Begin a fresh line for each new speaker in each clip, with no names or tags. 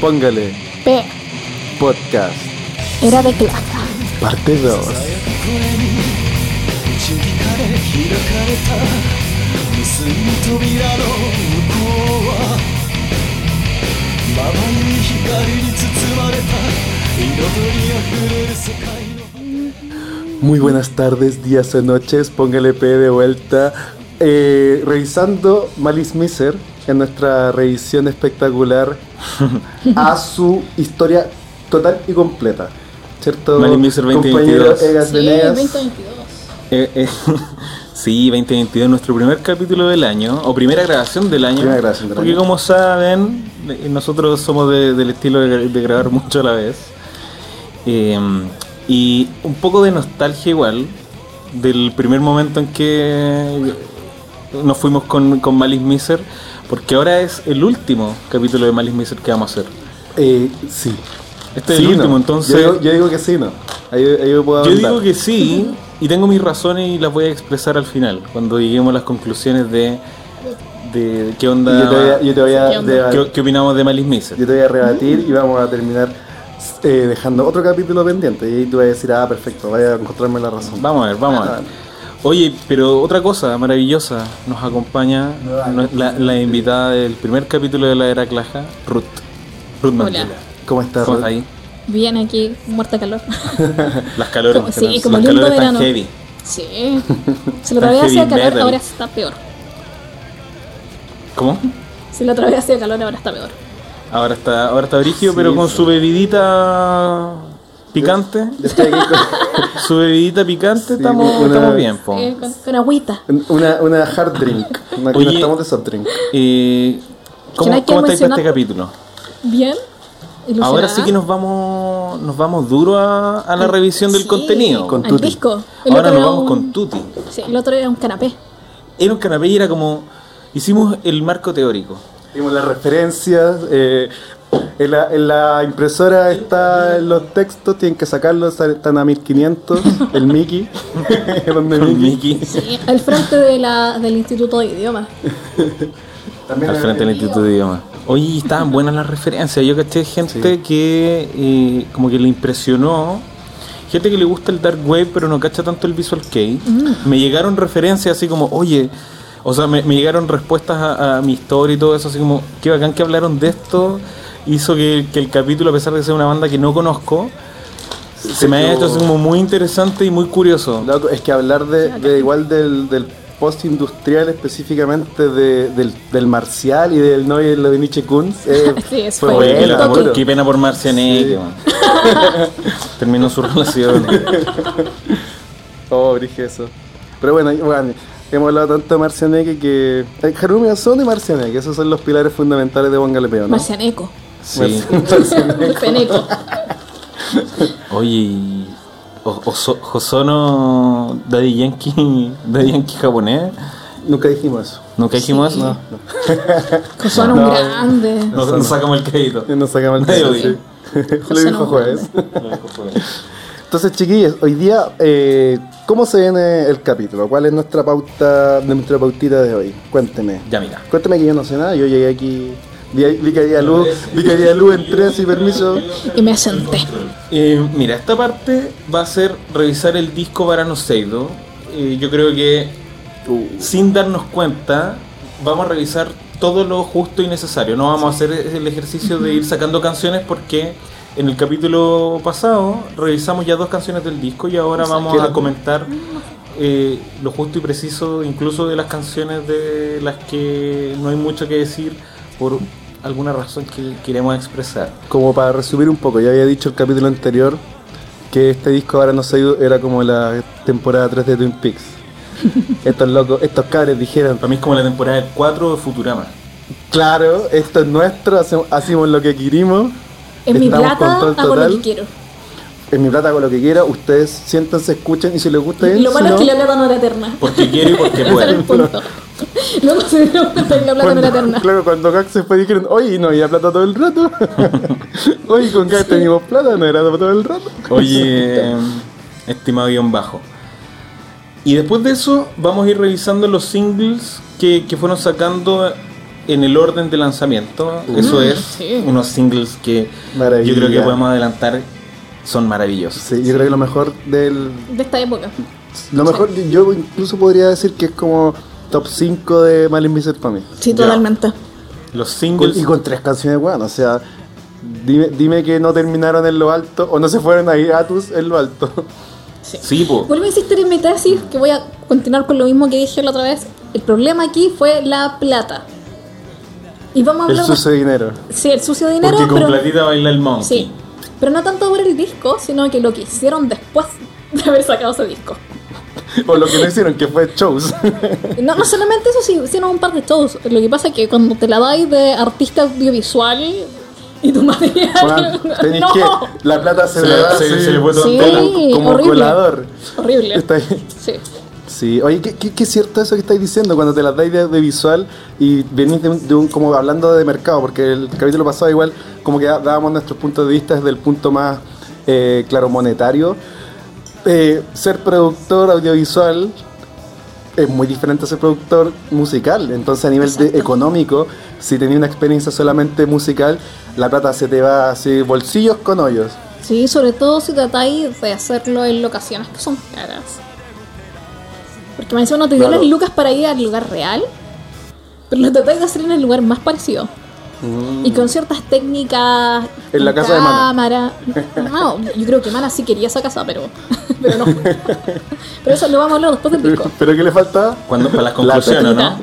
Póngale
P.
podcast,
Era de clase.
parte 2.
声に導かれ開かれた無数の扉の向こうはまばゆい光に包まれた彩りあふれる世界の
Muy buenas tardes, días o noches. Póngale P de vuelta. Eh, revisando Malice Miser en nuestra revisión espectacular a su historia total y completa. ¿Cierto?
Malice Miser 2022.
compañero Egas Venegas?
Eh, eh, sí, 2022, nuestro primer capítulo del año, o primera grabación del año.
Primera grabación del
porque
año.
como saben, eh, nosotros somos de- del estilo de, de grabar mucho a la vez. Eh, y un poco de nostalgia igual, del primer momento en que nos fuimos con, con Malice Miser, porque ahora es el último capítulo de Malice Miser que vamos a hacer.
Eh, sí.
Este es el
Sí, no.
último, entonces...
Yo digo, yo digo que sí, no. Ahí, ahí yo puedo
Yo
ahondar.
digo que sí, y tengo mis razones y las voy a expresar al final, cuando lleguemos a las conclusiones de, de qué
Y Yo te voy
onda,
a, yo te voy a
¿Qué onda?
deba-
qué, qué opinamos de Malice Miser.
yo te voy a rebatir y vamos a terminar eh, dejando otro capítulo pendiente. Y ahí tú vas a decir, ah, perfecto, vaya a encontrarme la razón.
Vamos a ver, vamos a ver. Oye, pero otra cosa maravillosa, nos acompaña no- la, la invitada del primer capítulo de la era Claja, Ruth. Ruth Mandela.
¿Cómo estás?
¿Cómo
Ruth?
estás ahí?
Bien aquí, muerta de calor.
Las calores,
Como- sí,
las
como
calores
lindo
están
verano.
heavy.
Sí. Si la
Tan
otra vez
heavy
hacía calor,
metal.
ahora está peor.
¿Cómo?
Si la otra vez hacía calor, ahora está peor.
Ahora está, ahora está brígido,
Sí,
pero con
sí.
su bebidita picante.
Yo estoy aquí con
Su bebidita picante,
Sí,
estamos,
una-
estamos bien, po.
Eh, con, con agüita.
una, una hard drink. No, aquí no
Oye.
estamos de soft drink.
Eh,
Que no hay que
¿Cómo, cómo estáis para
mencionar- ¿ah?
este capítulo?
Bien. Ilusionada.
Ahora sí que nos vamos nos vamos duro a, a la
Al-
revisión del
sí,
contenido.
Con
al
tutti.
disco. El otro
Ahora nos
era
vamos
un-
con Tuti.
Sí, el otro era un canapé.
Era un canapé y era como. Hicimos el marco teórico.
Vimos las referencias. eh, en, la, en la impresora están los textos, tienen que sacarlos, sale- están a 1500. El Mickey. donde
Con
Mickey.
Mickey.
Sí, al frente de la, del Instituto de Idiomas.
También
Al
hay-
frente del Instituto de Idiomas. Oye, estaban buenas las referencias. Yo caché gente que eh, como que le impresionó. Gente que le gusta el Dark Wave pero no cacha tanto el Visual Kei. Me llegaron referencias así como, oye, o sea, me, me llegaron respuestas a, a mi historia y todo eso, así como, qué bacán que hablaron de esto. Hizo que, que el capítulo, a pesar de ser una banda que no conozco, se me haya hecho así como muy interesante y muy curioso.
Loco, es que hablar de, de igual del, del postindustrial, específicamente de- del, del marcial y del Noy Leviniche Kunz, eh,
Sí, es
fue
fuerte.
Oye, qué,
bueno.
la-
puro.
qué pena por Marcianek.
Sí.
man. Terminó su relación.
Oh, brige eso. Pero bueno, y- bueno, hemos hablado tanto de Marcianeque que. eh, Harumi Ozono y Marcianeque, esos son los pilares fundamentales de Bonga Lepeo, ¿no?
Marcianeco.
Sí.
Feneco.
Oye, y o- Oso- Hosono Daddy Yankee, Daddy Yankee japonés.
Nunca dijimos eso.
Nunca dijimos
Sí.
eso.
Cosono
No.
grande.
No, no sacamos el crédito.
Y Nos sacamos el
Nadie
dedo,
lo dijo.
sí. Lo
José
dijo
no
jueves. Entonces, chiquillos, hoy día, eh, ¿cómo se viene el capítulo? ¿Cuál es nuestra pauta, nuestra pautita de hoy? Cuénteme.
Ya mira.
Cuéntame que yo no sé nada, yo llegué aquí, vi, vi que había luz, vi que había luz, entré sin permiso.
Y me senté.
Eh, mira, esta parte va a ser revisar el disco Varano Seido. Eh, yo creo que sin darnos cuenta vamos a revisar todo lo justo y necesario. No vamos a hacer el ejercicio de ir sacando canciones porque en el capítulo pasado revisamos ya dos canciones del disco y ahora vamos a comentar eh, lo justo y preciso incluso de las canciones de las que no hay mucho que decir por alguna razón que queremos expresar.
Como para resumir un poco, ya había dicho el capítulo anterior que este disco ahora no sé, era como la temporada 3 de Twin Peaks. Estos locos, estos cabres dijeron,
Para mí es como la temporada 4 de Futurama.
claro, esto es nuestro, hacemos, hacemos lo que queremos.
En mi
estamos
plata
control
hago lo que quiero.
En mi plata hago lo que quiera, ustedes siéntanse, escuchen y si les gusta bien,
Lo
si
malo es
no,
que la plata no era eterna.
Porque quiere y porque
Ese era el
puede.
punto. Luego se dieron cuenta que la plata no era eterna.
Claro, cuando Gag se fue dijeron, oye, no había plata todo el rato. oye, con Gag teníamos plata, no era todo el rato.
Oye, eh, estimado guión bajo. Y después de eso, vamos a ir revisando los singles que, que fueron sacando en el orden de lanzamiento. Eso es
sí.
unos singles que yo
Uh. Maravilla.
creo que podemos adelantar son maravillosos.
Sí, yo creo que lo mejor del.
De esta época.
Lo mejor, yo incluso podría decir que es como top 5 de Malin Miser para mí.
Sí,
Ya.
totalmente.
Los
Con-
singles
y con tres canciones, weón. O sea, dime, dime que no terminaron en lo alto o no se fueron a hiatus en lo alto.
Sí, po.
Vuelvo a insistir en mi tesis, que voy a continuar con lo mismo que dije la otra vez. El problema aquí fue la plata. Y vamos a
El
hablar...
sucio dinero.
Sí, el sucio dinero,
Porque con
pero...
platita baila el monkey.
Sí, pero no tanto por el disco, sino que lo que hicieron después de haber sacado ese disco.
O lo que no hicieron, que fue shows.
No, no solamente eso, sí, hicieron un par de shows. Lo que pasa es que cuando te la dais de artista audiovisual y tu material...
Weón, Tenéis
¡No!
que. La plata se,
Se-
le da
se-
así
se le puede
Sí,
Como-
como
horrible.
colador.
Horrible.
Está ahí.
Sí.
Sí, oye, ¿qué, qué, qué es cierto eso que estáis diciendo cuando te las dais de, de visual y venís de un, de un- como hablando de mercado? Porque el capítulo pasado igual como que dábamos nuestros puntos de vista desde el punto más, eh, claro, monetario. Eh, ser productor audiovisual es muy diferente a ser productor musical. Entonces a nivel de económico, si tenías una experiencia solamente musical, la plata se te va así, bolsillos con hoyos.
Sí, sobre todo si tratáis de hacerlo en locaciones que son caras. Porque me dicen, no te dio
Claro.
las lucas para ir al lugar real, pero lo tratáis de hacer en el lugar más parecido.
Mm.
Y con ciertas técnicas.
En la
con
casa de Mana.
cámara. No, yo creo que Mana sí quería esa casa, pero, pero no. Pero eso lo vamos a hablar después del disco.
¿Pero qué le falta?
Cuando, para las
La
conclusiones,
Mira,
¿no?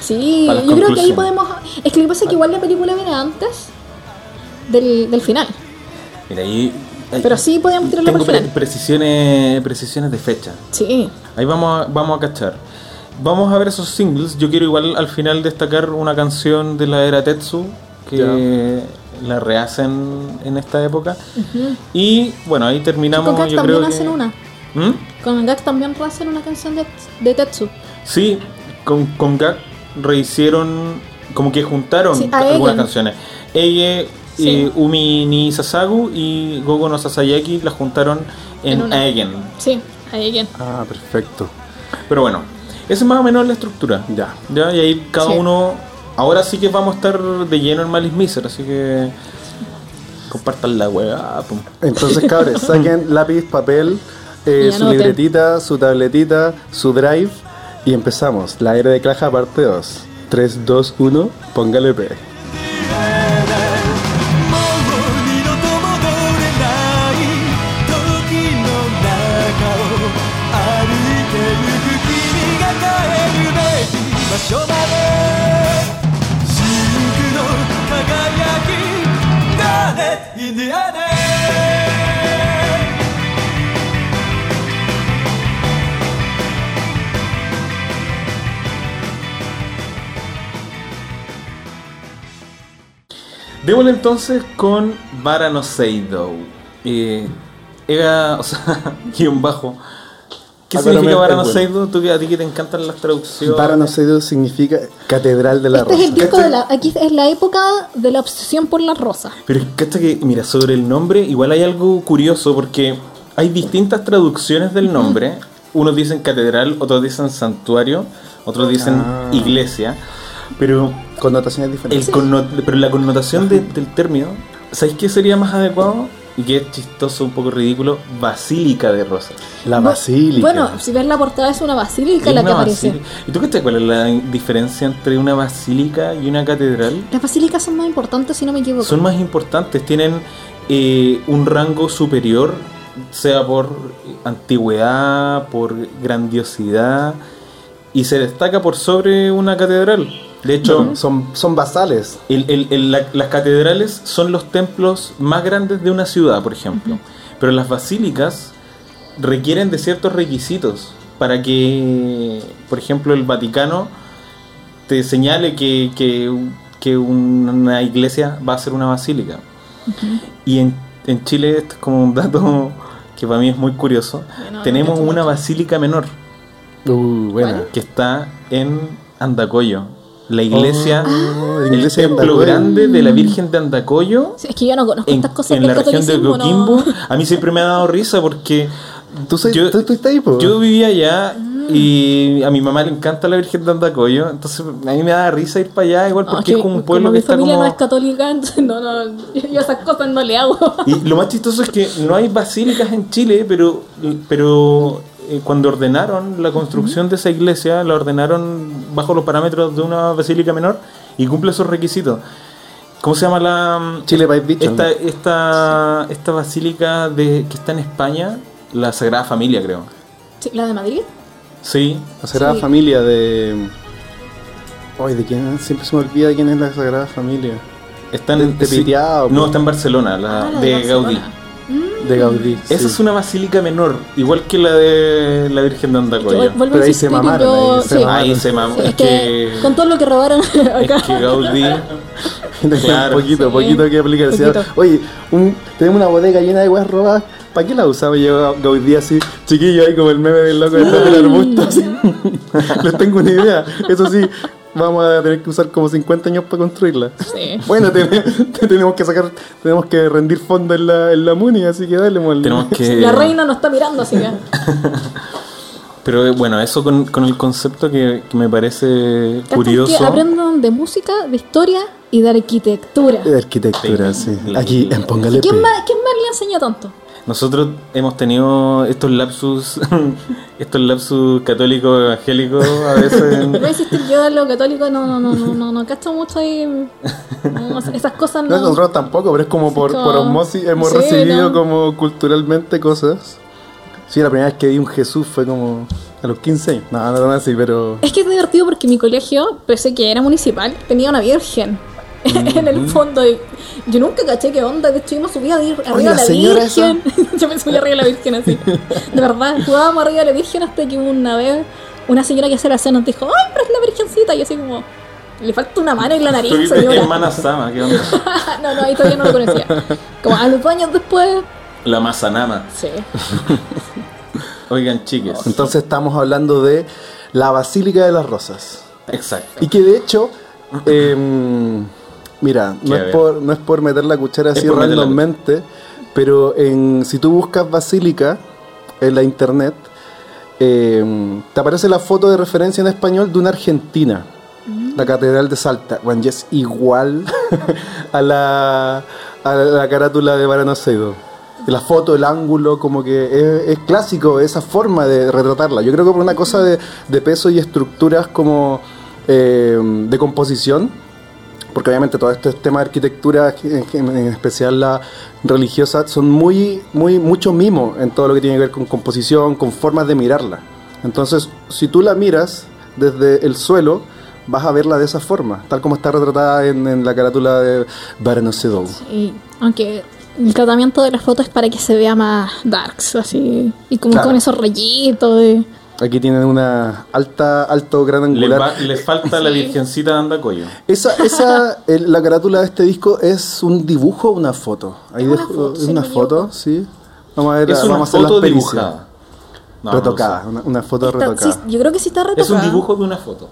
Sí,
Para las
yo creo que ahí
conclusiones.
podemos. Es que lo que pasa es que igual la película viene antes del, del final.
Mira, ahí. ahí-
Pero sí podemos tirarlo
Tengo
por el
pre-
final.
precisiones, precisiones de fecha.
Sí.
Ahí vamos a, vamos a cachar. Vamos a ver esos singles. Yo quiero igual al final destacar una canción de la era Tetsu que la rehacen en esta época. Y bueno, ahí terminamos.
Con Gax
yo
también
creo que-
hacen una.
¿Mm?
Con Gax también hacen una canción de, de Tetsu.
Sí, con, con Gak rehicieron, como que juntaron
Sí, a
algunas
ella.
canciones. Ella,
Sí.
eh, Umi ni Sasagu y Gogo no Sasayaki las juntaron
En
en,
una.
Aigen.
Sí, ahí again.
Ah, perfecto.
Pero bueno, esa es más o menos la estructura.
Ya.
Ya, y ahí cada
Sí.
uno. Ahora sí que vamos a estar de lleno en Malice Miser, así que. Compartan la weá. pum.
Entonces, cabres, saquen lápiz, papel, eh,
Y
su
anoten.
libretita, su tabletita, su drive y empezamos. La era de Claja, parte 2. 3, 2, 1, póngale P.
もう二度と戻れない時の流れを歩いてゆく君が帰るべき場所まで真空の輝き Got it in the end
Démosle entonces con Vara no Seido. Eh, Ega, o sea, guión bajo. ¿Qué
Ah,
significa
pero me-
Vara no
bueno.
Seido? Tú que a ti que te encantan las traducciones.
Para nosotros significa Catedral de la
Este es el
Rosa.
disco de la. Aquí es la época de la obsesión por la rosa.
Pero es que hasta que, mira, sobre el nombre, igual hay algo curioso porque hay distintas traducciones del nombre. Unos dicen catedral, otros dicen santuario, otros dicen
Ah.
iglesia. Pero,
Connotaciones
el
diferentes.
conno- pero la connotación de- del término, ¿sabéis qué sería más adecuado? Y que es chistoso, un poco ridículo, basílica de rosas.
La
Bu-
basílica.
Bueno, si ves la portada es una basílica
Es
la que
una
aparece.
basílica. ¿Y tú qué te cuál es la diferencia entre una basílica y una catedral?
Las basílicas son más importantes si no me equivoco.
son más importantes, tienen eh, un rango superior, sea por antigüedad, por grandiosidad, y se destaca por sobre una catedral. De hecho,
son, son, son basales.
el- el- el- la- las catedrales son los templos más grandes de una ciudad, por ejemplo, pero las basílicas requieren de ciertos requisitos para que, por ejemplo, el Vaticano te señale que, que- que una iglesia va a ser una basílica. Y en, en Chile, esto es como un dato que para mí es muy curioso,
Bueno,
tenemos
no, no,
una
no.
basílica menor
Uh, buena.
Ah, que está en Andacoyo. La iglesia,
Ah,
Oh, la
el
iglesia de
templo
Andacoyo.
grande de la Virgen de Andacoyo
Sí, es que yo no conozco
en,
estas cosas
en
del
la región de
catolicismo, no.
Coquimbo. A mí siempre me ha dado risa porque
¿Tú, soy,
yo,
tú, tú estás ahí, po?
yo vivía allá
Ah.
Y a mi mamá le encanta la Virgen de Andacoyo, entonces a mí me da risa ir para allá, igual
No,
porque es como un pueblo
Ah, como mi
que está
familia
como...
no es católica, entonces no, no, yo esas cosas no le hago.
Y lo más chistoso es que no hay basílicas en Chile, pero, pero eh, cuando ordenaron la construcción de esa iglesia, la ordenaron bajo los parámetros de una basílica menor y cumple esos requisitos. ¿Cómo se llama la mm,
Chile Vice Beach.
esta, esta, esta basílica de, que está en España? La Sagrada Familia, creo.
Sí, ¿La de Madrid?
Sí.
La Sagrada
Sí.
Familia de. Ay, ¿de quién? Siempre se me olvida quién es la Sagrada Familia.
Está en,
De- de
sí.
Piteado,
no,
pues.
está en Barcelona, la,
Ah, la
de,
Barcelona.
Gaudí.
De Gaudí.
Esa
sí.
es una basílica menor, igual que la de la Virgen de
Que
Andacoya.
vuel- vuelvo
Pero
a
ahí se
insistir,
mamaron,
yo-
ahí se
sí.
mamaron.
Ahí se mamó.
Sí,
Es que,
con todo lo que robaron acá.
es que Gaudí. Claro.
un poquito,
Sí.
poquito que aplicar.
Poquito.
decía, Oye, un- tenemos una bodega llena de weas robadas. ¿Para qué la usamos? Yo Gaudí así, chiquillo, ahí como el meme del loco detrás del arbusto. así. Les tengo una idea. Eso sí, vamos a tener que usar como 50 años para construirla.
Sí.
Bueno, te- te tenemos que sacar, tenemos que rendir fondo en la, en la MUNI, así que dale, mole.
Tenemos que.
La reina nos está mirando, así que.
Pero eh, bueno, eso con, con el concepto que, que me parece
¿Cachai?
curioso.
Que aprendan de música, de historia y de arquitectura.
Eh,
De arquitectura, sí.
Sí.
Aquí en Póngale
¿Quién
pues.
P.
más, ¿Quién más le enseña tanto?
Nosotros hemos tenido estos lapsus, estos lapsus católicos evangélicos a
Voy
veces.
a insistir, yo de lo católico no, no, no, no, no, no cacho mucho ahí. No, esas cosas
No,
no.
nosotros tampoco, pero es como por,
Como-
por osmosis hemos
Sí,
recibido
¿no?
como culturalmente cosas. Sí, la primera vez que vi un Jesús fue como a los 15 años. No, no, no, así, pero...
Es que es divertido porque mi colegio, pese a que era municipal, tenía una virgen en el fondo. Y yo nunca caché qué onda. De hecho, yo me subía a ir arriba
Oye, la
de la
señora
virgen. yo me subía arriba de la virgen así. De verdad, jugábamos arriba de la virgen hasta que una vez una señora que hacía la cena nos dijo: ¡Ay, pero es la virgencita! Y yo así como. Le falta una mano y la nariz, señora.
Hermana Sama, ¿qué onda?
no, no, ahí todavía no lo conocía. Como a los dos años después.
La Mazanama.
Sí.
Oigan, chiques.
Entonces estamos hablando de la Basílica de las Rosas.
Exacto.
Y que de hecho, eh, mira,
Qué
no es,
bien.
por, no es por meter la cuchara
Es
así
por meter la cuchara.
randommente, pero en, si tú buscas Basílica en la internet, eh, te aparece la foto de referencia en español de una argentina. La Catedral de Salta, bueno, y es igual a la, a la carátula de Baranocedo. La foto, el ángulo, como que es, es clásico esa forma de retratarla. Yo creo que por una cosa de, de peso y estructuras como eh, de composición, porque obviamente todo este tema de arquitectura, en, en- en especial la religiosa, son muy, muy, mucho mimo en todo lo que tiene que ver con composición, con formas de mirarla. Entonces, si tú la miras desde el suelo, vas a verla de esa forma, tal como está retratada en, en la carátula de Baranocedo.
Y, aunque el tratamiento de la foto es para que se vea más darks, así. Y como
Claro.
con esos rayitos de.
Aquí tienen una alta, alto gran
Les,
angular.
va- les falta la Virgencita de Andacoyo.
Esa, esa, el- la carátula de este disco es un dibujo o una foto. Ahí
Es una
dejo-
foto,
es
si
una
no me
foto, sí. Vamos a ver,
Es una
vamos a hacer
foto
las pericias.
dibujada. No, no
retocada, una, una foto
Está-
retocada.
sí, yo creo que sí está
sé. Es
retocada.
un dibujo de una foto.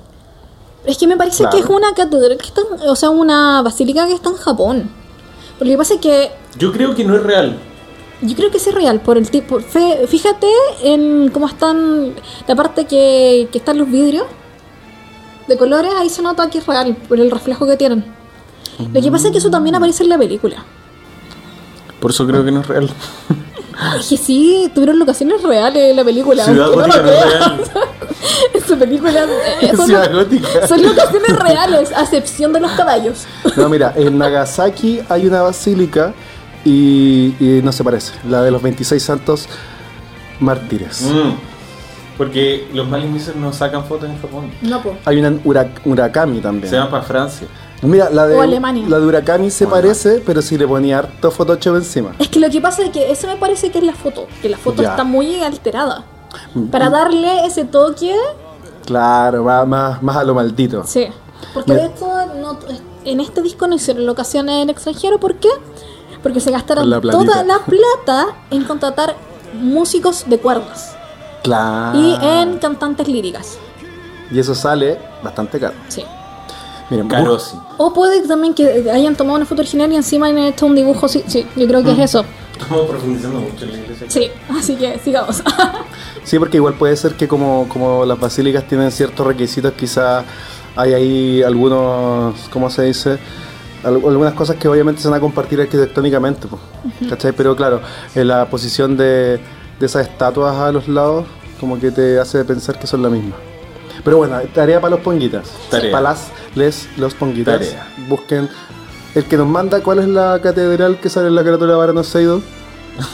Es que me parece
Claro.
que es una catedral que está. en- O sea, una basílica que está en Japón. Pero lo que pasa es que.
Yo creo que no es real.
Yo creo que sí es real por el tipo. fe- Fíjate en cómo están. La parte que, que están los vidrios. De colores, ahí se nota que es real por el reflejo que tienen. Lo que pasa es que eso también aparece en la película.
Por eso creo que no es real.
Es que sí, tuvieron locaciones reales en la película.
Ciudad
aunque no lo
Gótica no es
creas.
real.
En su película eh, son,
Ciudad
lo-
gótica.
son locaciones reales, a excepción de los caballos.
No, mira, en Nagasaki hay una basílica y, y no se parece. La de los 26 santos mártires.
Mm. Porque los Malimisers no sacan fotos en Japón.
No, po.
Hay una en Ura- Urakami también.
Se van para Francia.
Mira, la de,
O Alemania.
la de Urakami se
O
parece, pero si le ponía harto Photoshop encima.
Es que lo que pasa es que eso me parece que es la foto, que la foto
Ya. Mm,
está muy alterada. Para darle ese toque,
Claro, va más, más a lo maldito.
sí. Porque
Mira.
de hecho, no- en este disco no hicieron locaciones en extranjero, ¿por qué? Porque se gastaron
La platita.
toda la plata en contratar músicos de cuerdas
Claro.
y en cantantes líricas.
Y eso sale bastante caro.
Sí.
Miren,
Caro,
bus-
sí. Mm.
O puede también que hayan tomado una foto original y encima han hecho un dibujo. Sí, sí yo creo que es eso.
Estamos profundizando mucho en la iglesia.
Sí, así que sigamos.
Sí, porque igual puede ser que como, como las basílicas tienen ciertos requisitos, quizás hay ahí algunos, ¿cómo se dice? Al- algunas cosas que obviamente se van a compartir arquitectónicamente, po, ¿cachai? Pero claro, eh, la posición de, de esas estatuas a los lados como que te hace pensar que son la misma. Pero bueno, tarea para los ponguitas.
Tarea.
Para las, les, los ponguitas.
Tarea.
Busquen el que nos manda cuál es la catedral que sale en la carátula de Baranoceido.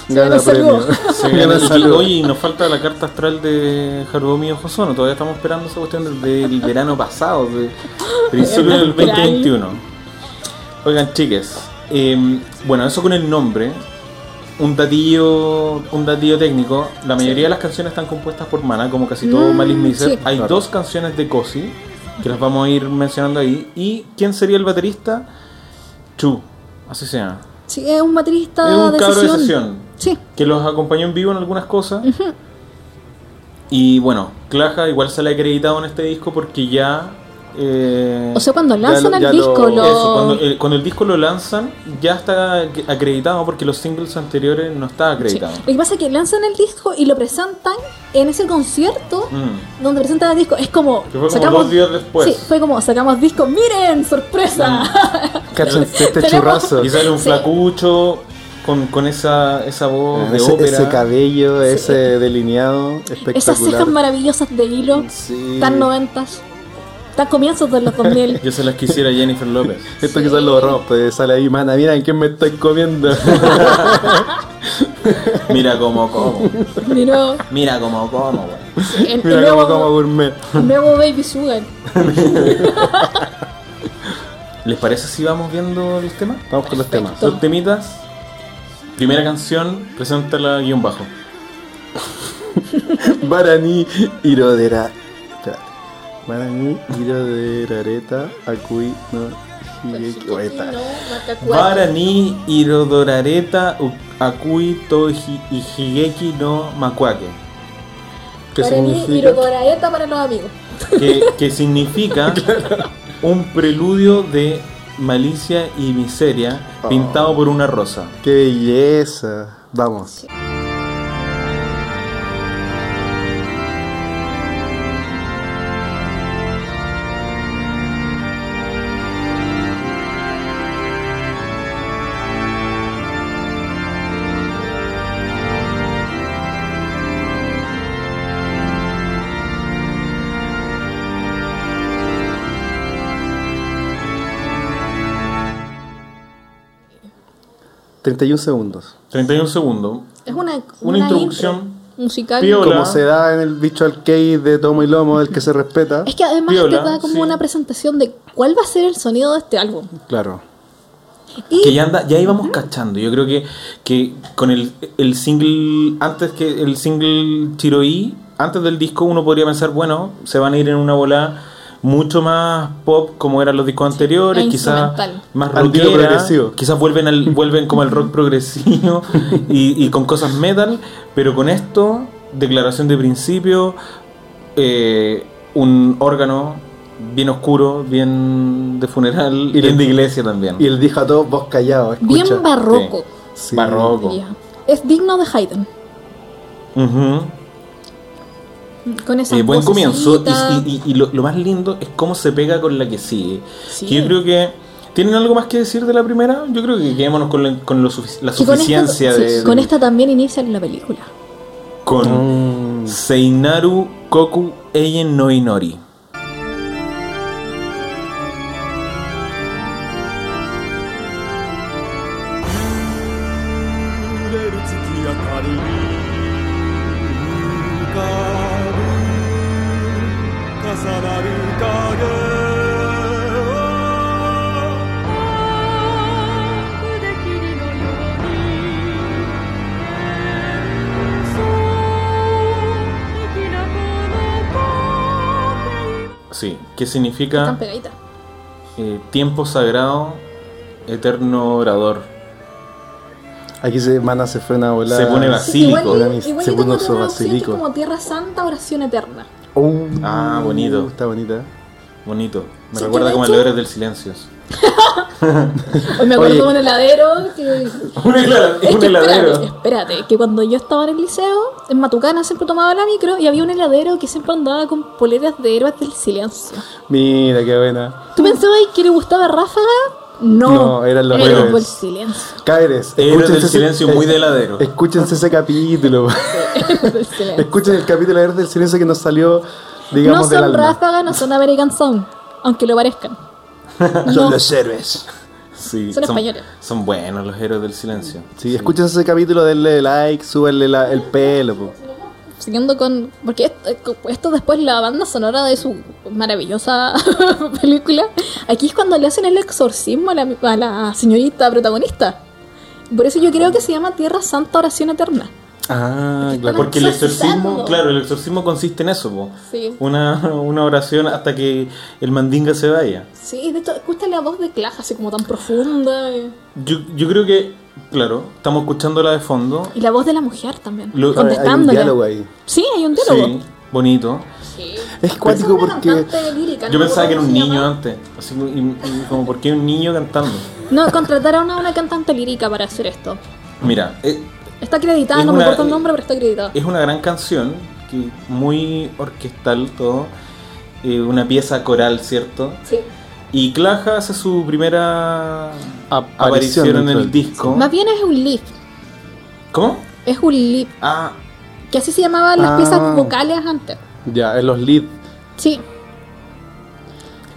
gana el saludo.
Se
Gana
viene
el
el-
saludo.
Oye, y nos falta la carta astral de Jarbomi Ojosono. Todavía estamos esperando esa cuestión desde el verano pasado, de principio del 2021. Oigan, chiques, eh, bueno, eso con el nombre. Un datillo, un datillo técnico. La mayoría de las canciones están compuestas por Mana, como casi todo
Mm,
Malice Miser.
sí.
Hay
Claro.
dos canciones de Cosi que las vamos a ir mencionando ahí. ¿Y quién sería el baterista? Chu, así se llama.
Sí, es un baterista
Es un
de,
cabro de
sesión.
sesión.
Sí,
que los acompañó en vivo en algunas cosas. Y bueno, Claja igual se le ha acreditado en este disco porque ya. eh,
o sea, cuando
Ya
lanzan
lo-
el
ya lo-
disco, lo...
eso, cuando, el, cuando el disco lo lanzan, ya está acreditado porque los singles anteriores no está
Sí.
acreditado.
Lo que pasa es que lanzan el disco y lo presentan en ese concierto
Mm.
donde presentan el disco. Es como.
Que fue como dos días después. Mm,
Sí, fue como sacamos disco. ¡Miren! ¡Sorpresa!
Cállense este
Tenemos-
churrazo.
Y sale un
Sí.
flacucho con, con esa, esa voz de
Ah, ese,
ópera.
ese cabello, ese delineado espectacular.
Esas cejas maravillosas de hilo,
Mm,
Sí.
tan noventas, tan comienzos de los 2000.
Yo se las quisiera a Jennifer López.
Esto quizás lo borramos, pues sale ahí, mana, mira en qué me estoy comiendo.
Mira cómo como.
Miró
Mira cómo como, güey.
el, el
mira cómo como
nuevo,
gourmet.
el nuevo Baby Sugar.
¿Les parece si vamos viendo los temas?
Vamos con los temas.
Perfecto.
Dos temitas. Primera canción, preséntala guión bajo.
Barani Irodera. Espérate. Barani Irodera Areta Akui no Higeki. Oh, ahí está.
Barani Irodorareta u- Akui Toji y Higeki no Makuake.
¿Qué
Para mí,
significa?
Irocoraeta para los amigos.
Que, que significa un preludio de malicia y miseria
Oh.
pintado por una rosa.
¡Qué belleza! Vamos. ¿31 segundos?
31 segundos.
Es una, una,
introducción
intro musical.
piola. Hola.
Como se da en el bicho al key de tomo y lomo, del que se respeta.
Es que además
Piola,
te da como
sí.
una presentación de cuál va a ser el sonido de este álbum.
Claro.
Y
Que ya, anda, ya íbamos cachando. Yo creo que, que con el, el single, antes que el single Chiroí, antes del disco, uno podría pensar, bueno, se van a ir en una bola mucho más pop como eran los discos anteriores,
e
quizás
instrumental.
más
Al tiro
rockera,
progresivo.
quizás vuelven al, vuelven como al rock progresivo y, y con cosas metal, pero con esto, declaración de principio, eh, un órgano bien oscuro, bien de funeral, y bien de iglesia también.
Y él dijo a todos, vos callados.
bien
escucha.
barroco.
Sí.
Barroco.
diría. Es digno de Haydn.
Ujú.
Con esa
Eh, buen comienzo. Y, y- y- y lo, lo más lindo es cómo se pega con la que sigue.
Sí.
Que Yo creo que. ¿Tienen algo más que decir de la primera? Yo creo que quedémonos con, la- con lo sufici- la suficiencia
con,
de.
esta,
de-
sí, con esta también inician la película.
con
Mm.
Seinaru Koku Eien no Inori.
「揺れる月明かりに浮かぶ」「重なる影を」
Sí, que significa
Están pegaditas.
eh, tiempo sagrado, eterno orador.
Aquí se, mana se frena a volar.
Se pone Basílico.
Igual, igual,
Era mi
igual yo
segundo
tengo otra opción que es
basílico.
como Tierra Santa, oración eterna.
Uh,
Ah, bonito.
Está bonita.
Bonito. Me
Sí, yo
recuerda
de
como el
hecho-
Héroes del Silencio.
Hoy Pues me acuerdo
Oye.
de un heladero que...
Un hela-
Es
un
que
heladero.
espérate, espérate, que cuando yo estaba en el liceo, en Matucana siempre tomaba la micro y había un heladero que siempre andaba con poleras de héroes del silencio.
Mira, qué buena.
¿Tú pensabas que le gustaba Ráfaga? No,
Mm. No, eran los héroes.
del silencio.
Caeres,
Héroes
escúchense
del
ese- eh,
silencio, muy de heladero.
Escúchense ese capítulo.
Héroes del silencio.
Escuchen el capítulo de Héroes del silencio que nos salió,
No
digamos, del
son
alma.
Ráfaga, no son American Sound, aunque lo parezcan.
Son los héroes.
Sí,
Son españoles.
Son buenos los héroes del silencio.
Sí, escúchense ese capítulo, denle like, súbanle la- el pelo. po.
Siguiendo con. Porque esto, esto después la banda sonora de su maravillosa película. Aquí es cuando le hacen el exorcismo a la, a la señorita protagonista. Por eso yo creo que se llama Tierra Santa Oración Eterna.
Ah, claro.
Porque el exorcismo,
Exorcizando.
claro, el exorcismo consiste en eso, po.
Sí.
Una, una oración hasta que el mandinga se vaya.
Sí, de hecho, escucha la voz de Clash así como tan profunda. eh.
Yo, yo creo que, claro, estamos escuchándola de fondo.
Y la voz de la mujer también.
Lo-
Hay- Hay un
contestándole.
diálogo ahí.
Sí, hay un
Sí,
diálogo.
bonito.
Sí.
Es cuático porque.
Yo pensaba que era un niño antes. Así como, y- y como, ¿por qué un niño cantando?
No, contrataron a una cantante lírica para hacer esto.
Mira, eh,
Está acreditada,
Es
no
una-
me acuerdo el nombre, pero está acreditada.
es una gran canción, que muy orquestal todo. eh, una pieza coral, ¿cierto?
Sí.
Y Claja hace su primera
Ah, Aparición
aparición en
dentro del-
el disco.
Más bien es un lip.
¿Cómo?
Es un lip.
Ah,
Que así se llamaban las
Ah.
piezas vocales antes.
Ya, en los leads.
Sí.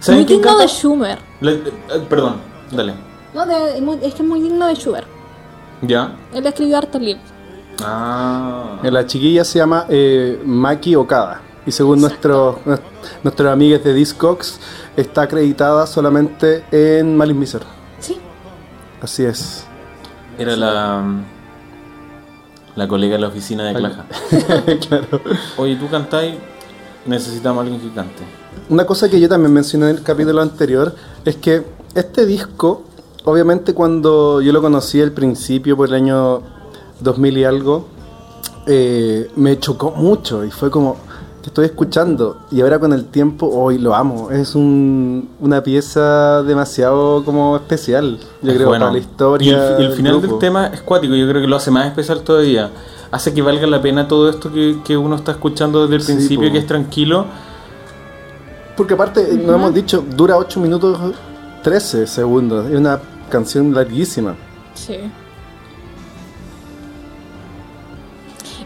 ¿saben
Muy
quién
digno de
canta?
Schumer.
La- eh, perdón, dale.
No, de- es muy- es que es muy digno de Schubert.
¿Ya?
Él escribió harto lip.
Ah.
Eh, La chiquilla se llama eh, Maki Okada. Y según nuestros nuestros amigos de Discogs, está acreditada solamente en Malice Miser.
Sí.
Así es.
Era la. La colega de la oficina de Claja.
claro.
Oye, tú cantáis, necesitamos a alguien que cante.
Una cosa que yo también mencioné en el capítulo anterior es que este disco, obviamente cuando yo lo conocí al principio, por el año 2000 y algo, eh, me chocó mucho y fue como, que estoy escuchando? Y ahora con el tiempo, hoy lo amo. Es un- una pieza demasiado como especial, yo
Es
creo,
bueno.
para la historia.
Y el, y el final del
grupo.
tema es cuático, yo creo que lo hace más especial todavía. Hace que valga la pena todo esto que, que uno está escuchando desde el
Sí,
principio,
po.
que es tranquilo.
Porque aparte, nos hemos dicho, dura 8 minutos 13 segundos. Es una canción larguísima.
Sí.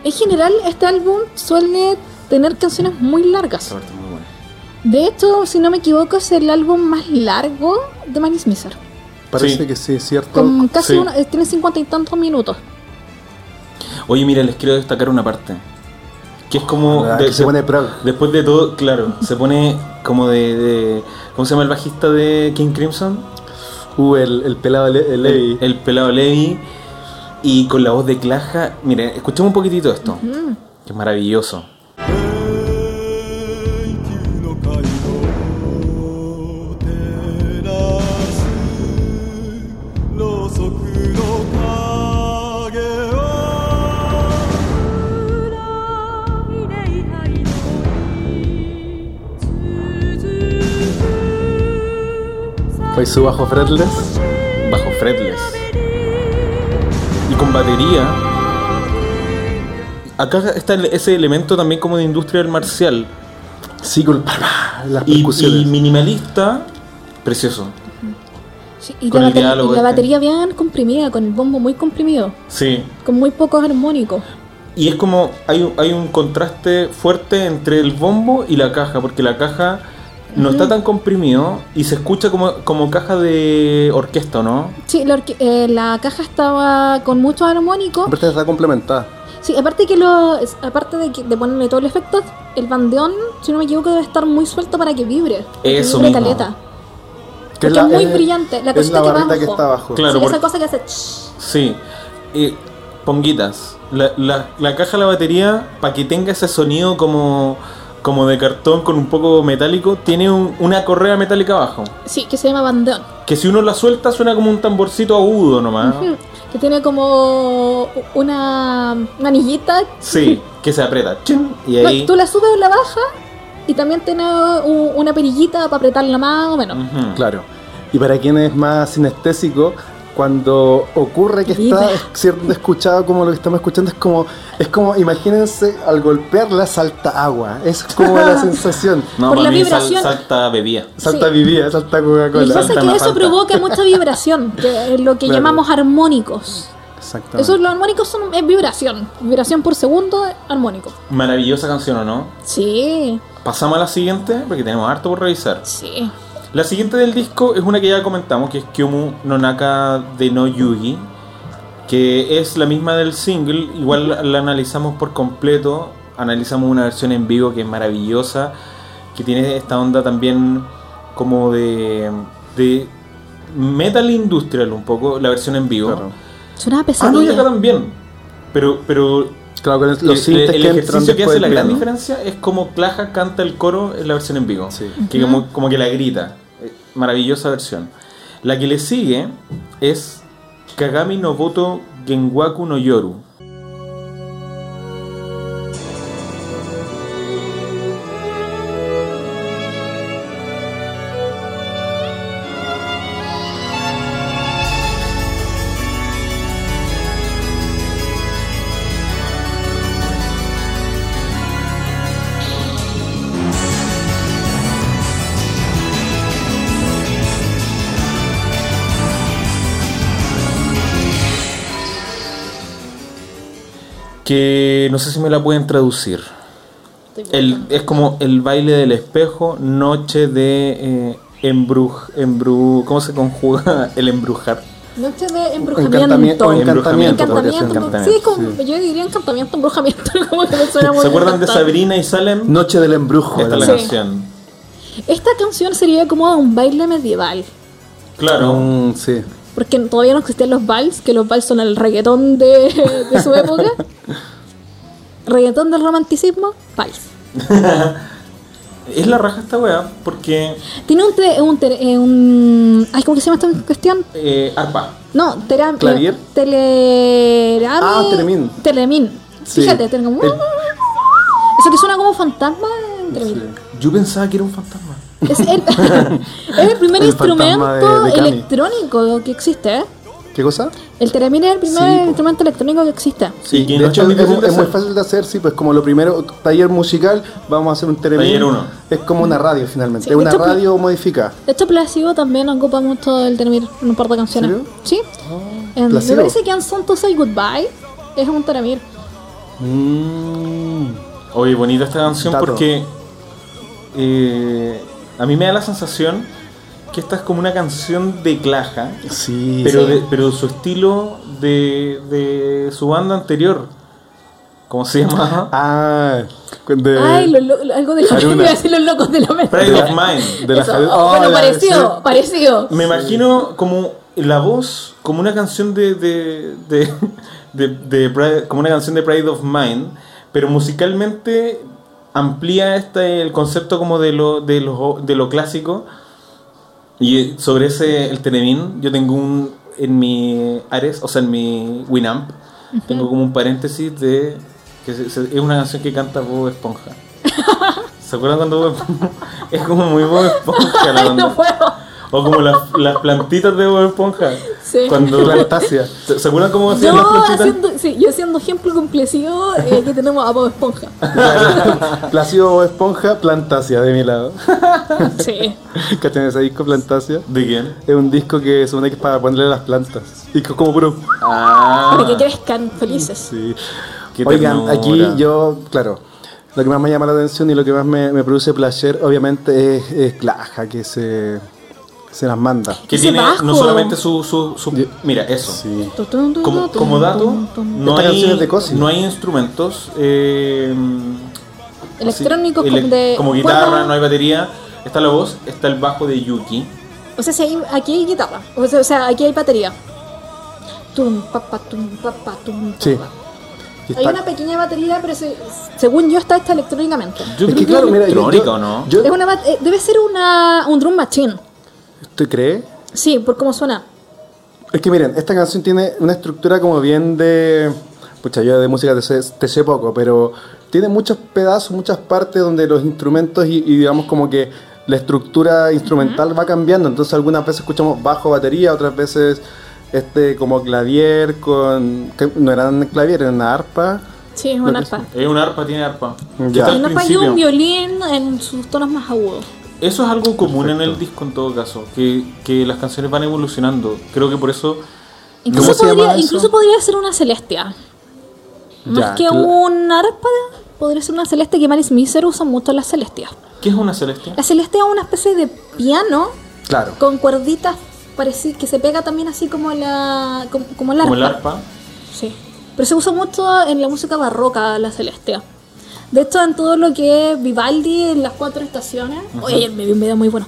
En general, este álbum suele tener canciones muy largas.
Esa parte es muy buena.
De hecho, si no me equivoco, es el álbum más largo de Manny Smither.
Parece
Sí.
que sí, ¿cierto?
Con casi
sí.
uno- eh, tiene cincuenta y tantos minutos.
Oye, mira, les quiero destacar una parte. Que es como.
Ah,
de-
que se
de-
pone prog.
Después de todo, claro, se pone como de, de- ¿Cómo se llama el bajista de King Crimson?
Uh, el, el pelado Le- el Levi.
El, el pelado Levi. Y con la voz de Claja. Miren, escuchemos un poquitito esto. Que es maravilloso.
永久の街を照らすろうそくの影は
Fue su bajo fretless.
Bajo fretless. Y con batería. Acá está el- ese elemento también como de industrial marcial.
Sí, con pa, pa, las
Y,
percusiones.
y minimalista. Precioso.
Sí, y
Con
la,
el
batería-
diálogo
y la
este.
batería bien comprimida, con el bombo muy comprimido,
Sí.
con muy pocos armónicos.
Y es como hay, un- hay un contraste fuerte entre el bombo y la caja, porque la caja no está tan comprimido y se escucha como, como caja de orquesta, ¿no?
Sí, la, orque- eh, la caja estaba con muchos armónicos.
Aparte está complementada.
Sí, aparte que lo, es- aparte de, que- de ponerle todo el efecto, el bandeón, si no me equivoco, debe estar muy suelto para que vibre. que
Eso
vibre
mismo.
caleta.
Que
Porque es muy brillante, la
es
cosita
la
que va
barrita que,
abajo.
está abajo.
Claro.
Sí,
porque-
esa cosa que hace. ch-
Sí. Eh, ponguitas. La, la, la caja, la batería, para que tenga ese sonido como, como de cartón con un poco metálico, tiene un- una correa metálica abajo.
Sí, que se llama bandeón.
Que si uno la suelta suena como un tamborcito agudo nomás.
Ujú, Que tiene como una manillita.
Sí, que se aprieta. chin, Y
No,
ahí...
tú la subes o la bajas y también tiene u- una perillita para apretarla más o menos.
Ujú.
Claro. Y para quien es más sinestésico, cuando ocurre que está
Vibra.
siendo escuchado como lo que estamos escuchando, es como, es como, imagínense, al golpearla salta agua. Es como la sensación.
No,
Por
para
la
mí sal-
vibración.
salta bebida.
Salta
Sí.
vivía, salta
Lo que
Coca-Cola.
pasa es
Falta
que
más
eso
falta.
provoca mucha vibración, que es lo que
Claro.
llamamos armónicos.
Exactamente.
Eso, los armónicos son, es vibración. Vibración por segundo, armónico.
Maravillosa canción, ¿o no?
Sí,
Pasamos a la siguiente, porque tenemos harto por revisar.
sí.
La siguiente del disco es una que ya comentamos, que es Kyomu Nonaka de No Yugi, que es la misma del single, igual la, la analizamos por completo, analizamos una versión en vivo que es maravillosa, que tiene esta onda también como de, de metal industrial un poco, la versión en vivo.
Claro.
Suena
Ah, no, y
pesadilla.
acá también. Pero, pero
Claro, con los
el, el-
sintes
el
que entran
ejercicio que
después
hace
del
la gran
piano.
diferencia es como Plaja canta el coro en la versión en vivo.
Sí.
Que como, como que la grita. Eh, Maravillosa versión. La que le sigue es Kagami no Boto Genwaku no Yoru. Que no sé si me la pueden traducir.
Estoy
El-
buscando.
es como el baile del espejo, noche de eh, embruj, embru, ¿cómo se conjuga el embrujar?
Noche de
Encantamiento.
embrujamiento.
o
Embrujamiento,
encantamiento. podría ser.
Encantamiento,
encantamiento,
sí, es como- yo diría encantamiento, embrujamiento, como que me suena muy
¿Se acuerdan de
encantado.
Sabrina y Salem?
Noche del embrujo.
Esta es la
Sí.
canción.
Esta canción sería como un baile medieval,
Claro.
Mm, sí.
porque todavía no existían los vals, que los vals son el reggaetón de, de su época. reggaetón del romanticismo, vals.
Es la raja esta weá porque.
Tiene un, tre- un, tre- eh, un- Ay, ¿cómo que se llama esta cuestión?
eh, arpa.
No, teram, eh,
¿Clavier?
telerami-
Ah, telemin.
Telemin.
Sí.
Fíjate, tengo uh, como...
El-
Eso que suena como fantasma. Telemin.
Yo pensaba que era un fantasma.
Es el, es el primer
El fantasma
instrumento
de- de Cami.
electrónico que existe. ¿eh?
¿Qué cosa?
El telemín es el primer
Sí, po.
instrumento electrónico que existe.
Sí, que
de
no
hecho,
tan
es,
difícil de
es muy
hacer.
fácil de hacer, sí, pues como lo primero, taller musical, vamos a hacer un telemín.
Taller uno.
Es como una radio finalmente,
Sí,
es
de
una
hecho, pues-
radio modificada.
De hecho, Plácido también ocupa mucho el telemín en un par de canciones.
¿Serio? Ah,
Sí. En- me
Plácido.
parece que en Son to Say Goodbye es un telemín.
Mm,
Oye, bonita esta canción
Dato.
porque. eh, a mí me da la sensación que esta es como una canción de claja,
sí,
pero,
Sí.
de, pero su estilo de, de su banda anterior. ¿Cómo se llama?
Ah, de,
Ay, lo- lo- algo de la
Haruna.
iba a decir los locos de la mente.
Pride of Mine.
de la
Eso.
Haruna.
bueno,
Oh, la-
parecido,
sí.
parecido.
Me imagino como la voz, como una canción de. de, de, de- de Pride- como una canción de Pride of Mind, pero musicalmente amplía este, el concepto como de lo, de lo, de lo clásico. Y eh, sobre ese, el Tenemín, yo tengo un. en mi Ares, o sea, en mi Winamp, tengo como un paréntesis de. que se- se- es una canción que canta Bob Esponja. ¿Se acuerdan cuando Bob Esponja? Es como muy Bob Esponja la
Ay,
banda.
no puedo.
O como las, las plantitas de Bob Esponja.
Sí.
Cuando,
Plantasia.
¿Se se acuerdan cómo hacían
Yo
las plantitas?
haciendo, sí, yo haciendo ejemplo con Plácido, eh, aquí tenemos a Bob Esponja.
Plácido Bob Esponja, Plantasia de mi lado.
Sí.
que tiene ese disco Plantasia.
¿De quién?
Es un disco que se supone que es para ponerle a las plantas. Y que es como puro.
Ah.
Para que crezcan felices.
Sí.
Qué
Oigan,
ternura.
aquí yo, claro, lo que más me llama la atención y lo que más me, me produce placer, obviamente, es, es Claja, que se, se las manda.
Que
Ese
tiene
bajo.
no solamente su. su, su- mira, eso.
Sí.
Como, como dato, no
Esta canción
hay,
es de Cosi.
no hay instrumentos eh,
Electrónicos
así,
como
ele-
de-
como guitarra,
bueno.
no hay batería. Está la voz, está el bajo de Yuki.
O sea, si hay- aquí hay guitarra. O sea, o sea, aquí hay batería. Tum, pa, pa, tum, pa, pa, tum, pa,
Sí.
pa.
Y
Hay
está-
una pequeña batería, pero se- según yo está hecha electrónicamente.
Yo
es
creo
que claro,
es
mira, yo-
electrónica,
yo-
¿o no?
yo-
Es una bat- eh, debe ser una, un drum machine.
¿Tú crees?
Sí, por cómo suena.
Es que miren, esta canción tiene una estructura como bien de. Pucha, yo de música te sé, te sé poco, pero tiene muchos pedazos, muchas partes donde los instrumentos y, y digamos como que la estructura instrumental va cambiando. Entonces algunas veces escuchamos bajo batería, otras veces este como clavier con que no eran clavier, eran una arpa.
Sí, es
Lo que
una arpa.
Es un arpa, tiene
Ya.
arpa. Que está
al
Y
al
no falló un
principio.
violín en sus tonos más agudos.
Eso es algo común en el
Perfecto.
disco en todo caso, que, que las canciones van evolucionando. Creo que por eso
Incluso,
se llama
podría,
eso?
incluso podría ser una celestia.
Ya,
Más que
cl-
un arpa, podría ser una celeste que Malice Miser usa mucho las celestias.
¿Qué es una celestia?
La celestia es una especie de piano
Claro.
con cuerditas pareci- que se pega también así como la como, como el arpa.
Como el arpa.
Sí. Pero se usa mucho en la música barroca la celestia. De hecho, en todo lo que es Vivaldi, en las cuatro estaciones. Oye, ayer me vi un video muy bueno.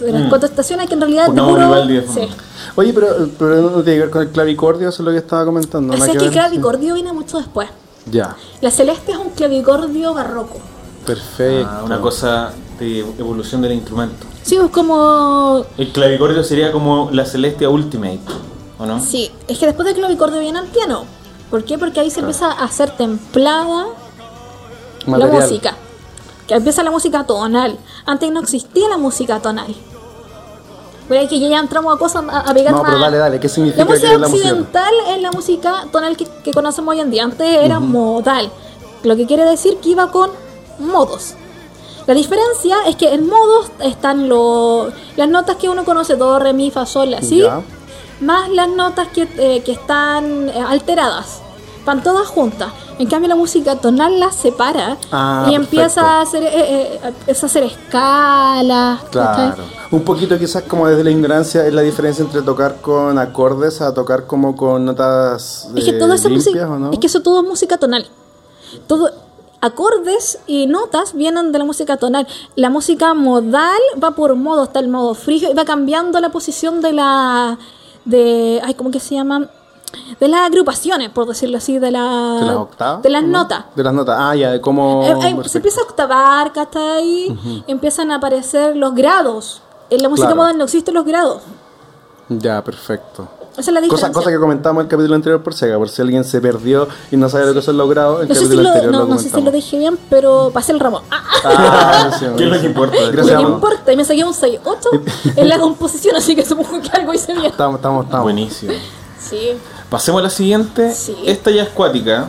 De las
Mm.
cuatro estaciones que en realidad.
No,
te juro-
Vivaldi es
sí.
famoso.
Oye, pero, pero no tiene que ver con el clavicordio, eso es lo que estaba comentando.
O
nada
sea, es que el
ver.
clavicordio viene mucho después.
Ya,
La celestia es un clavicordio barroco.
perfecto.
Ah, una cosa de evolución del instrumento.
Sí, es como.
El clavicordio sería como la celestia ultimate, ¿o no?
Sí, es que después del clavicordio viene el piano. ¿Por qué? Porque ahí
Ah.
se empieza a hacer templada
Material.
la música. Que empieza la música tonal. Antes no existía la música tonal. Pero es que ya entramos a cosas a, a pegar
No, pero
más.
dale, dale, ¿qué significa
La
que
música
es la música?
occidental es la música tonal que, que conocemos hoy en día. Antes era modal, lo que quiere decir que iba con modos. La diferencia es que en modos están lo- las notas que uno conoce, do, re, mi, fa, sol, así,
Ya.
más las notas que, eh, que están eh, alteradas. Van todas juntas. En cambio, la música tonal las separa
Ah,
y empieza
perfecto.
a hacer, eh, eh, empieza a hacer escalas. ¿cachai?
Claro. Un poquito quizás como desde la ignorancia es la diferencia entre tocar con acordes a tocar como con notas
Es que
eh,
todo eso es
limpias,
música-
¿o no?
es que eso todo es música tonal. Todo acordes y notas vienen de la música tonal. La música modal va por modo, está el modo frigio y va cambiando la posición de la de ay, ¿cómo que se llama? De las agrupaciones, por decirlo así, de, la,
de las octavas.
de las
¿o no?
notas.
De las notas. Ah, ya, de cómo...
Eh, eh, se
perfecto.
empieza a octavar, ¿cachai? Empiezan a aparecer los grados. En la música
Claro.
modal no existen los grados.
Ya, perfecto.
Esa es la diferencia.
Cosa, cosa que comentamos en el capítulo anterior por Sega, por si alguien se perdió y no sabe lo que son los grados, en el
no sé, si
capítulo
lo,
anterior
no-
lo
no sé si lo
comentamos.
dije bien, pero pasé el ramo. ¡Ah!
Ah, sí,
¿Qué es lo que importa?
Gracias,
no
amor.
importa, y me saqué un 6-8 en la composición, así que supongo que algo hice bien.
Estamos, estamos, estamos.
Buenísimo.
Sí.
Pasemos a la siguiente.
Sí.
Esta ya es cuática,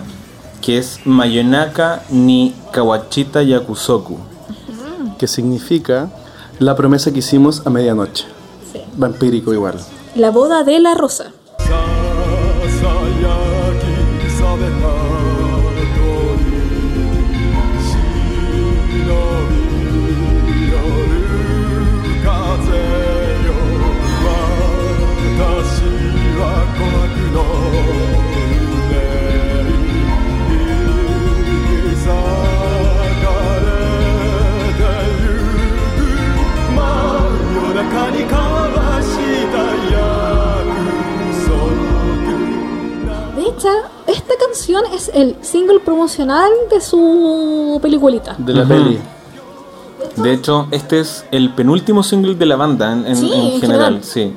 que es Mayonaka ni Kawachita Yakusoku.
Que significa la promesa que hicimos a medianoche.
sí.
Vampírico igual.
La boda de la rosa.
ささやきされた鳥忍び寄る風よ私は孤独の胸に咲かれてゆく真夜中に交わした約束
De hecho, esta canción es el single promocional de su peliculita.
De la
Ujú.
peli.
De hecho, este es el penúltimo single de la banda en, en-
Sí,
en
en
general,
general.
sí.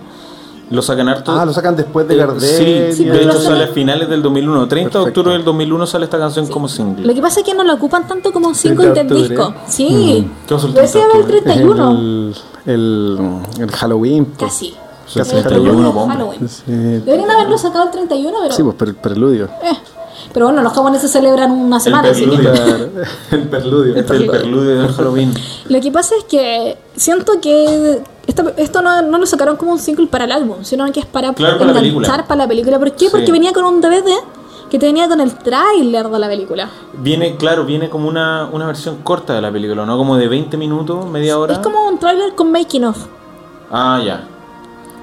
Lo sacan harto.
Ah, lo sacan después de
Eh,
Gardel.
Sí,
Sí,
de
pero
hecho
lo
sale a
sacan-
finales del 2001. 30 de
Perfecto.
octubre del 2001 sale esta canción como single.
Lo que pasa es que no la ocupan tanto como un
30
single del
de
disco.
octubre.
Sí.
¿Qué pasó el
Yo
30 de
decía el
octubre?
31.
El, el, el Halloween. pues.
Casi.
Sí,
El
31,
bomba.
Halloween.
Sí,
Deberían haberlo sacado el 31, pero.
sí, pues per- preludio.
eh. Pero bueno, los japoneses celebran una semana, así que.
preludio.
el preludio.
Este es el preludio del Halloween.
Lo que pasa es que siento que esta- esto no, no lo sacaron como un single para el álbum, sino que es para
Claro, para la película.
para la película. ¿Por qué?
Sí.
Porque venía con un DVD que te venía con el tráiler de la película.
Viene, claro, viene como una, una versión corta de la película, ¿no? Como de 20 minutos, media hora.
Es como un tráiler con making of,
Ah, ya.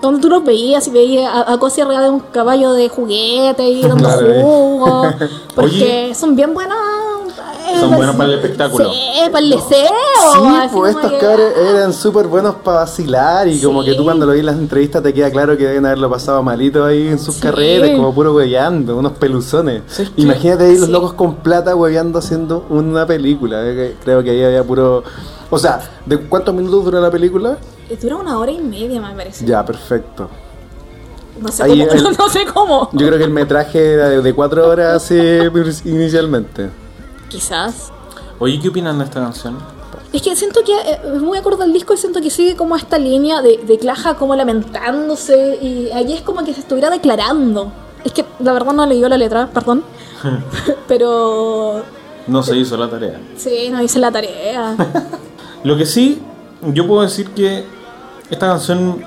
donde tú los veías y veías a, a Cosi arriba de un caballo de juguete y dando
Claro, eh.
jugo, porque
Oye.
son bien buenos. eh,
Son buenos para el espectáculo.
Sí, para el deseo.
Sí,
Oh, así como
pues estos
que-
cabros eran súper buenos para vacilar y como que tú
Sí.
cuando lo vi en las entrevistas te queda claro que deben haberlo pasado malito ahí en sus
Sí.
carreras, como puro hueveando, unos peluzones.
Sí, sí.
Imagínate ahí los
Sí.
locos con plata hueveando haciendo una película. eh, que Creo que ahí había puro... O sea, ¿de cuántos minutos dura la película?
eh.
Dura una hora y media, me parece.
Ya, perfecto.
No sé,
Ahí el-
cómo, no sé cómo.
Yo creo que el metraje era de, de cuatro horas eh, inicialmente.
Quizás.
Oye, ¿qué opinan de esta canción?
Es que siento que eh, es muy acorde al disco y siento que sigue como esta línea de, de Claja como lamentándose y ahí es como que se estuviera declarando. Es que la verdad no leí la letra, perdón. Pero
No se hizo la tarea.
sí, no hice la tarea.
Lo que sí, yo puedo decir que esta canción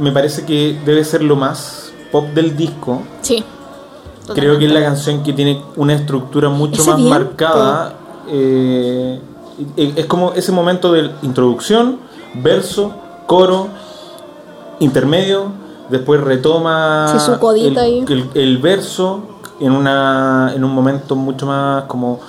me parece que debe ser lo más pop del disco.
Sí.
Creo que es la canción que tiene una estructura mucho
Ese
más
viento.
marcada. eh, eh, es como ese momento de introducción, verso, coro, intermedio, después retoma
Sí, su codita
el,
ahí.
el- el verso en, una, en un momento mucho más como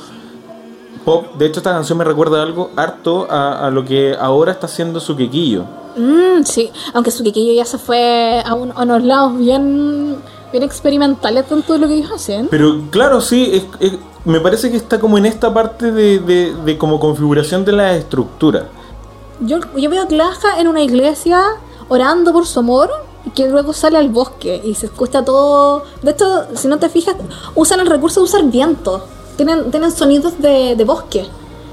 pop. De hecho, esta canción me recuerda algo harto a, a lo que ahora está haciendo su quequillo.
Mm, sí, aunque su quiquillo ya se fue a, un- a unos lados bien, bien experimentales con todo lo que ellos hacen.
Pero claro, sí, es- es- me parece que está como en esta parte de, de- de como configuración de la estructura.
Yo, yo veo a Glaja en una iglesia orando por su amor que luego sale al bosque y se escucha todo. De hecho, si no te fijas, usan el recurso de usar viento. Tienen, tienen sonidos de, de bosque.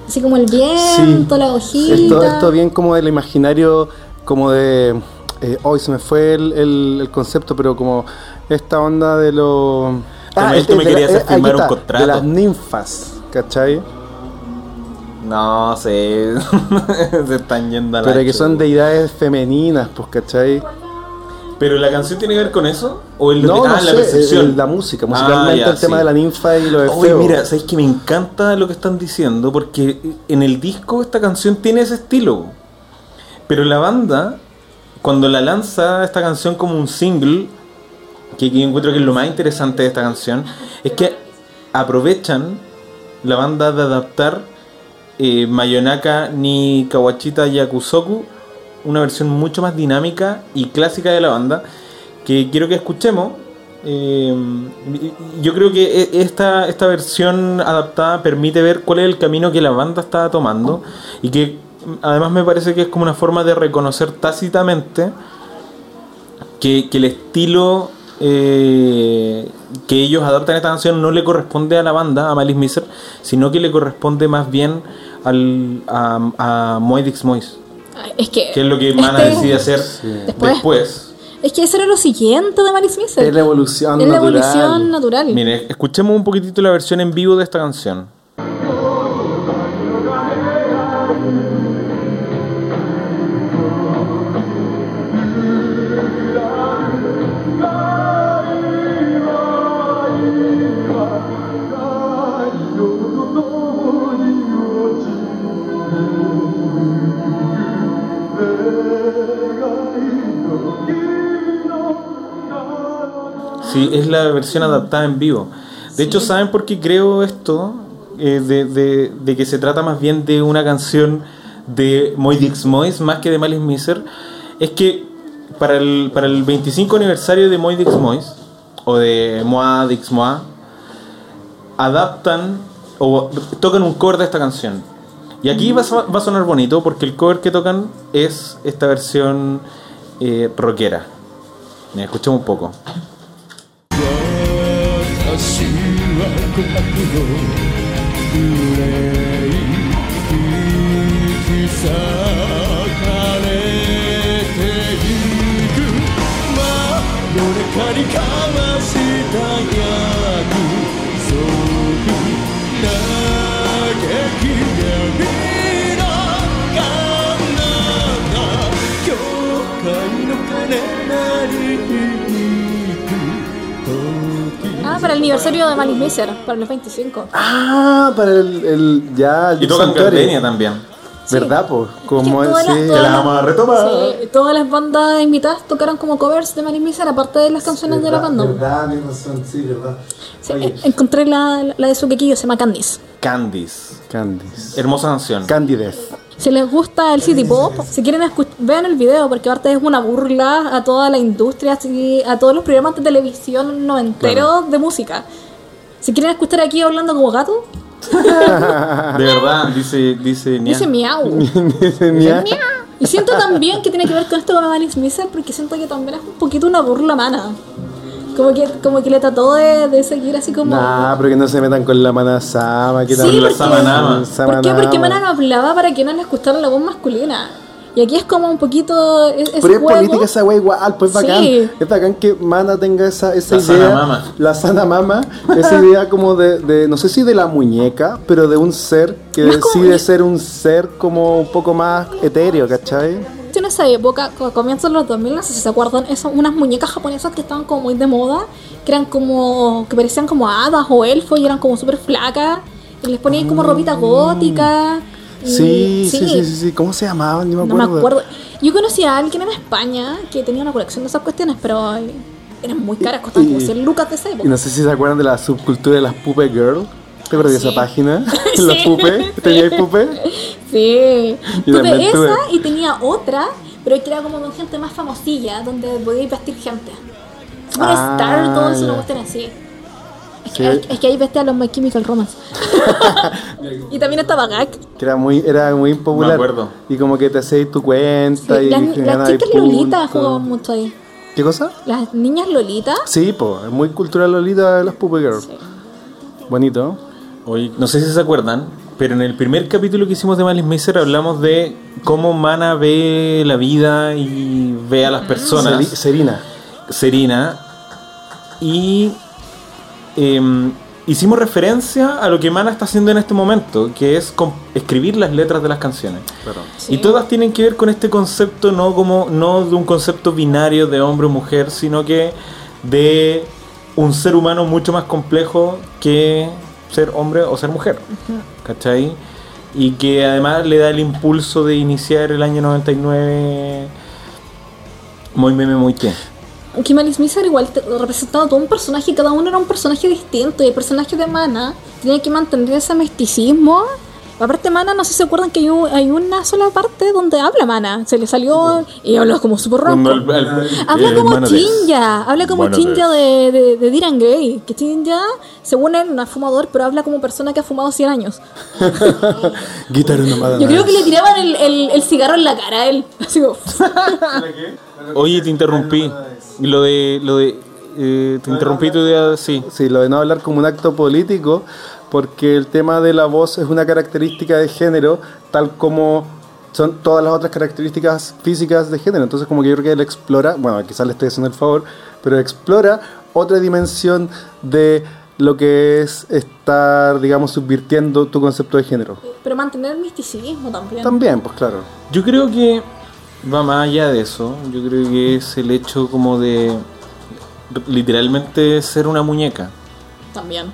Así como el viento, la hojita.
Esto, esto bien como del imaginario, como de... eh, hoy se me fue el, el- el concepto, pero como esta onda de lo...
Tomás,
Ah, este,
tú me
de la-
querías hacer
aquí
firmar un
está,
contrato.
De las ninfas, ¿cachai?
No sé, se están yendo a la
Pero que son
chucha.
deidades femeninas, pues, ¿cachai?
¿Pero la canción tiene que ver con eso? ¿O el
No,
ah,
no
la
sé,
percepción?
el- la música, musicalmente
Ah, ya,
el tema
sí.
de la ninfa y lo de
Oye,
feo.
mira, sabes que me encanta lo que están diciendo porque en el disco esta canción tiene ese estilo. Pero la banda, cuando la lanza esta canción como un single, que, que yo encuentro que es lo más interesante de esta canción, es que aprovechan la banda de adaptar eh, Mayonaka ni Kawachita Yakusoku, una versión mucho más dinámica y clásica de la banda, que quiero que escuchemos. Eh, y- y- yo creo que e- esta, esta versión adaptada permite ver cuál es el camino que la banda está tomando y que mm, además me parece que es como una forma de reconocer tácitamente que, que el estilo eh, que ellos adoptan a esta canción no le corresponde a la banda, a Malice Miser, sino que le corresponde más bien al, a, a Moedix Mois,
Ay, Es que.
que es lo que Mana
este-
decide hacer
Después.
después.
Es que eso era lo siguiente de Malice Miser.
Es la evolución
Es la
natural.
evolución natural.
Mire, escuchemos un poquitito la versión en vivo de esta canción. Sí, es la versión adaptada en vivo. De hecho, ¿saben por qué creo esto? Eh, de, de- de que se trata más bien de una canción de Moy Dix Mois más que de Malice Miser. Es que para el, para el 25 aniversario de Moy Dix Mois, o de Moa Dix Moa, adaptan o tocan un cover de esta canción. Y aquí va, a so- va a sonar bonito porque el cover que tocan es esta versión eh, rockera. Mira, Escuchemos un poco.
私は琥珀の憂い引き裂かれてゆく真夜中にかわした約束嘆き闇の彼方教会の鐘鳴り響く
Ah, para el aniversario de Malice Miser, para los 25.
Ah, para el, el- ya el
Y tocan
santuario.
Gardenia también.
¿Verdad, pues? Como
Es que
es,
todas las-
sí.
todas las-
vamos a retomar.
sí, todas las bandas invitadas tocaron como covers de Malice Miser, aparte de las canciones de la banda.
Verdad, tienes razón, sí, verdad.
Sí, eh, encontré la, la- la de su quequillo, se llama Candice.
Candice.
Candice.
Hermosa canción.
Candidez.
Si les gusta el City Pop, si quieren escu- vean el video, porque aparte es una burla a toda la industria, así, a todos los programas de televisión noventeros de música. Si quieren escuchar aquí hablando como gato,
de verdad, dice, dice Nia.
dice miau.
Tenía-
Y siento también que tiene que ver con esto con Malice Miser, porque siento que también es un poquito una burla humana. Como que, como que le trató de, de seguir así como.
Nah, pero que no se metan con la manasama. Que
Sí,
también-
porque-
Samanama.
¿Por qué? Porque
Samanama.
Manan hablaba para que no le escuchara la voz masculina. Y aquí es como un poquito. Es, ese
Pero es
juego.
política esa wea igual, pues
Sí.
bacán. Es bacán que Mana tenga esa, esa
La
idea.
sana mama.
La sana mama. Esa idea como de, de, no sé si de la muñeca, pero de un ser que
No es como-
decide ser un ser como un poco más etéreo, ¿cachai?
En esa época, co- comienzos de los 2000, no sé si se acuerdan, son unas muñecas japonesas que estaban como muy de moda, que eran como, que parecían como hadas o elfos y eran como súper flacas, y les ponían como ropita gótica.
Ah.
y-
Sí, sí, sí, sí, sí. ¿Cómo se llamaban? No me
no
acuerdo.
me acuerdo. Yo conocí a alguien en España que tenía una colección de esas cuestiones, pero eran muy caras, costaban como
Y-
100 lucas de esa época.
Y no sé si se acuerdan de la subcultura de las Pupe Girl. ¿Te acuerdas de
Sí.
esa página?
Sí.
Las Pupe. ¿Tenías Pupe?
Sí.
Yo también
Tuve
tuve.
esa y tenía otra, pero que era como con gente más famosilla, donde podías vestir gente. Super
Ah,
Star, todo eso
ya.
lo gustan así. Es,
Sí.
que, hay- es que ahí vestía a los My Chemical Romance. y también estaba Gak.
Que era muy, era muy popular.
Me acuerdo.
Y como que te hacéis tu cuenta y
las las
ganabas
chicas Lolitas
puntos.
jugaban mucho ahí.
¿Qué cosa?
Las niñas Lolitas.
Sí, po, es muy cultural Lolita de las Puppy Girls. Bonito.
Oye, no sé si se acuerdan, pero en el primer capítulo que hicimos de Malice Miser hablamos de cómo Mana ve la vida y ve a las personas.
Seri- Serina.
Serina. Y em, hicimos referencia a lo que Mana está haciendo en este momento, que es com- escribir las letras de las canciones.
Sí.
Y todas tienen que ver con este concepto, no como no de un concepto binario de hombre o mujer, sino que de un ser humano mucho más complejo que ser hombre o ser mujer. ¿Cachai? Y que además le da el impulso de iniciar el año 99 muy meme, muy qué.
Que Malice Mizer igual te- representaba todo un personaje, cada uno era un personaje distinto. Y el personaje de Mana tenía que mantener ese misticismo. Aparte, Mana, no sé si se acuerdan que hay, un- hay una sola parte donde habla Mana. Se le salió y habla como súper ronco. Habla como Chinja, habla como Chinja de, de, de Diran Grey. Que Chinja, según él, no es fumador, pero habla como persona que ha fumado 100 años.
Guitarra nomada.
Yo creo que le tiraban el, el- el cigarro en la cara a él. Así como,
Oye, te interrumpí. Y Lo de. Lo de eh, te interrumpí tu idea, sí.
Sí, lo de no hablar como un acto político, porque el tema de la voz es una característica de género, tal como son todas las otras características físicas de género. Entonces, como que yo creo que él explora, bueno, quizás le estoy haciendo el favor, pero explora otra dimensión de lo que es estar, digamos, subvirtiendo tu concepto de género.
pero mantener el misticismo también.
También, pues claro.
Yo creo que va más allá de eso. Yo creo que es el hecho como de literalmente ser una muñeca.
También.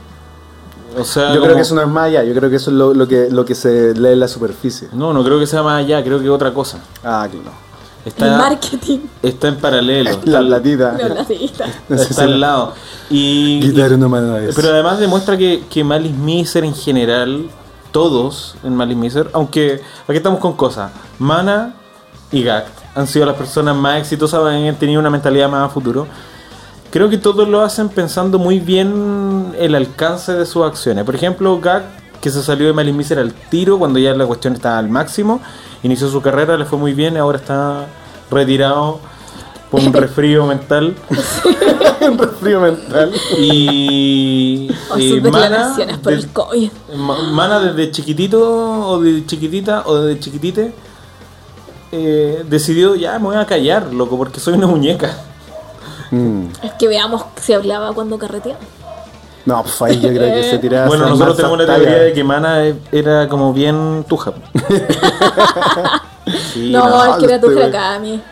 O sea,
Yo creo
como-
que eso no es más allá, yo creo que eso es lo, lo que, lo que se lee en la superficie.
no, no creo que sea más allá, creo que otra cosa.
Ah, claro.
El
Está,
marketing.
está en paralelo,
La platita.
Los latistas.
está al lado. Y,
Guitarra nomada. es.
Pero además demuestra que, que Malice Miser en general, todos en Malice Miser, aunque aquí estamos con cosas, Mana y Gak han sido las personas más exitosas, han tenido una mentalidad más a futuro. Creo que todos lo hacen pensando muy bien el alcance de sus acciones. Por ejemplo, Gak, que se salió de Malice Miser al tiro cuando ya la cuestión estaba al máximo, inició su carrera, le fue muy bien, ahora está retirado por un resfrío mental.
un resfrío mental.
Y,
O
y
sus
Mana,
declaraciones por
de-
el COVID.
Ma- Mana desde chiquitito o de chiquitita o desde chiquitite eh, decidió ya me voy a callar, loco, porque soy una muñeca.
Mm.
Es que veamos si hablaba cuando carreteaba.
No, pues ahí yo creo que se tiraba.
bueno,
esa
nosotros
mansa
tenemos la
talla.
teoría de que Mana eh, era como bien tuja. Sí,
no,
no.
es que era tu
este güey.
Krakami.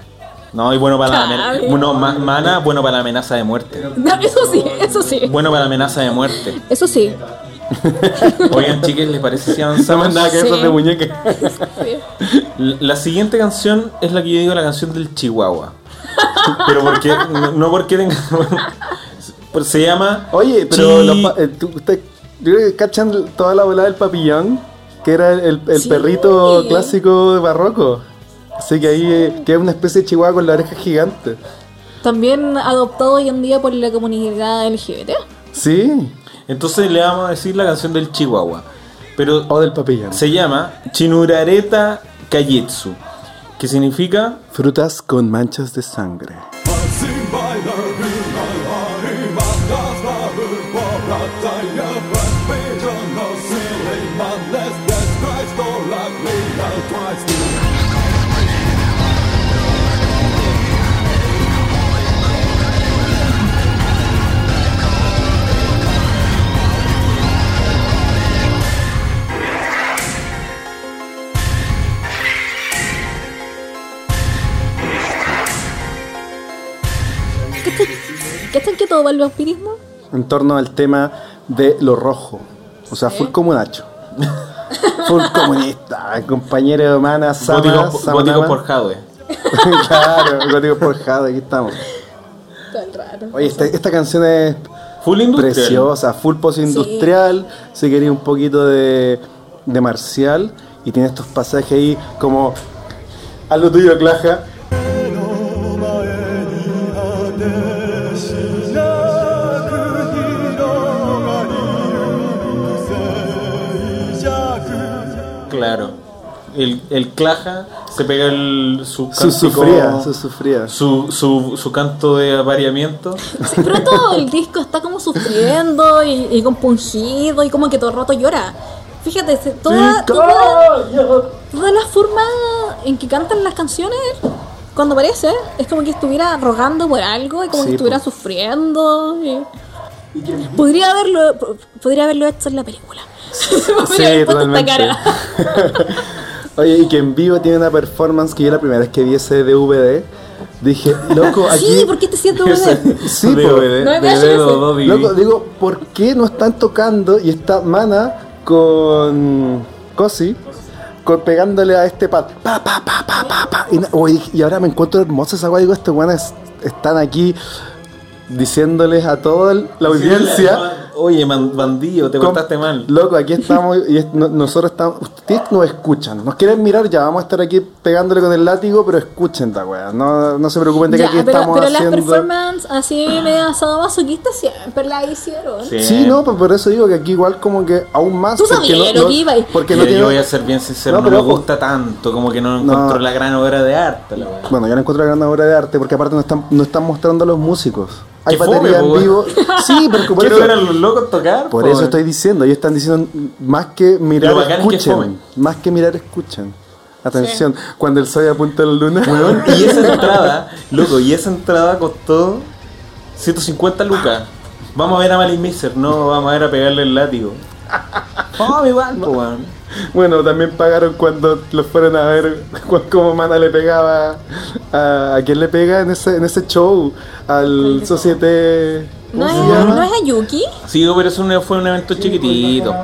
No, y bueno para la amenaza.
Chale.
Bueno, Ma- Mana, bueno para la amenaza de muerte.
No, eso sí, eso sí.
Bueno para la amenaza de muerte.
Eso sí.
Oigan, chiques, ¿les parece si
No
avanzamos?
más nada que
Sí.
eso de muñeca.
Sí.
L- La siguiente canción es la que yo digo la canción del Chihuahua. Pero porque, no, no porque tenga. por- se llama.
Oye, pero
Chi-
los pa- eh, tú- usted- yo creo que cachan toda la volada del papillón, que era el, el
Sí.
perrito clásico barroco. Así que ahí, eh, que es una especie de chihuahua con la oreja gigante.
También adoptado hoy en día por la comunidad LGBT.
Sí,
Entonces le vamos a decir la canción del Chihuahua. Pero
o del papillón.
se llama Chinurareta Kayetsu. Que significa.
Frutas con manchas de sangre.
Passing by the ring, I
¿Cachan cachan que todo va al vampirismo?
en torno al tema de lo rojo. O sea, full comunacho. full comunista, compañera humana, Sama,
Gótico,
Sama
gótico
Nama.
por Jade.
claro, gótico por Jade, aquí estamos.
Tan raro.
Oye, esta, esta canción es
Full industrial.
preciosa, full post industrial, si quería un poquito de, de marcial, y tiene estos pasajes ahí como a lo tuyo, Claja.
目の前に果てしなく広がりゆく静寂
Claro. El, el Claja se pega el, su
Su
cántico-
sufría, su sufría.
su, su- su canto de apareamiento.
Sí, pero todo el disco está como sufriendo y, y compungido y como que todo el rato llora. Fíjate, se- toda, toda, toda la forma en que cantan las canciones, cuando aparece, es como que estuviera rogando por algo y como
Sí,
que estuviera
po.
sufriendo. y- Podría haberlo, po- podría haberlo hecho en la película. Podría haber puesto esta cara.
Oye, y que en vivo tiene una performance que yo la primera vez que vi ese DVD dije, loco, Oh, aquí.
Sí, ¿por qué te siento bebé?
Sí,
De
po.
DVD,
No me
de
vayas a
dedo,
hacer.
Dobby.
Loco, digo, ¿por qué no están tocando y está Mana con Cosi con- pegándole a este pad? Pa, pa, pa, pa, pa, pa. Y, na- uy, y ahora me encuentro hermosa esa weá. Digo, estos weones están aquí diciéndoles a toda el- la audiencia.
Oye, man- bandido, te
com-
portaste mal.
Loco, aquí estamos y es- no- nosotros estamos. Ustedes nos escuchan, nos quieren mirar, ya vamos a estar aquí pegándole con el látigo, pero escuchen esta weá. No, no se preocupen de que
Ya,
aquí
pero,
estamos
pero las
haciendo.
performances así medio sadomasoquistas siempre las hicieron.
Sí.
Sí, no, pues por eso digo que aquí igual como que aún más.
Tú
porque
sabías
no-
lo
no-
que iba y-
Porque no
Mira,
tiene-
yo voy a ser bien sincero,
No,
no,
pero
me
ojo.
gusta tanto, como que no encuentro la gran obra de arte. La verdad.
Bueno, yo no encuentro gran obra de arte porque aparte no están, no están mostrando a los músicos. Hay
Qué fome,
batería
po,
en
weón.
vivo. Sí, porque por
Quiero ver a
eso,
los locos tocar.
por
po,
eso
weón.
estoy diciendo. Ellos están diciendo más que mirar,
Lo bacán es que es fome.
escuchen. más que mirar, escuchen. Atención, cuando el sol apunta a la luna.
Weón, Y esa entrada, loco, y esa entrada costó 150 lucas. Vamos a ver a Malin Miser, no vamos a ver a pegarle el látigo. Vamos igual, po, weón.
Bueno, también pagaron cuando los fueron a ver cu- cómo Mana le pegaba a, a quién le pega en ese, en ese show, al Societe.
¿No
¿cómo
es,
se llama?
¿No es a Yuki?
Sí, pero eso no fue un evento chiquitito.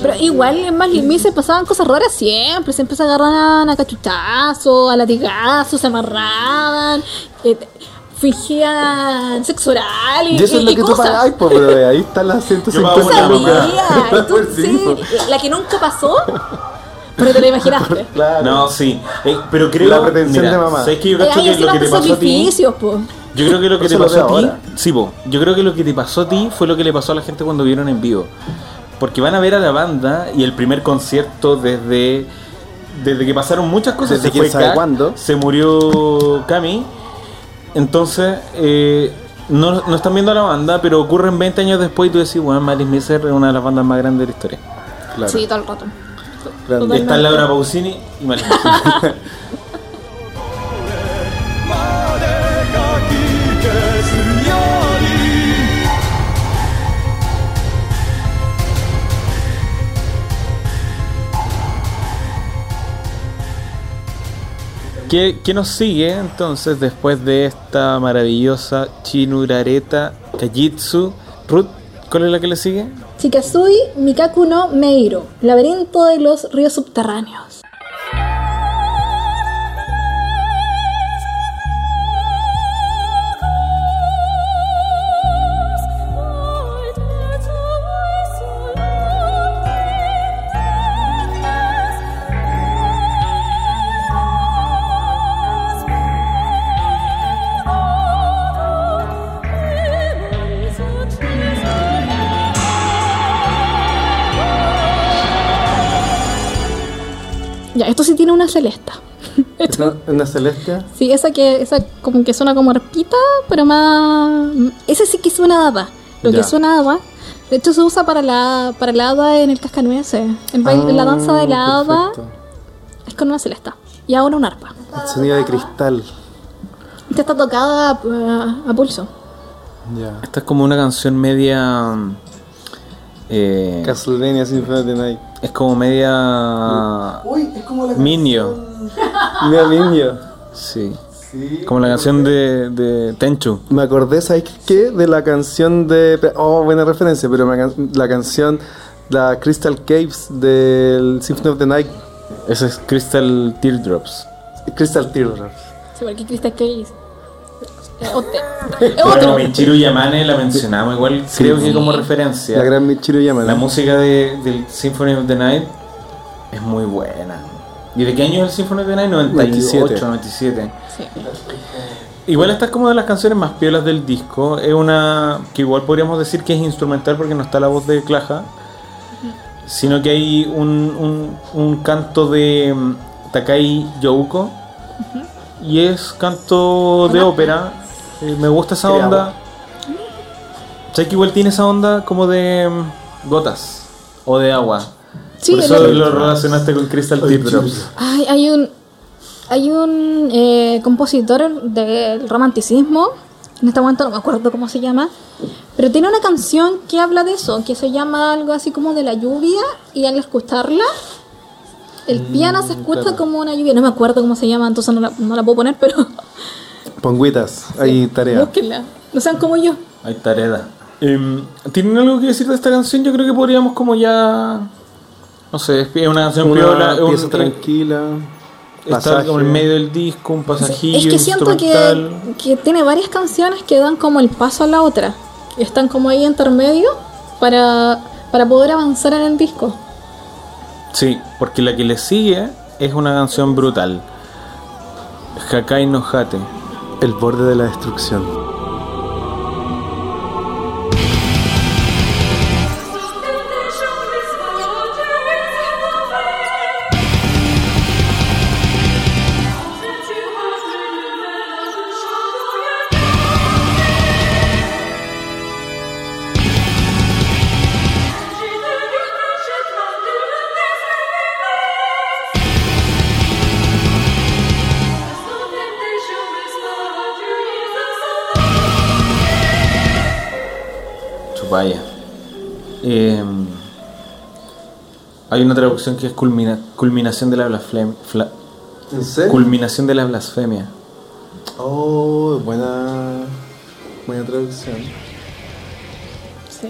Pero igual en Marilyn Manson se pasaban cosas raras siempre. Siempre se agarraban a cachuchazos, a latigazos, se amarraban, eh, fingían sexo oral y,
Y eso es
y-
lo
y
que tú
cosas.
pagáis, pues, bro, ahí están las
Yo
150
pago una
lucas.
Sabía, y tú-
Pues sí,
sí,
pues,
la que nunca pasó, pero te la imaginaste.
claro.
No, sí. Eh, pero creo
La pretensión
mira,
de mamá.
¿sabes qué? Yo
Eh,
cacho
ahí
que lo
encima
que te
por
pasó a ti.
sacrificios, po.
Yo creo que lo que
Eso
te
lo
pasó
veo
a ti.
ahora.
Sí, po, yo creo que lo que te pasó a ti fue lo que le pasó a la gente cuando vieron en vivo. Porque van a ver a la banda y el primer concierto desde. Desde que pasaron muchas cosas.
Desde
Se
quién
fue
sabe
Kak,
cuándo.
Se murió Cami. Entonces, eh, no, no están viendo a la banda, pero ocurren 20 años después y tú decís, bueno, Malice Miser es una de las bandas más grandes de la historia.
Claro,
Sí, todo el rato.
grande.
total.
Están Laura Pausini y Malice Miser.
までかき消すように
¿Qué, qué nos sigue entonces después de esta maravillosa Chinurareta Kajitsu? Ruth, ¿cuál es la que le sigue?
Chikazui Mikaku no Meiro, laberinto de los ríos subterráneos. Ya, esto sí tiene una celesta.
¿Una, una celestia?
Sí, esa que esa como que suena como arpita, pero más ese sí que suena a hada. Lo
Ya.
que suena a hada. De hecho se usa para la para la hada en el cascanueces. El baile- la danza de la
Ah,
hada
perfecto.
es con una celesta y ahora un arpa.
El sonido de cristal.
Esta está tocada a, a pulso.
Ya.
Esta es como una canción media... mm, eh,
Castlevania Symphony of the Night.
es como media... Uy, es como la... Minio.
Mira, niño.
Sí. Como la canción de, de Tenchu.
Me acordé, ¿sabes qué? De la canción de. Oh, buena referencia, pero me can- la canción. La Crystal Caves del Symphony of the Night.
Ese es Crystal Teardrops.
Crystal Teardrops.
Sí, porque Crystal Case. Es otro. Es
Bueno,
otro.
Michiru Yamane la mencionamos igual, creo que
Sí.
como referencia.
La gran Michiru Yamane.
La música de, del Symphony of the Night es muy buena. ¿Y de qué año es el Symphony of the Night?
97.
98, 97.
Sí.
Igual esta es como de las canciones más piolas del disco. Es una que igual podríamos decir que es instrumental porque no está la voz de Claja. Sino que hay un, un- un canto de mm, Takai Youko. Y es canto de ópera. Eh, me gusta esa
Creo.
onda. Sé que igual tiene esa onda como de mm, gotas o de agua.
Sí,
Por
el
eso
otro-
lo relacionaste con Crystal Teardrops.
Ay, hay un hay un eh, compositor del romanticismo, en este momento no me acuerdo cómo se llama, pero tiene una canción que habla de eso, que se llama algo así como de la lluvia, y al escucharla, el
Mm,
piano se escucha como una lluvia, no me acuerdo cómo se llama, entonces no la, no la puedo poner, pero
Ponguitas, hay tarea.
búsquenla, no sean como yo.
Hay tareda. Em, ¿Tienen algo que decir de esta canción? Yo creo que podríamos como ya... No sé, es es una canción piola, es
Una
un-
pieza
es-
tranquila.
Está como en
pasaje.
medio del disco, un pasajillo,
es que siento que,
instrumental.
que tiene varias canciones que dan como el paso a la otra, que están como ahí intermedio para, para poder avanzar en el disco.
Sí, porque la que le sigue es una canción brutal. Hakai no Hate.
El borde de la destrucción.
Chupaya. Eh, hay una traducción que es culmina- culminación de la blasfemia.
¿En serio?
Culminación de la blasfemia.
oh, buena. Buena traducción.
Sí.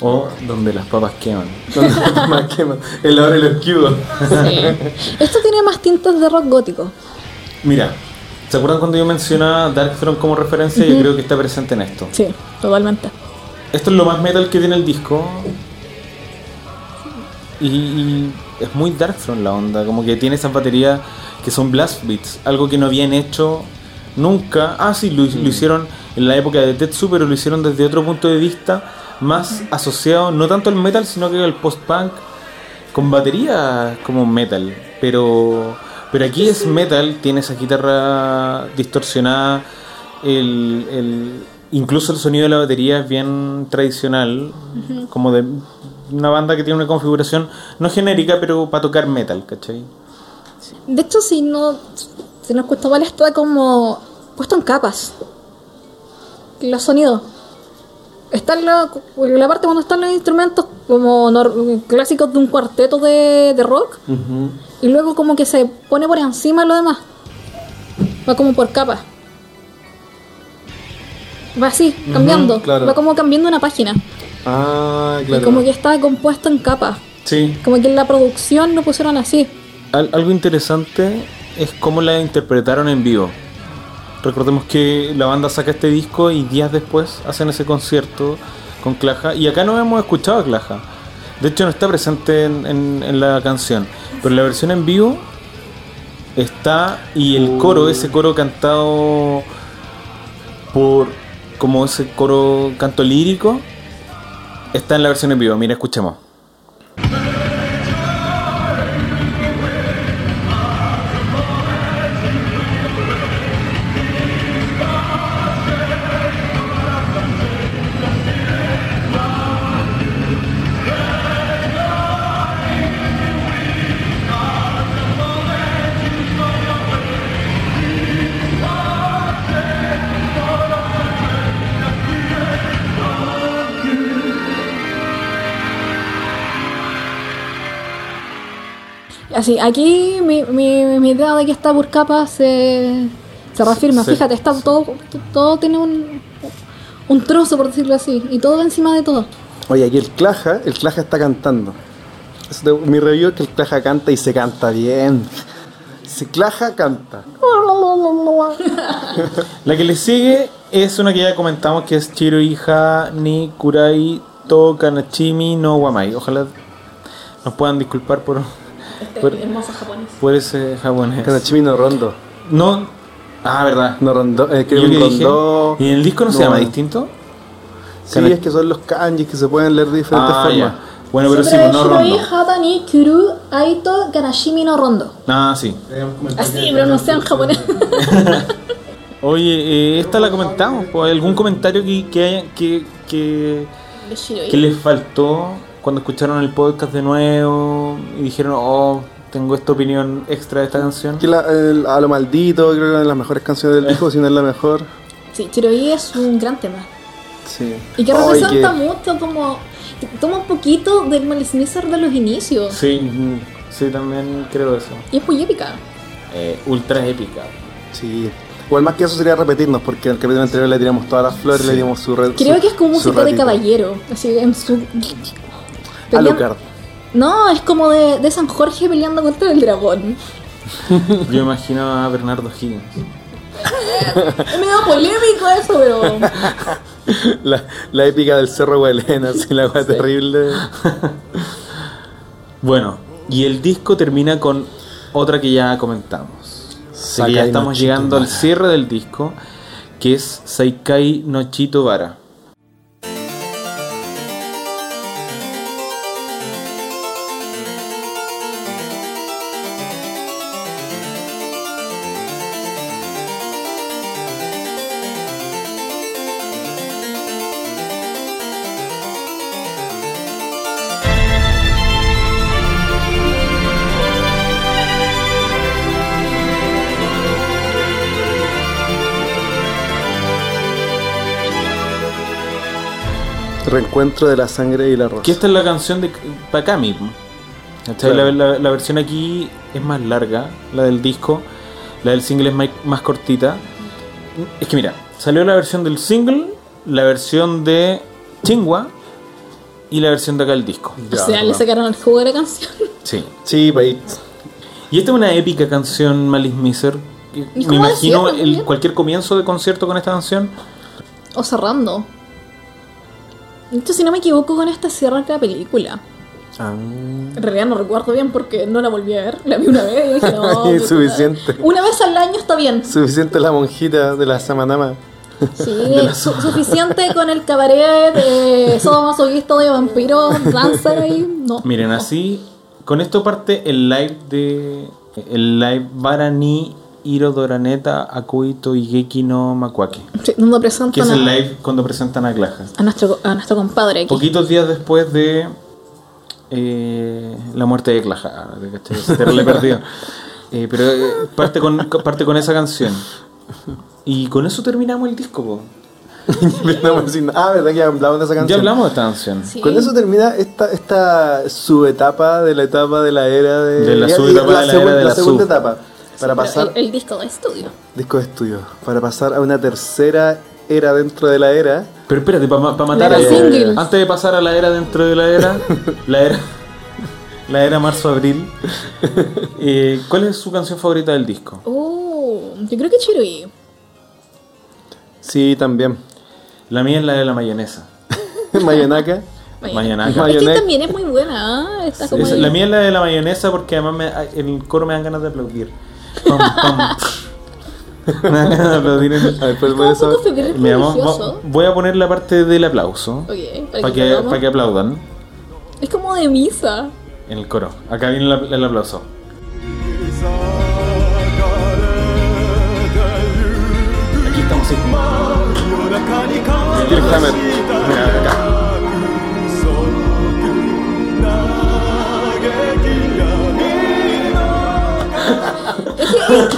O donde las papas queman.
más que más. El oro y los cubos.
Sí. Esto tiene más tintas de rock gótico.
Mira, ¿se acuerdan cuando yo mencionaba Dark Throne como referencia? Yo creo que está presente en esto.
Sí, totalmente.
Esto es lo más metal que tiene el disco. Y, y es muy Dark Throne la onda, como que tiene esas baterías que son blast beats, algo que no habían hecho nunca. Ah, sí, lo, lo hicieron en la época de Tetsu, pero lo hicieron desde otro punto de vista, más asociado no tanto al metal, sino que al post-punk, con batería como metal. Pero, pero aquí es metal, tiene esa guitarra distorsionada, el, el- incluso el sonido de la batería es bien tradicional, como de una banda que tiene una configuración no genérica, pero para tocar metal, ¿cachai?
De hecho, si no, si no escucha mal, está como puesto en capas. Los sonidos. Está la, la parte cuando están los instrumentos como nor- clásicos de un cuarteto de, de rock. Y luego como que se pone por encima lo demás. Va como por capas. Va así, cambiando.
claro.
Va como cambiando una página.
Ah,
Y
claro.
como que está compuesto en capas.
Sí,
Como que en la producción lo pusieron así.
Al- algo interesante es cómo la interpretaron en vivo. Recordemos que la banda saca este disco y días después hacen ese concierto con Claja. Y acá no hemos escuchado a Claja. De hecho, no está presente en, en- en la canción. Pero la versión en vivo está y el coro, ese coro cantado por como ese coro canto lírico, está en la versión en vivo. Mira, escuchemos.
Así, aquí mi, mi, mi idea de que está por capas se, Se reafirma,
Sí.
fíjate, está todo, todo tiene un, un trozo, por decirlo así, y todo va encima de todo.
Oye, aquí el Claja, el Claja está cantando. Es de- mi review es que el Claja canta y se canta bien. Si Claja canta.
La que le sigue es una que ya comentamos que es Chiro Hija Ni Kurai To Kanachimi No Wamai. Ojalá nos puedan disculpar por, por,
hermoso japonés.
por ese japonés.
Kanachimi no rondo.
No. Ah, verdad.
No rondo. eh, que
Yo
un
que dije,
rondó.
¿Y en el disco no, se
No.
llama distinto?
Sí, es que son los kanjis que se pueden leer de diferentes
Ah,
formas.
ya. Bueno, pero sí, pues, no rondo.
Hatani Kuru Aito Ganashimi no Rondo.
Ah, sí.
Así, pero no sean japonés.
Oye, eh, esta la comentamos. pues, ¿Algún comentario que, que, haya- que, que,
De Shiroi.
que les faltó cuando escucharon el podcast de nuevo y dijeron, oh, tengo esta opinión extra de esta canción?
Que la- el- a lo maldito, creo que es una de las mejores canciones
Eh.
del disco, si no es la mejor.
Sí, Chiroi es un gran tema.
Sí.
Y que
Ay,
representa
que-
mucho, como. Toma un poquito del Malismiser de los inicios.
Sí, mm, sí, también creo eso.
Y es muy épica.
Eh, ultra épica.
Sí. Igual más que eso sería repetirnos, porque en el capítulo anterior le tiramos todas las flores,
Sí.
le dimos su red.
Creo
su-
que es como
su
música de
ratito.
caballero. Así, en su.
Alucard.
No, es como de, de San Jorge peleando contra el dragón.
Yo imagino a Bernardo Higgins.
Es medio polémico eso, pero.
La, la épica del cerro Huelena, así la cosa terrible.
Bueno, y el disco termina con otra que ya comentamos. Así que
Sakai
ya
no
estamos
Chito
llegando al
Vara.
cierre del disco, que es Saikai Nochito Vara.
Reencuentro de la sangre y la rosa.
Que esta es la canción de Pakami. ¿cachai?
Claro.
La, la- la versión aquí es más larga, la del disco. La del single es mai- más, cortita. Es que mira, salió la versión del single, la versión de Chingua y la versión de acá del disco.
o sea, le sacaron el jugo de la canción.
Sí.
Sí, pues, país.
Y esta es una épica canción, Malice Miser. que
¿Y
Me
cómo
imagino
decirlo,
el,
Julián?
cualquier comienzo de concierto con esta canción.
O cerrando. De hecho, si no me equivoco, con esta cierra la película.
Ah.
En realidad no recuerdo bien porque no la volví a ver. La vi una vez y dije, no.
Ay,
puta.
suficiente.
Una vez al año está bien.
Suficiente la monjita de la Samanama.
Sí, su- suficiente con el cabaret de sodomasoquista de vampiro, dancer y. No.
Miren, así. Con esto parte el live de. El live Barani Irodoraneta Akuito Igeki no Makuake.
Sí, donde
Que es
presentan
el
a,
live cuando presentan a Glaja.
a nuestro, a nuestro compadre aquí.
Poquitos días después de. eh, la muerte de Glaja. Ah, ¿cachai? Ese terrible perdido. Eh, pero eh, parte, con, parte con esa canción. Y con eso terminamos el disco, po.
No me decís nada. ah, verdad que hablamos de esa
Ya
canción.
hablamos de esta canción.
Sí.
Con eso termina esta, esta subetapa de la etapa de la era de,
De la
y- y
subetapa de la
segun-
era de la
segunda
sub.
etapa. Para pasar
El, el disco de estudio.
disco de estudio, para pasar a una tercera era dentro de la era.
Pero espérate, para matar
Era
a
single.
Antes de pasar a la era dentro de la era, la era, la era marzo-abril, eh, ¿cuál es su canción favorita del disco?
Oh, yo creo que Chirui.
Sí, también.
La mía es la de la mayonesa.
Mayonaka.
Mayonaka.
Es que
Mayonesa.
también es muy buena. ¿eh? Está como
Es-
ahí.
la mía es la de la mayonesa porque además me- ay, en el coro me dan ganas de aplaudir. Pam, pam. Me dan ganas de aplaudir. en el-
A ver, pues,
Está un
eso-
poco febril
Mira, vamos-
religioso.
voy a poner la parte del aplauso
Ok, para
para
que
que,
podamos.
para que aplaudan
Es como de misa.
en el coro. Acá viene el apl- el aplauso. Aquí estamos. sí.
中に
Directamente. Mira, acá.
その嘆きが見る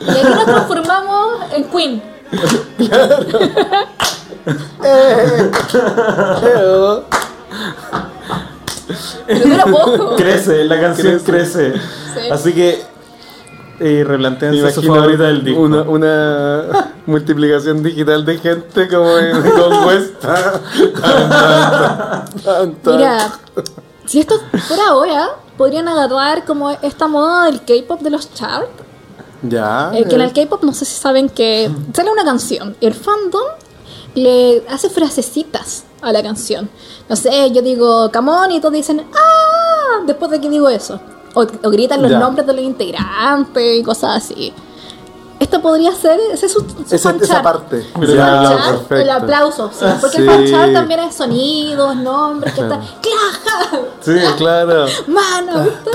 Y aquí nos transformamos en Queen. Pero dura poco.
crece, la canción crece.
Sí.
Así que
Me
eh, replanteen su
imagino
favorita del disco.
Una, una multiplicación digital de gente como en compuesta.
Mira, si esto fuera ahora, podrían agarrar como esta moda del K-pop de los charts.
Ya.
Eh, que en el K-pop no sé si saben que
Mm.
sale una canción y el fandom le hace frasecitas a la canción. No sé, yo digo Camón y todos dicen ¡Ah! después de que digo eso. O, o gritan los
Ya.
nombres de los integrantes y cosas así. Esto podría ser ese es su, su
Esa,
fan
esa
chart.
parte. Ah,
Pero
Fan
ya,
chart, el aplauso, sí, porque el fan
Sí. Ah.
chart también es sonidos, nombres, que está. ¡Claja!
Sí, claro. Ah.
¡Mano! ¿viste?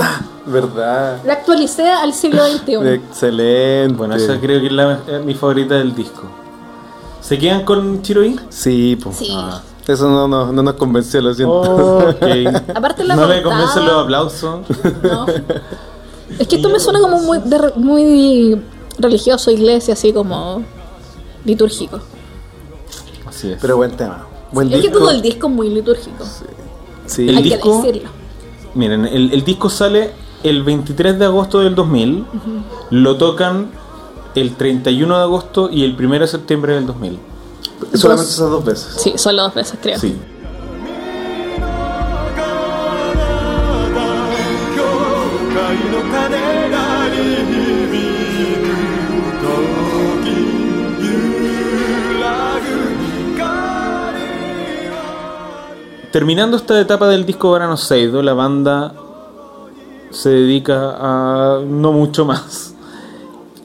Verdad.
Lo actualicé al siglo XXI.
Excelente.
Bueno, esa creo que es la- eh, mi favorita del disco. ¿Se quedan con Chiroi?
Sí, pues.
Sí.
Eso no, no, no nos convenció, lo siento.
Oh. Ok.
Aparte la
No le
portada-
convencen los aplausos.
No. Es que esto me suena como muy, de re- muy religioso, iglesia, así como litúrgico.
Así es.
Pero buen tema. Buen
Es que
disco.
todo el disco es muy litúrgico.
Sí.
El
Hay
disco-
que decirlo.
Miren, el, el disco sale el 23 de agosto del 2000. Lo tocan el 31 de agosto y el 1 de septiembre del 2000.
Solamente
Dos.
esas dos veces.
Sí, solo dos veces creo.
Sí.
の鐘がに響く時揺らぐ光
Terminando esta etapa del disco Verano Seido, la banda se dedica a no mucho más.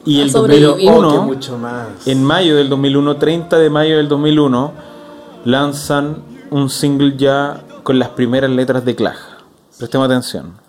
Y
A
el
sobrevivir.
Oh,
2001,
que mucho más.
en mayo del 2001, 30 de mayo del 2001, lanzan un single ya con las primeras letras de Clash. Prestemos atención.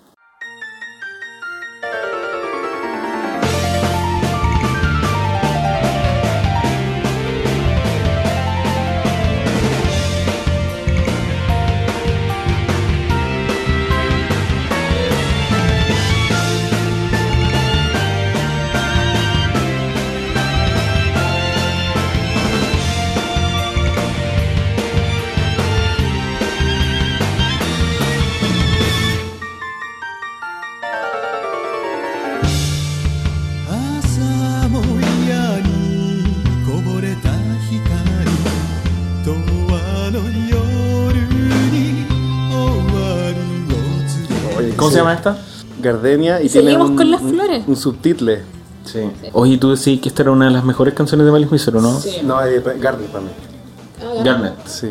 朝も嫌にこぼれた光永遠の夜に終わりを告げ
Oye,
¿Cómo
Eh, sí.
se llama esta?
Gardenia y tiene
Seguimos
un,
con las
un-
flores.
un subtitle.
Sí. Oye, tú decís que esta era una de las mejores canciones de Malice Miser, ¿o ¿no?
Sí.
No, eh, Gardenia para mí.
Ah,
Garnet.
Sí.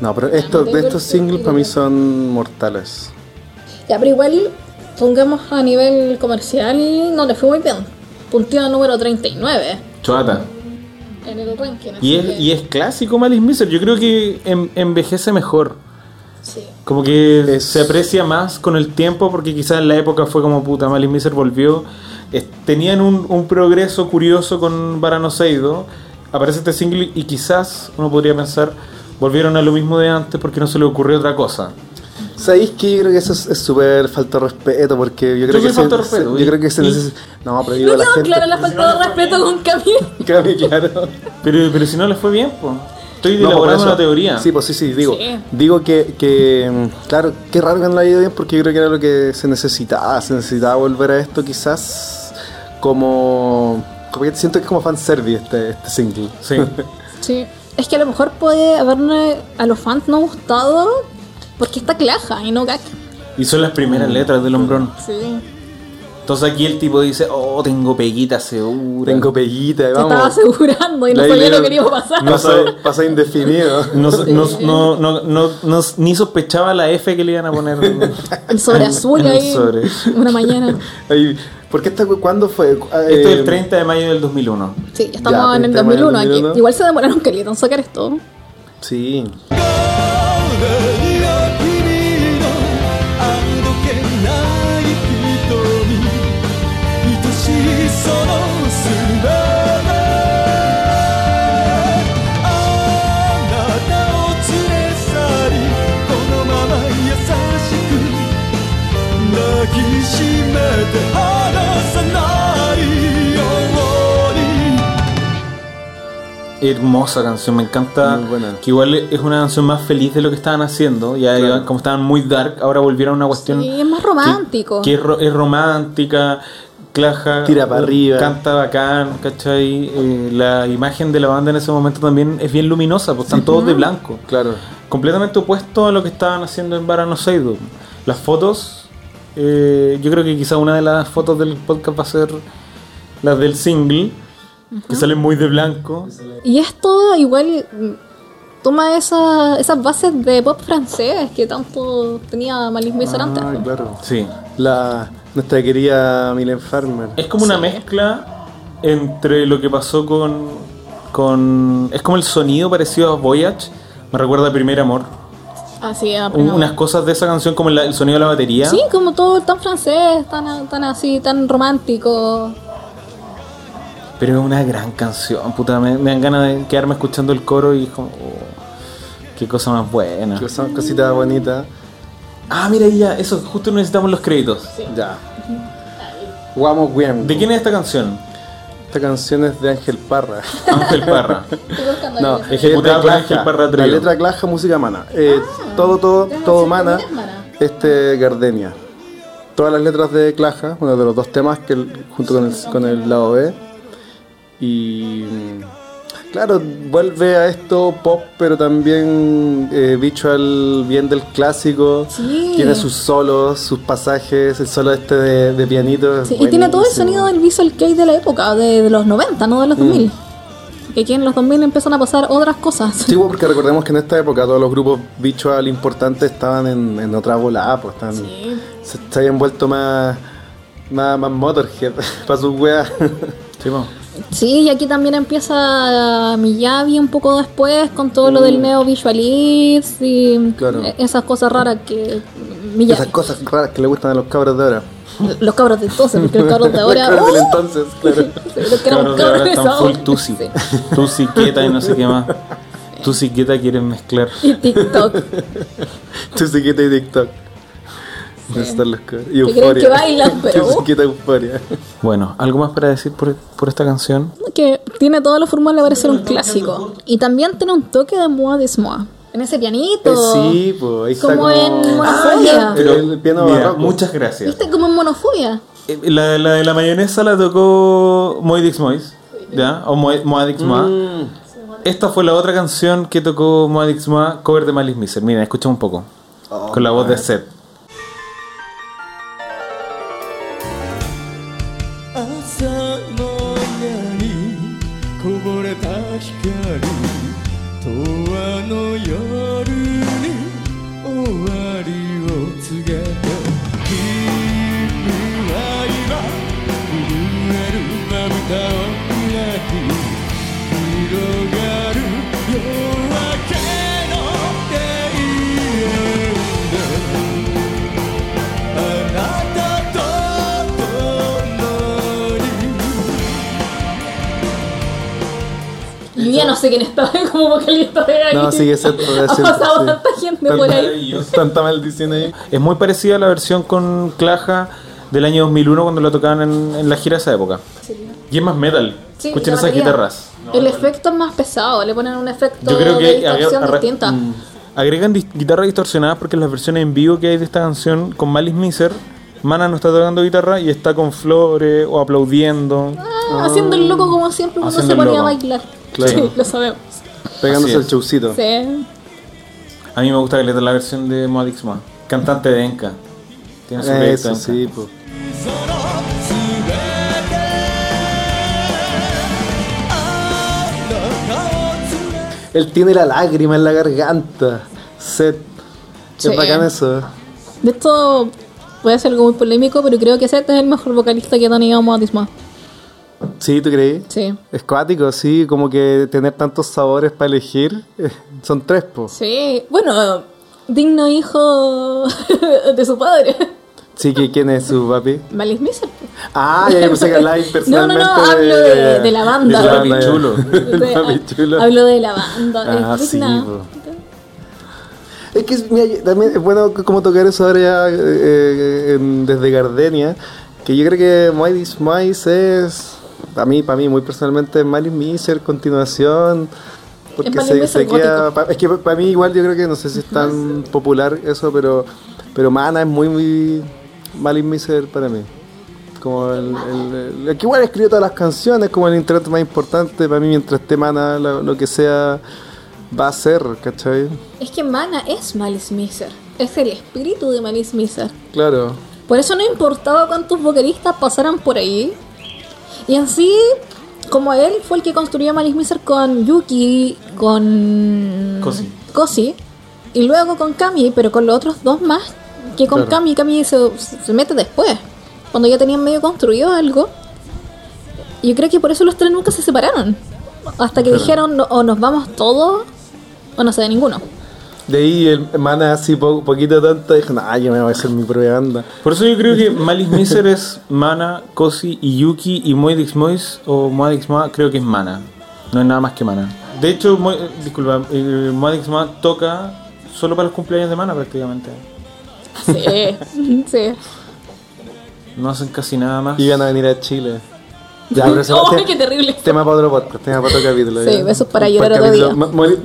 No, pero estos, de estos singles para mí son mortales.
Ya, pero igual, pongamos a nivel comercial, no le fue muy bien. Punteo número 39
Choata.
en el ranking. así
Y es,
que-
y es clásico Malice Miser. Yo creo que en- envejece mejor.
sí.
Como que
Es-
se aprecia más con el tiempo porque quizás en la época fue como puta, Malice Miser volvió. Es- tenían un, un progreso curioso con Varano Seido. Aparece este single y quizás uno podría pensar, volvieron a lo mismo de antes porque no se le ocurrió otra cosa.
¿Sabéis que yo creo que eso es es súper falta de respeto? Porque yo creo
soy
que
falta de
se,
respeto,
se-
y-
yo creo que se
y-
neces- No, pero digo
No
a la
quedó
gente.
clara la falta de respeto con Camilo.
Claro, claro.
Pero, pero si no les fue bien, pues. Estoy
No, por
elaborando
eso-
una teoría.
Sí, pues sí, sí, digo.
Sí.
Digo que, que, mm, claro, qué raro que no la haya ido bien porque yo creo que era lo que se necesitaba. Se necesitaba volver a esto quizás como... como que siento que es como fanservice este, este single.
Sí.
Sí, es que a lo mejor puede haberme a los fans no gustado porque está claja y no gag.
Y son las primeras
Mm.
letras del hombrón.
Sí.
Entonces aquí el tipo dice, oh, tengo peguita segura.
Tengo peguita, y
Se estaba
vamos.
asegurando y no sabía lo que iba a pasar.
No sabe- pasa indefinido.
No, no, no, no, no- no- ni sospechaba la F que le iban a poner.
El sobre azul
El
ahí.
sobre.
Una mañana.
Ay, ¿Por qué esta, cu- ah, em, ¿Cuándo fue?
Esto es el 30 de mayo del 2001.
Sí, ya estamos
Ya,
en el
este tema
2001,
del 2001.
aquí. Igual se demoraron que le sacar esto.
Sí.
「ゴールには君のあどけない瞳」「愛しいその姿」「あなたを連れ去り」「このまま優しく」「抱きしめて離さないように」
Hermosa canción, me encanta.
Muy buena.
Que igual es una canción más feliz de lo que estaban haciendo. Ya
Claro.
iban- como estaban muy dark, ahora volvieron a una cuestión
Sí, es más
que-
romántico.
Que, es, ro- es romántica. claja,
Tira pa' arriba.
canta bacán, ¿cachai? Eh, la imagen de la banda en ese momento también es bien luminosa, pues están todos de blanco.
Claro.
Completamente opuesto a lo que estaban haciendo en Barano Seido. Las fotos, eh, yo creo que quizá una de las fotos del podcast va a ser las del single, que salen muy de blanco.
Y esto igual mm, toma esa- esas bases de pop francés que tanto tenía Malice Miser antes.
Ah,
po.
claro.
Sí.
La, nuestra querida Milen Farmer.
Es como una mezcla entre lo que pasó con, con... Es como el sonido parecido a Voyage. Me recuerda a Primer Amor.
Así, a
Un-
pleno-
unas cosas de esa canción como la- el sonido de la batería.
Sí, como todo tan francés, tan, tan así, tan romántico.
Pero es una gran canción. Puta, me, me dan ganas de quedarme escuchando el coro y es como... oh, qué cosa más buena.
Que Son cositas bonitas.
Ah, mira ahí ya. Eso, justo necesitamos los créditos.
Ya. Guamo Guem.
¿De quién es esta canción?
Esta canción es de Ángel Parra.
Ángel Parra.
Estoy buscando
No,
aquí.
Ejecutada por
letra
Ángel
Claja.
Parra
La
Trío.
letra claja, música mana. Eh,
Ah,
todo, todo,
ya,
todo
sí,
mana.
también es mana.
Este Gardenia. Todas las letras de Claja, uno de los dos temas que el- junto con el, con el lado B. Y mm, claro, vuelve a esto pop, pero también eh, visual bien del clásico.
Sí.
Tiene sus solos, sus pasajes, el solo este de, de pianito. es
Sí, y tiene todo el
buenísimo.
sonido del visual kei de la época, de, de los 90, no de los 2000. Que aquí en los 2000 empiezan a pasar otras cosas.
Sí, bueno, porque recordemos que en esta época todos los grupos visual importantes estaban en, en otra volada, pues estaban, se, se habían vuelto más, más, más Motorhead para sus weas.
Sí, po.
Sí, y aquí también empieza Miyavi un poco después con todo lo del neo visualist y
Claro.
esas cosas raras que
Esas
Miyavi,
cosas raras que le gustan a los cabros de ahora.
los cabros de entonces, porque los cabros de ahora,
Los cabros del
¡oh!
entonces, claro.
Sí, los que éramos
Claro, de
cabros
ahora
de
están
esa
full
hora.
tusi.
Sí.
Tusi quieta y no sé qué más. Tusi quieta quieren mezclar.
Y TikTok,
Tu siquita y TikTok. Están los cabros. Y
creen
euforia.
que bailan, pero- uh.
Tu siquita euforia.
Bueno, ¿algo más para decir por, por esta canción?
que tiene todas las formas de parecer un clásico. Y también tiene un toque de moa desmoa. En ese pianito.
Eh, sí, pues ahí está
Como
como...
en
Ah,
Monofobia.
Pero el piano barroco.
Muchas gracias.
¿Viste? Como en monofobia.
Eh, La, la de la mayonesa la tocó Moedix Mois, ¿ya? O Moe- Moadix Moa.
Mm. Ah.
Esta fue la otra canción que tocó Moadix Moa, cover de Malice Miser. Mira, escucha un poco.
Oh,
con la voz de Seth.
朝のやにこぼれた光永遠の夜に終わりを告げて君は今震えるまぶたを開き広がる夜明けの永遠で「あなたと共に」
Yo ya no sé quién estaba como vocalista de ahí.
No, sigue ese
Ha pasado tanta gente por ahí.
Tanta maldición ahí.
Es muy parecida a la versión con Claja del año 2001 cuando la tocaban en, en la gira de esa época. Y es más metal.
Sí,
Escuchen
la
esas
batería.
guitarras.
el efecto es más pesado, le ponen un efecto
Yo creo
de
que
distorsión
agre- arre-
distinta.
mm, agregan dis- guitarras distorsionadas porque las versiones en vivo que hay de esta canción con Malice Miser, Mana no está tocando guitarra y está con flores o aplaudiendo.
Ah, haciendo el loco como siempre cuando
Haciendo
se
el
ponía a
loco.
bailar.
Claro.
Sí, lo sabemos.
Pegándose
Así es.
el chaucito.
Sí.
A mí me gusta que le den la versión de Modix Ma, cantante de Enka. Tiene su proyecto
Eso
Enka.
sí, pues.
そのすべてあなたを連れ
Él tiene la lágrima en la garganta. Seth.
Sí.
Es bacán eso.
De esto puede ser algo muy polémico, pero creo que Seth es el mejor vocalista que ha tenido Moatisma.
Sí, ¿tú creí?
Sí.
Es cuático, sí, como que tener tantos sabores para elegir. eh, Son tres, po.
Sí. Bueno, digno hijo de su padre.
Sí, que quién es su papi.
Malice Miser.
Ah, ya yo pensé que hablaba personalmente.
No, no, no, hablo de- de la banda.
de la
Papi
banda, ya.
chulo.
El papi chulo.
ah, Hablo de la banda.
Ah,
es
sí,
digna.
po. Es que mira, yo- también es bueno c- como tocar eso ahora ya, eh, en- desde Gardenia, que yo creo que Mighty Smice es, para mí, para mí muy personalmente, Malice Miser, continuación, porque
Malice
se,
Miser
se queda,
gótico.
pa- es que para mí igual yo creo que no sé si es tan popular eso, pero, pero Mana es muy, muy Malice Miser para mí. como el, el- el que igual escribió todas las canciones, como el internet más importante para mí mientras esté Mana, lo, lo que sea, va a ser, ¿cachai?
Es que Mana es Malice Miser. Es el espíritu de Malice Miser.
Claro.
Por eso no importaba cuántos vocalistas pasaran por ahí. Y en sí, como él fue el que construyó Malice Miser con Yuki, con.
Cosi.
Cosi, y luego con Kami, pero con los otros dos más. Que con
Claro.
Kami, Kami se, se mete después. Cuando ya tenían medio construido algo. Yo creo que por eso los tres nunca se separaron. Hasta que
Claro.
dijeron, "No, o nos vamos todos, o no se da ninguno.
De ahí el Mana así po- poquito tonto dijo, nah, yo me voy a hacer mi propia banda.
Por eso yo creo que Malice Miser es Mana, Cosi y Yuki y Moedix Mois o Moedix Ma creo que es Mana. No es nada más que Mana. De hecho, Mo- eh, disculpa, eh, Moedix Ma toca solo para los cumpleaños de Mana prácticamente.
Sí, sí.
No hacen casi nada más.
Y van a venir a Chile. Ya, pero se
Oh,
te-
qué terrible.
Tema para otro podcast, tema para otro capítulo.
Sí,
ya.
besos para
Un
llorar
capítulo.
otro día.
Ma- Mali-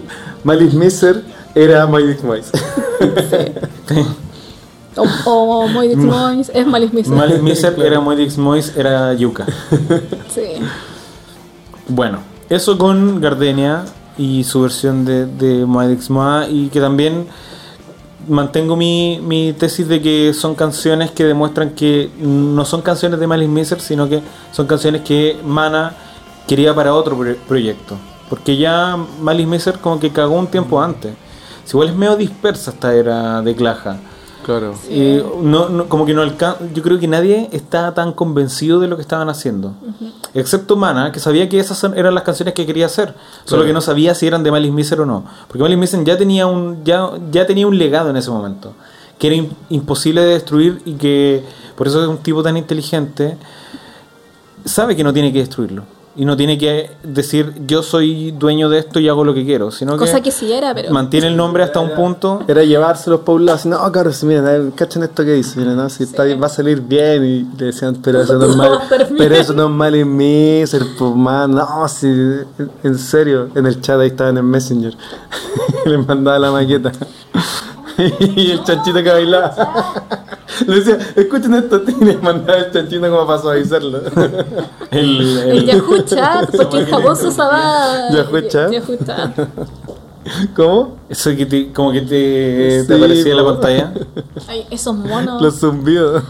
Malice Miser era Malice Moise.
O, o Moidix Mois, es Malice Miser.
Malice Miser era Moedix Mois, era Yuka.
Sí.
Bueno, eso con Gardenia y su versión de, de Moedix Moa y que también mantengo mi, mi tesis de que son canciones que demuestran que no son canciones de Malice Miser, sino que son canciones que Mana quería para otro pro- proyecto. Porque ya Malice Miser como que cagó un tiempo antes. Si igual es medio dispersa esta era de Claja.
Claro.
Eh, no, no- como que no alcanza. Yo creo que nadie estaba tan convencido de lo que estaban haciendo. Excepto Mana, que sabía que esas son- eran las canciones que quería hacer. Solo
Claro.
que no sabía si eran de Malice Miser o no. Porque Malice Miser ya tenía un, ya, ya tenía un legado en ese momento. Que era im- imposible de destruir y que por eso es un tipo tan inteligente. Sabe que no tiene que destruirlo. Y no tiene que decir yo soy dueño de esto y hago lo que quiero. Sino
Cosa que sí era, pero.
mantiene el nombre hasta un punto.
Era llevárselos para un lado, así, no, cabros, miren, a ver, cachan esto que dice, miren, no, si está bien, va a salir bien, y le decían, pero eso no es
No
mal,
va a estar bien.
pero eso no es mal en mí, ser pues, man, no, si, en serio, en el chat ahí estaban en Messenger, les mandaba la maqueta, y el chanchito que bailaba, le decía, escuchen esto, y les mandaba el chanchito como para suavizarlo,
El- el-
El Yahoo Chat, porque el famoso usaba.
Yahoo Chat.
Yahoo Chat.
¿cómo?
Eso que te, como que te,
Sí,
te aparecía en la
po.
pantalla.
Ay, esos monos.
Los zumbidos.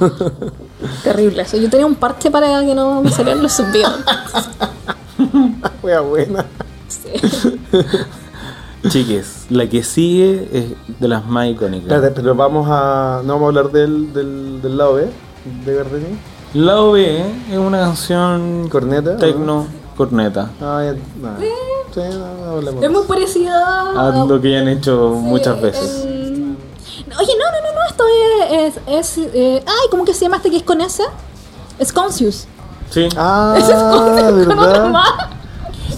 Terrible eso. Yo tenía un parche para que no me salieran los zumbidos.
Wea buena.
Sí.
Chiques, la que sigue es de las más
Espérate,
icónicas.
pero vamos a, no vamos a hablar del, del, del lado B, de Gardenia.
La OB es una canción
¿Corneta?
tecno corneta.
Ah, ya, no. Sí, no, no hablemos.
Es muy parecido a.
A lo que ya han hecho
Sí,
muchas veces.
em, Oye, no, no, no, no, esto es. es, es, eh, ay, ¿cómo que se llama este que es con esa? Es Conscious.
Sí.
Ah,
Ese es Conscious con otro
¿verdad?
más.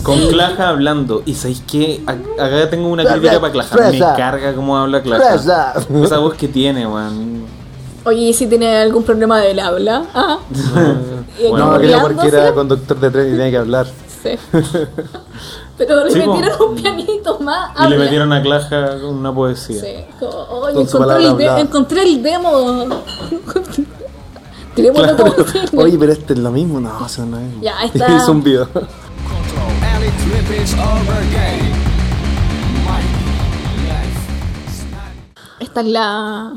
Con Claja hablando. Y sabéis que acá tengo una crítica para Claja. Me
Fresa.
carga cómo habla Claja.
Fresa.
Esa voz que tiene, weón.
Oye, ¿y si tiene algún problema del habla? Ah. Eh, Y aquí
No, que era porque era
burlándose.
conductor de tren y tenía que hablar.
Sí. Pero le
Sí, po.
metieron un pianito más.
Y le
habla.
metieron a Claja una poesía.
Sí. como, oye,
Con su
encontré,
palabra
el de-
hablada.
encontré el demo. Tiremos la
Claro.
consigna.
Oye, pero este es lo mismo. No, eso no es. lo mismo.
Ya, ahí está.
Hizo un video.
Control alley trip is over game. My life.
Esta es la.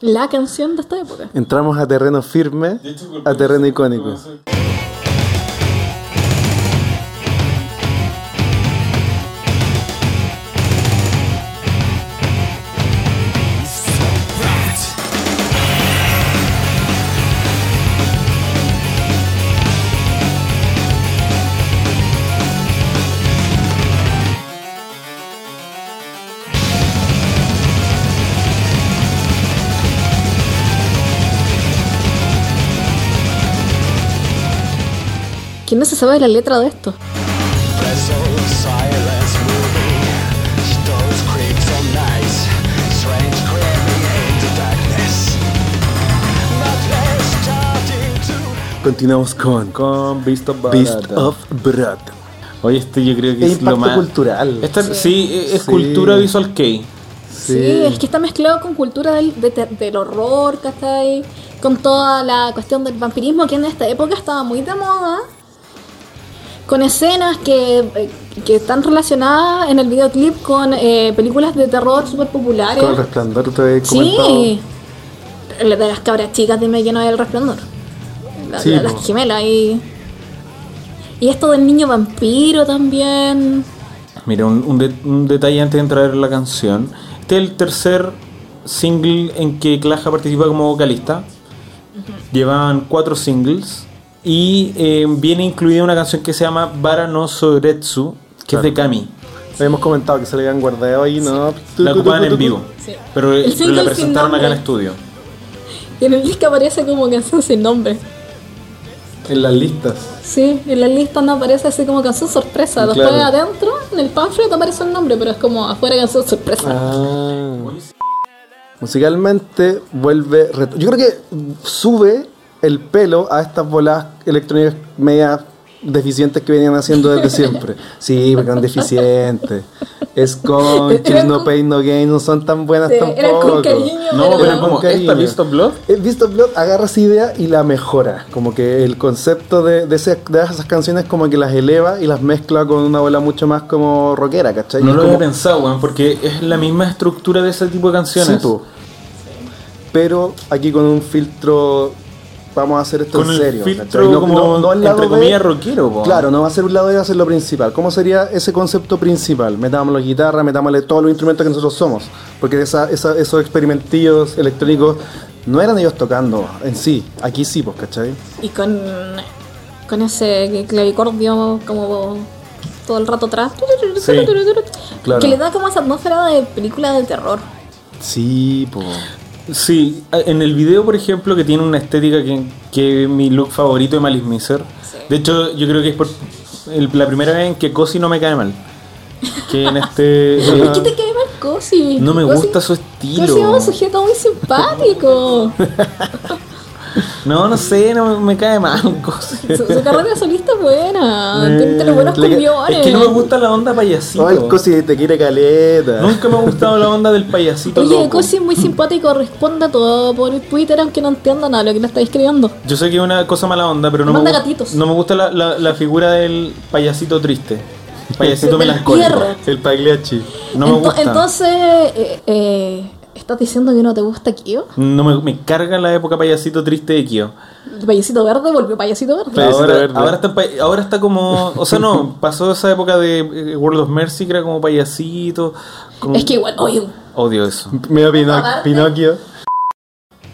La canción de esta época.
Entramos a terreno firme, a terreno icónico.
¿Quién no se sabe la letra de esto?
Vessel silence moving. Those creeps on night. Strange creeping into darkness. Not less starting to
Continuamos con
Con Beast of
Beast
Barata.
of Blood.
Oye, este yo creo que
Es
es, lo
impacto
más.
cultural.
Esta- sí. e- es
Sí.
cultura visual kei.
Sí, es que está mezclado con cultura del, de ter- del horror, ¿cachai? con toda la cuestión del vampirismo que en esta época estaba muy de moda, con escenas que, eh, que están relacionadas en el videoclip con eh, películas de terror súper populares.
Con el resplandor te he comentado.
Sí, la de las cabras chicas, dime que no es el resplandor. La-
Sí, po.
la- las gemelas y. Y esto del niño vampiro también.
Mira, un, un de- un detalle antes de entrar en la canción. Este es el tercer single en que Claja participa como vocalista. Llevan cuatro singles. Y eh, viene incluida una canción que se llama Bara no Soretsu, que es de Kami.
Habíamos comentado que se le habían guardado ahí, ¿no?
La ocupaban en vivo.
Sí.
Pero, eh,
El
pero
single
la
sin
presentaron acá en
nombre.
estudio.
Y en el disco aparece como canción sin nombre.
En las listas.
Sí, en la lista no aparece así como canción sorpresa.
Claro.
Después adentro, en el pamphlet aparece el nombre, pero es como afuera canción sorpresa.
Ah. Musicalmente vuelve. re- Yo creo que sube el pelo a estas bolas electrónicas media deficientes que venían haciendo desde siempre. Sí, porque eran deficientes. Es con Chips
Eran
No
con-
Pain No Gain, no son tan buenas
Sí, eran con
tampoco.
cariño,
Ah, No,
pero-
pero como
cariño.
esta Beast of Blood.
He visto Blood agarra esa idea y la mejora. Como que el concepto de, de ese- de esas canciones como que las eleva y las mezcla con una bola mucho más como rockera, ¿cachai?
No
Es
lo
como-
había pensado, weón, porque es la misma estructura de ese tipo de canciones.
Sí, po. Pero aquí con un filtro vamos a hacer esto
Con
en
el
serio.
filtro
¿cachai?
como,
el
entre
lado B.
comillas, rockero, po.
Claro, no va a ser un lado B, va a ser lo principal. ¿Cómo sería ese concepto principal? Metámosle guitarra, metámosle todos los instrumentos que nosotros somos. Porque esa- esa- esos experimentillos electrónicos no eran ellos tocando en sí. Aquí sí, pues, ¿cachai?
Y con, con ese clavicordio como todo el rato atrás.
Sí,
claro.
Que le da como esa atmósfera de película de terror.
Sí, pues.
Sí, en el video, por ejemplo, que tiene una estética que, que es mi look favorito de Malice Miser. De hecho, yo creo que es por el- la primera vez en que Cosi no me cae mal. Que en este.
¿Por qué te cae mal Cosi?
No me
Cosi-
gusta su estilo.
Cosi es un sujeto muy simpático.
no, no sé, no me cae mal Cosi.
su, su carrera solista es buena. Tiene tiene buenos
le- es que
cumbiones.
Eh, Es que no me gusta la onda payasito.
Ay, Cosi, te quiere caleta.
Nunca me ha gustado la onda del payasito.
Oye,
loco.
Cosi es muy simpático, responde a todo por Twitter aunque no entienda nada de lo que le está escribiendo.
Yo sé que es una cosa mala onda, pero no me,
Manda
gu-
gatitos.
no me gusta la, la- la figura del payasito triste. Payasito
Del
melancólico.
tierra.
El Pagliacci.
No me
Ento-
gusta.
Entonces, eh, eh, ¿estás diciendo que no te gusta Kyo?
No me, me carga la época payasito triste de Kyo.
El payasito verde volvió payasito verde.
Payasito
Ahora,
verde.
ahora está, en pa- ahora está como. O sea, no, pasó esa época de eh, World of Mercy que era como payasito. como-
Es que igual, oye,
Odio eso.
Medio Pinoc-
Aparte-
Pinocchio.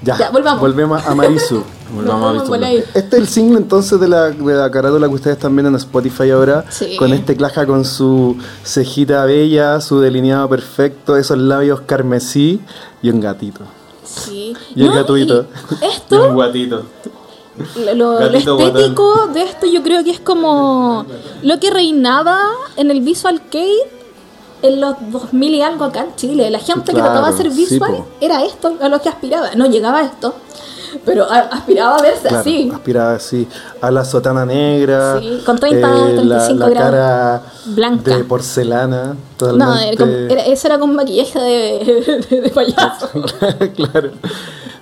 Ya,
Ya, volvamos.
Volvemos a Marisu.
Volvamos a
no,
Beast of
por
Blood.
ahí.
Este es el single entonces de la, de la carátula que ustedes están viendo en Spotify ahora.
Sí.
Con este claja con su cejita bella, su delineado perfecto, esos labios carmesí y un gatito.
Sí.
Y el gratuito.
y
Y Un
Esto,
guatito.
lo, lo
Gatito
estético de esto yo creo que es como lo que reinaba en el Visual Kei en los 2000 y algo acá en Chile. La gente que
Claro,
trataba de hacer
sí,
visual
po.
era esto, a lo que aspiraba. No llegaba a esto, pero a- aspiraba a verse
Claro,
así.
aspiraba así a la sotana negra.
Sí, con 30,
eh, la-
35
la,
grados.
cara
Blanca.
de porcelana.
No, era
Totalmente.
con- era- eso era con maquillaje de, de- de payaso.
claro.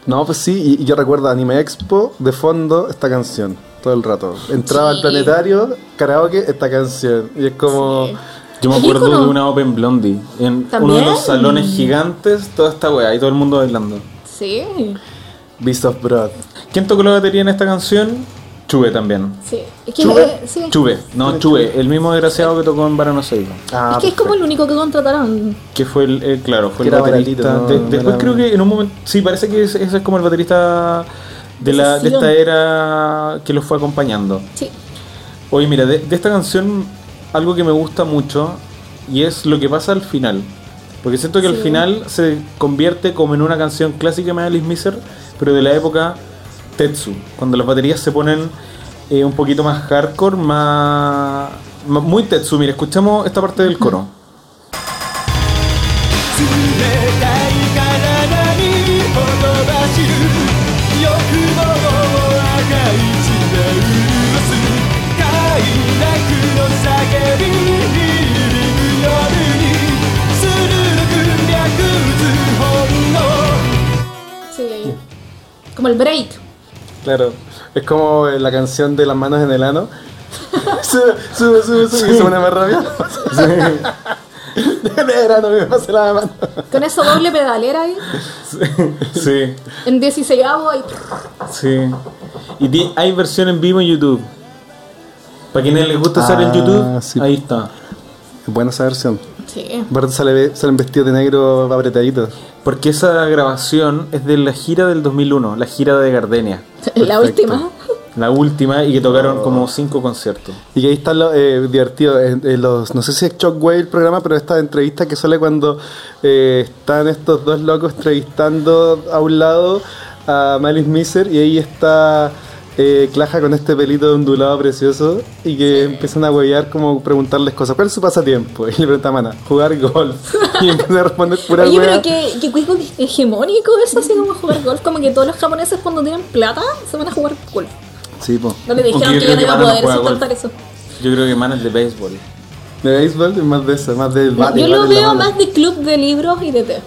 No, pues sí, y, y yo recuerdo Anime Expo, de fondo, esta canción, todo el rato. Entraba al
Sí.
planetario, karaoke, esta canción. Y es como.
Yo me
El
acuerdo
ícono.
de una Open Blondie. En uno de
También.
los salones gigantes, toda esta weá y todo el mundo bailando.
Sí,
Beast of Broad.
¿Quién tocó la batería en esta canción? Chuve también.
sí. Es que,
Chuve,
eh, sí.
Chuve, no, Chuve, el mismo desgraciado que tocó en Barano Seibo.
Ah,
es, que es como
perfecto.
el único que contrataron.
Que fue el, eh, claro, fue el
Que era
baterista.
baratito, ¿no?
De-
No
después
era-
creo que en un momento. Sí, parece que ese, ese es como el baterista de, la, de esta
Decisión.
era que los fue acompañando.
Sí.
Oye, mira, de, de esta canción, algo que me gusta mucho y es lo que pasa al final. Porque siento que al
Sí.
final se convierte como en una canción clásica de Alice Miser, pero de la época Tetsu, cuando las baterías se ponen eh, un poquito más hardcore, más, más- Muy Tetsu, mira, escuchemos esta parte del coro.
冷たい体にほとばしる欲望の赤い血で潤す快楽の叫び響く夜に鋭く脈打つ本能
Sí. como el break.
Claro. Es como eh, la canción de las manos en el ano. sube, sube, sube, sube. Y se pone más rápido. en el ano me pasa la mano.
Con esa doble pedalera ahí,
Sí,
en 16 avo y
sí. Y di- hay versión en vivo en YouTube. Para quienes les gusta usar el
Ah,
YouTube,
sí.
ahí está.
Buena esa versión.
Sí.
Aparte sale, salen vestidos de negro apretaditos.
Porque esa grabación es de la gira del 2001, la gira de Gardenia.
La
Perfecto.
última.
La última y que tocaron como cinco conciertos.
Y que ahí está lo eh, divertido, eh, eh, los, no sé si es Shockwave el programa, pero esta entrevista que sale cuando eh, están estos dos locos entrevistando a un lado a Malice Miser y ahí está eh, Claja con este pelito ondulado precioso y que empiezan a huevear como preguntarles cosas, ¿cuál es su pasatiempo? Y le pregunta a Mana, jugar golf. Y empiezan a responder pura
Oye, pero
hueá.
que, que cuico hegemónico eso, así como jugar golf. Como que todos los japoneses cuando tienen plata se van a jugar golf.
Sí, po.
No le dijeron
Aunque yo
que
creo
yo no iba
que
a
Manu no
poder
juega
soportar eso.
Yo creo que Man es de béisbol.
De béisbol, más de eso, más del bate,
Yo lo
bate en la Eh,
veo
mano.
más de club de libros y de té.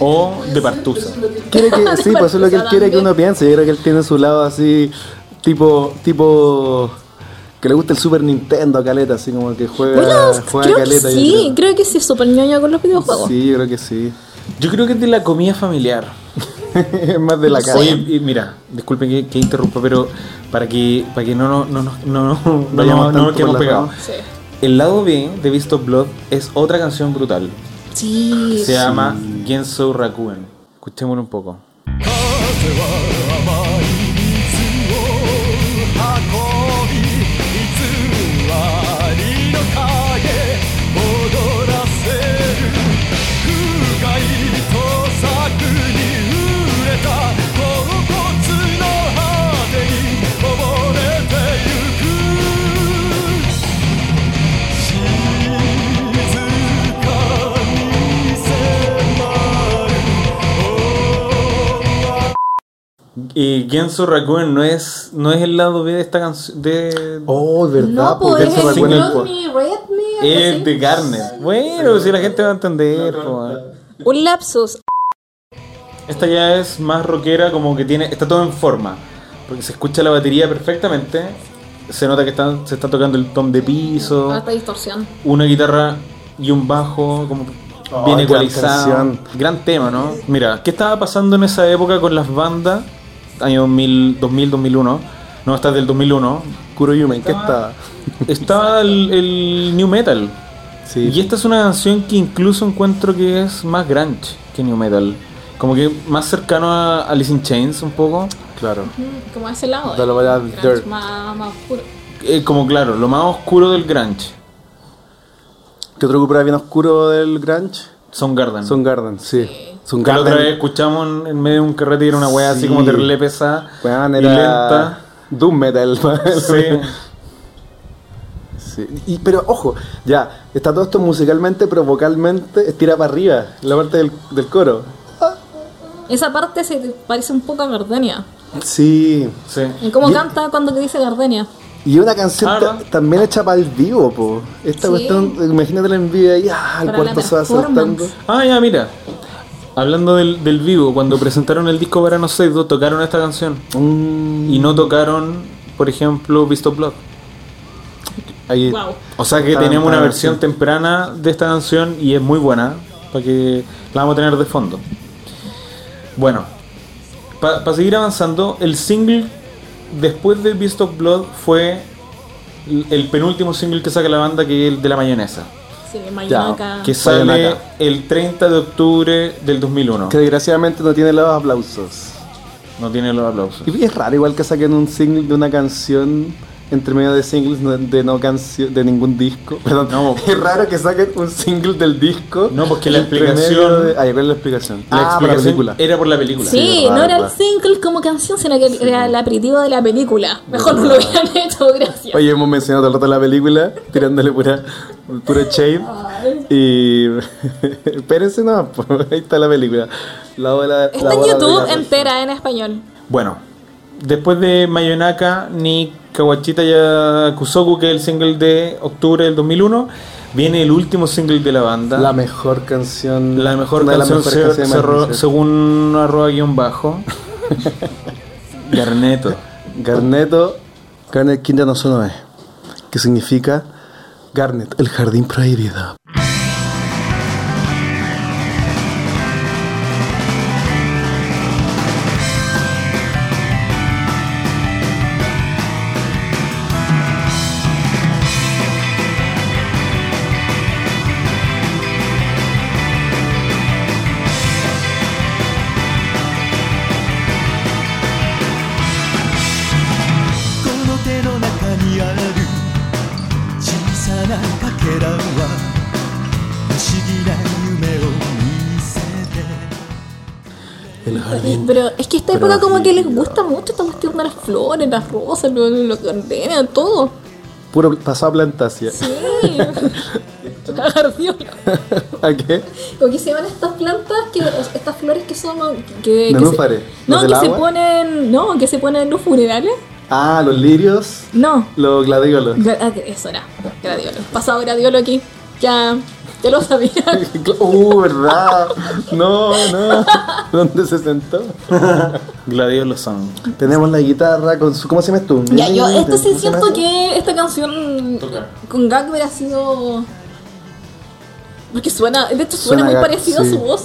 O de Partusa.
Quiere que, sí, pues eso es lo que él quiere que
También.
uno piense. Yo creo que él tiene su lado así, tipo, tipo que le gusta el Super Nintendo caleta, así como que juega,
Bueno,
juega
creo que
caleta. yo
sí, creo que sí es súper ñoño con los
creo.
videojuegos.
Sí, yo creo que sí.
Yo creo que es de la comida familiar.
es más de la
Sí.
calle.
Oye, y mira, disculpen que, que interrumpa, pero para que, para que no, no, no, no, no, no, no,
Vayamos
no
tanto
nos quedemos
por las
pegados.
ramas.
Sí.
El lado B de Beast of Blood es otra canción brutal.
Sí.
Se llama Genso Rakuen. Escuchémoslo un poco.
風は甘い水を運びいつありの影踊らせる風害と策に売れた甲骨の果てに溺れてゆく静かに迫る
Y Genso Rakuen no es, no es el lado B de esta canción. De...
Oh,
No,
verdad,
pues es
eso
el
recuerda el
Not
po-
Me, Red Me, algo
Es
así.
de Garner. Bueno, si la gente va a entender. po. eh.
Un lapsus.
Esta ya es más rockera, como que tiene. Está todo en forma. Porque se escucha la batería perfectamente. Se nota que están, se está tocando el tom de piso.
Harta Ah, distorsión.
una guitarra y un bajo, como
Ay,
bien
Oh, gran
ecualizado. Gran,
canción.
tema, ¿no? Mira, ¿qué estaba pasando en esa época con las bandas? Año 2000, 2000 2001. No, esta es del 2001.
Kuroyume, ¿en qué estaba?
Estaba el, el New Metal.
Sí.
Y esta es una canción que incluso encuentro que es más grunge que New Metal. Como que más cercano a Alice in Chains un poco.
Claro.
Mm, Como a ese lado.
Da la bola al
grunge
dirt.
Más, más oscuro.
Eh, como claro, lo más oscuro del grunge.
¿Qué otro grupo era bien oscuro del Grunge?
Son Garden.
Son Garden, sí. Son
Que la otra vez
Garden.
escuchamos en, en medio de un carrete y era una wea así
Sí.
como terrible pesada
Weón,
y
era
lenta.
Doom Metal.
Sí.
Sí, y- pero ojo, ya, está todo esto musicalmente, pero vocalmente estira para arriba, la parte del, del coro.
Esa parte se te parece un poco a Gardenia.
Sí.
Sí.
¿Y cómo
Y-
canta cuando que dice Gardenia?
Y una canción
Ah,
ta-
¿verdad?
también hecha para el vivo, po. Esta
Sí.
cuestión, imagínate la envidia ahí, ah, el
Para
cuarto
la
se va
performance.
saltando.
Ah, ya, mira. Hablando del, del vivo, cuando presentaron el disco Verano 6, tocaron esta canción.
Mm,
Y no tocaron, por ejemplo, Visto Blood.
ahí-
Wow.
O sea que
Tan,
tenemos una
tan,
versión
sí.
temprana de esta canción y es muy buena, para que la vamos a tener de fondo. Bueno, para seguir avanzando, el single después de Beast of Blood fue l- el penúltimo single que saca la banda, que es el de la mayonesa,
Sí, Mayaka.
Mayonaka.
que sale el 30 de octubre del 2001.
Que desgraciadamente no tiene los aplausos.
No tiene los aplausos.
Y es raro igual que saquen un single de una canción entre medio de singles no- de no canción de ningún disco. Perdón,
No.
es raro que saquen un single del disco.
No, porque la
entre medio
explicación-
de- Ah, ¿cuál es la explicación?
La
Ah, para
explicación
película.
era por la película.
Sí,
Sí,
no
verdad,
era el
verdad.
single como canción, sino que era el aperitivo de la película. Mejor no lo hubieran hecho, gracias.
Oye, hemos mencionado todo el rato la película, tirándole pura, puro shade. Y. Espérense, no, po, ahí está la película. La bola, la
Está en
bola pues. de
YouTube
la-
entera en español.
Bueno, después de Mayonaka, ni Kawachita ya Kusoku, que es el single de octubre del 2001, viene el último single de la banda.
La mejor canción.
La mejor
una de las
canción
mejores
se-
canciones de
se-
Michael Jackson.
según arroba guión bajo. Garneto.
Garneto, Garnet Quinta no Sonoe, que significa Garnet, el jardín prohibido.
「この手の中にある小さなかけらは不思議な夢を見せて」
El jardín.
Pero es que esta época
Pero-
como que les gusta mucho esta cuestión de las flores, las rosas, lo, lo que ordenan, todo.
Puro pasado plantasia.
Sí. La gardiola.
¿A qué?
¿O qué se llaman estas plantas? Que, estas flores que son... Que, que se-
Nenúfares,
no,
¿las del
que se
agua?
ponen... No, que se ponen en los funerales.
Ah, los lirios,
No.
los gladiolos.
Gra- ah, Eso era. Gradiolo. Pasado gradiolo aquí. Ya, ya lo sabía.
Uh, verdad. No, no. ¿Dónde se sentó?
Gladiolos son.
Tenemos la guitarra con su. ¿Cómo se llama tú?
ya, yo esto sí
¿Cómo se llama
siento
esto?
que esta canción
Toca.
con Gag hubiera sido... Porque suena, de hecho
Suena
suena, muy
Gag,
parecido a
sí.
su voz.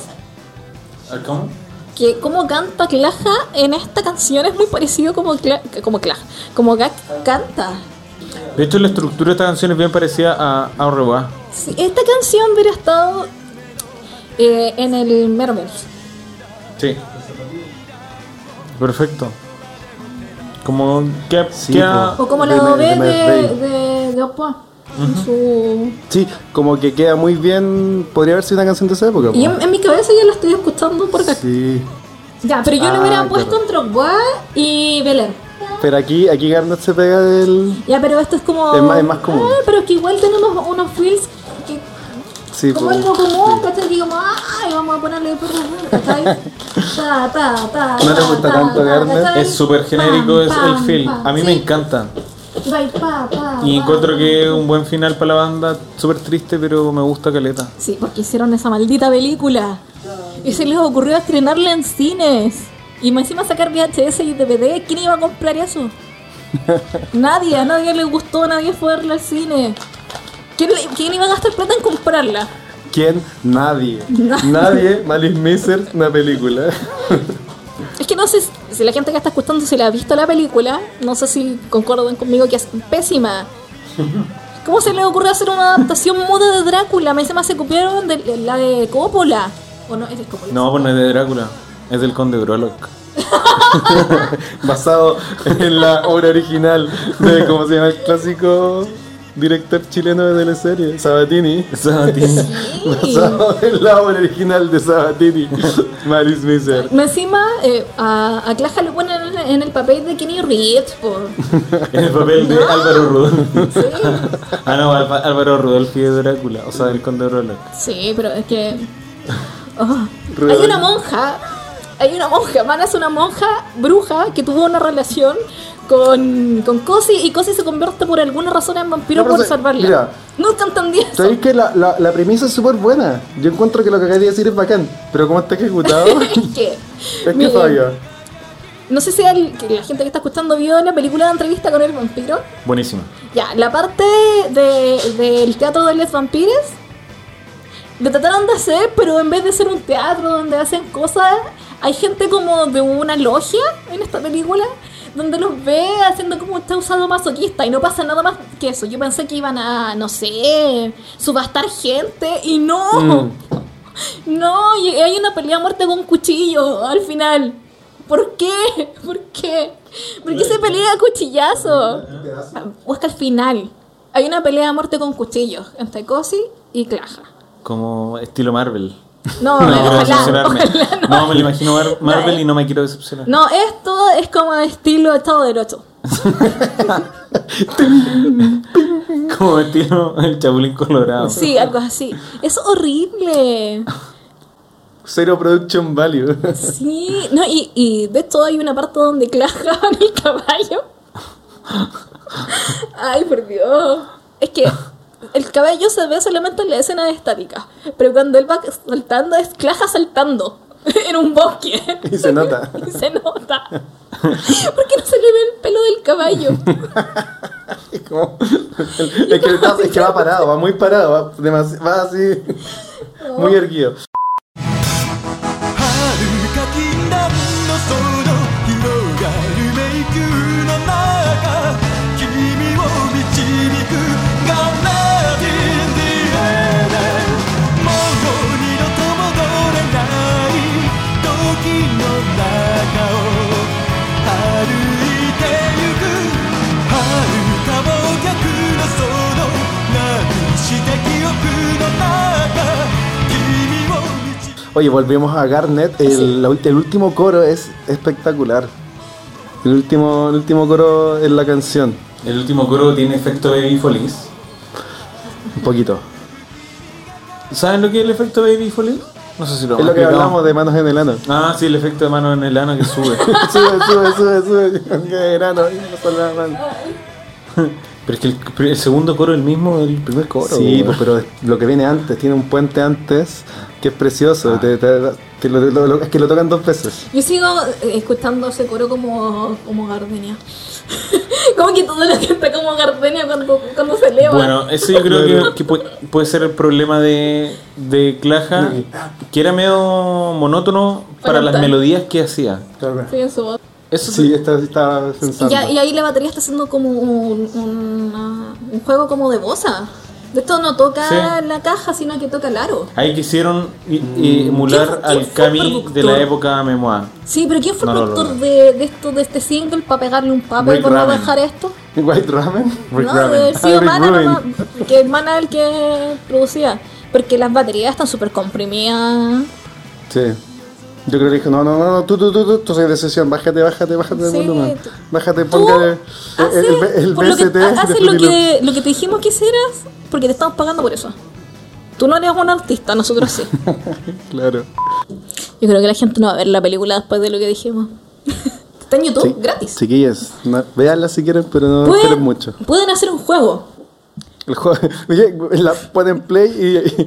¿Ah, ¿Cómo?
que como canta Claja en esta canción es muy parecido como Cla- como Claja, como Gak canta.
De hecho, la estructura de esta canción es bien parecida a Aurora.
Sí, esta canción hubiera estado eh, en el Mermel.
Sí. Perfecto. Como que
Sí,
queda-
po.
O como la
De Mer-
doble
de
de,
Mermaid.
de, de Opa. Su-
Sí, como que queda muy bien. Podría haber sido una canción de esa época.
Y
po.
en, en mi cabeza yo la estoy escuchando por Gak.
Sí.
Ya, pero yo le
Ah,
hubiera
claro.
puesto entre Opa y Belén.
Pero aquí, aquí Garnet se pega del.
Ya, pero esto es como...
Es más- es más común.
Ah, pero que igual tenemos unos feels que
Sí,
Como
po.
algo común, ¿cachai? Digo, ay, vamos a ponerle perro azul, ¿cachai? Ta, ta, ta,
No le
ta,
gusta
ta,
tanto
ta,
Garner.
¿cachai?
Es súper genérico
Pam,
es el
pam,
feel.
pam.
A mí
Sí.
me encanta.
Y va y pa, pa,
Y
pa.
encuentro que es un buen final para la banda. Súper triste, pero me gusta Caleta.
Sí, porque hicieron esa maldita película. Y se les ocurrió estrenarla en cines. Y más encima sacar VHS y DVD. ¿Quién iba a comprar eso? nadie, a nadie le gustó, nadie fue a verla al cine. ¿Quién, le- ¿Quién iba a gastar plata en comprarla?
¿Quién? Nadie.
Nadie.
Nadie. Malice Miser, una película.
Es que no sé si- si la gente que está escuchando se la ha visto la película, no sé si concuerdan conmigo que es pésima. ¿Cómo se le ocurre hacer una adaptación muda de Drácula? Me encima se copiaron de la de Coppola. ¿O no? ¿Es de Coppola?
No, pues no es de Drácula. Es del Conde Brolog.
Basado en la obra original de, ¿cómo se llama? El clásico director chileno de teleserie, Sabatini.
Sí.
Basado en la obra original de Sabatini, Malice Miser.
Me encima eh, a, a Claja lo ponen en, en el papel de Kenny Reeves. po.
En el papel de Álvaro Rudolph.
Sí.
Ah, no, Alfa- Álvaro Rudolph y de Drácula. O sea, del Conde Brolog.
Sí, pero es que. Oh. Hay una monja. Hay una monja. Mana es una monja bruja que tuvo una relación con, con Cosi y Cosi se convierte por alguna razón en vampiro
No, pero
por
se-
salvarla.
mira.
Nunca entendí eso.
Sabéis que la, la- la premisa es súper buena. Yo encuentro que lo que acabas de decir es bacán, pero cómo está ejecutado.
Es que,
es que
miren,
falla.
No sé si el- que la gente que está escuchando vio la película de entrevista con el vampiro.
Buenísimo.
Ya, la parte de- del teatro de los vampiros lo trataron de hacer, pero en vez de ser un teatro donde hacen cosas, hay gente como de una logia en esta película donde los ve haciendo como está usado masoquista y no pasa nada más que eso. Yo pensé que iban a, no sé, subastar gente y no.
Mm.
No, y hay una pelea a muerte con un cuchillo al final. ¿Por qué? ¿Por qué? ¿Por qué se pelea a cuchillazo? O es que al final hay una pelea a muerte con cuchillos entre Cosi y Claja.
Como estilo Marvel.
No,
no quiero
ojalá,
decepcionarme.
ojalá no.
No, me lo imagino Mar- Marvel
eh.
y no me quiero decepcionar.
No, esto es como estilo Estado del 8.
Como estilo el Chapulín Colorado.
Sí, algo así. Es horrible.
Cero production value.
Sí, no, y, y de hecho hay una parte donde Claja va en el caballo. Ay, por Dios. Es que el caballo se ve solamente en la escena estática, pero cuando él va saltando es Claja saltando. en un bosque.
Y se nota.
Y se nota. ¿Por qué no se le ve el pelo del caballo?
Es como- es, que está- es que va parado, va muy parado, va, demasi- va así, muy erguido.
遥か禁断のその広がるメイクの中君を導くガラディンディエネもう二度と戻れない時の中を歩いてゆく遥か忘却のそのなくした記憶の中君を導く
Oye, volvemos a Garnet. El,
Sí.
la ult- el último coro es espectacular. El último, el último coro en la canción.
El último coro tiene efecto Baby Follies.
Un poquito.
¿Saben lo que es el efecto Baby Follies? No sé si lo
Es lo que
explicado.
hablamos de manos en el ano.
Ah, sí, el efecto de mano en el ano que sube.
sube, sube, sube, sube. Que verano. y no sale la mano.
Pero es que el, pero el segundo coro es el mismo del primer coro.
Sí,
weón.
pues, pero lo que viene antes, tiene un puente antes que es precioso. Te- te- te lo- lo- lo- es que lo tocan dos veces.
Yo sigo eh, escuchando ese coro como, como Gardenia. como que toda la gente como Gardenia cuando, cuando se eleva.
Bueno, ese yo creo que, que pu- puede ser el problema de, de Claja, que era medio monótono para las
Parental.
melodías que hacía.
Sí, en su voz.
Eso
Sí, esta- estaba
Y,
pensando.
ya- y ahí la batería está haciendo como un, una- un juego como de bosa. De esto no toca
Sí.
la caja, sino que toca el aro.
Ahí quisieron i- i-
¿Quién-
emular
quién fue
al
el
Cami de
productor?
la época Memoir.
Sí, pero ¿quién fue el
No, no,
productor
no, no.
De, de esto, de este single para pegarle un papo y
Rick
por no
Rubin.
dejar esto?
White Ramen.
Rick
no,
Rubin.
debe haber sido
Ah, Rick
Mana
Rubin.
nomás, porque el Mana es el que producía. Porque las baterías están súper comprimidas.
Sí. Yo creo que dijo, no, no, no, no, tú, tú, tú, tú, tú soy de sesión, bájate, bájate, bájate el
Sí,
volumen.
tú-
Bájate,
Tú
póngale el,
haces
el, el
por lo que-
BST de
haces
Fruity
lo
Loops.
que, lo que te dijimos que hicieras porque te estamos pagando por eso. Tú no eres un artista, nosotros sí.
Claro.
Yo creo que la gente no va a ver la película después de lo que dijimos. Está en YouTube,
Sí,
gratis.
Chiquillas, no, véanla si quieren, pero no esperen mucho.
pueden hacer un juego.
El juego, oye, la ponen play y,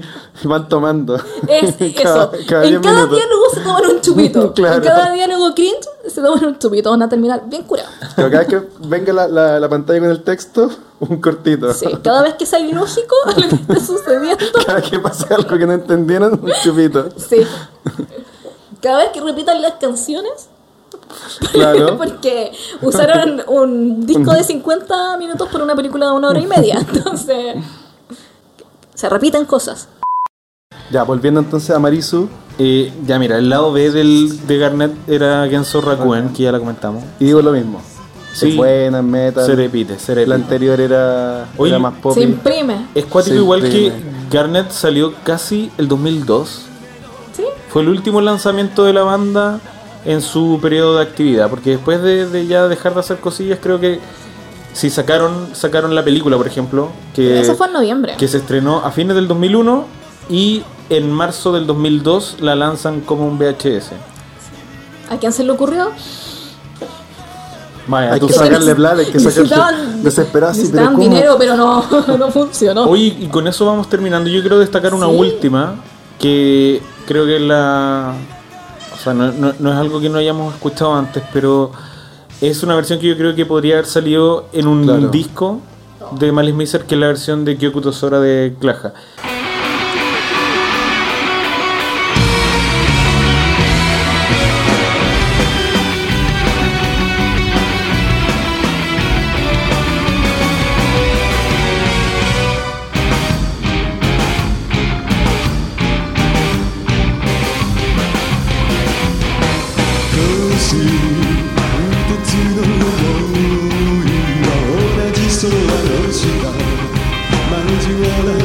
y van tomando.
Es eso.
Cada- cada
en
diez
cada
minutos.
diálogo se toman un chupito.
Claro.
En cada diálogo cringe se toman un chupito. Van a terminar bien curados.
Pero cada vez que venga la, la, la pantalla con el texto, un cortito.
Sí, cada vez que sea ilógico lo que está sucediendo.
Cada vez que pase algo que no entendieron, un chupito.
Sí. Cada vez que repitan las canciones.
Claro.
Porque usaron un disco de 50 minutos por una película de una hora y media. Entonces. Se repiten cosas.
Ya, volviendo entonces a Marisu.
Eh, ya mira, el lado B del, de Garnet era Genso Rakuen, que ya la comentamos.
Y digo lo mismo.
Sí.
Es buena, es metal.
Se repite, se
La
repite.
anterior era,
Oye,
era más pop.
Se imprime.
Es cuático
se
igual que
imprime.
Garnet salió casi el 2002.
¿Sí?
Fue el último lanzamiento de la banda en su periodo de actividad, porque después de, de ya dejar de hacer cosillas, creo que si sacaron sacaron la película, por ejemplo, que,
Eso fue en noviembre.
que se estrenó a fines del 2001 y en marzo del 2002 la lanzan como un VHS.
¿A quién se le ocurrió?
Maya,
Hay
tú
que
sabes.
sacarle plan, hay que sacarle.
Necesitaban-
Desesperado, sí, pero
necesitaban
¿cómo?
dinero, pero no, no funcionó.
Oye, y con eso vamos terminando. Yo quiero destacar una
Sí.
última que creo que es la. O sea, no, no- no es algo que no hayamos escuchado antes, pero es una versión que yo creo que podría haber salido en un
Claro.
disco de Malice Miser, que es la versión de Kyoku Tosora de Claja.
「どうしよう」「二つの想いは同じ空の下」「交わらない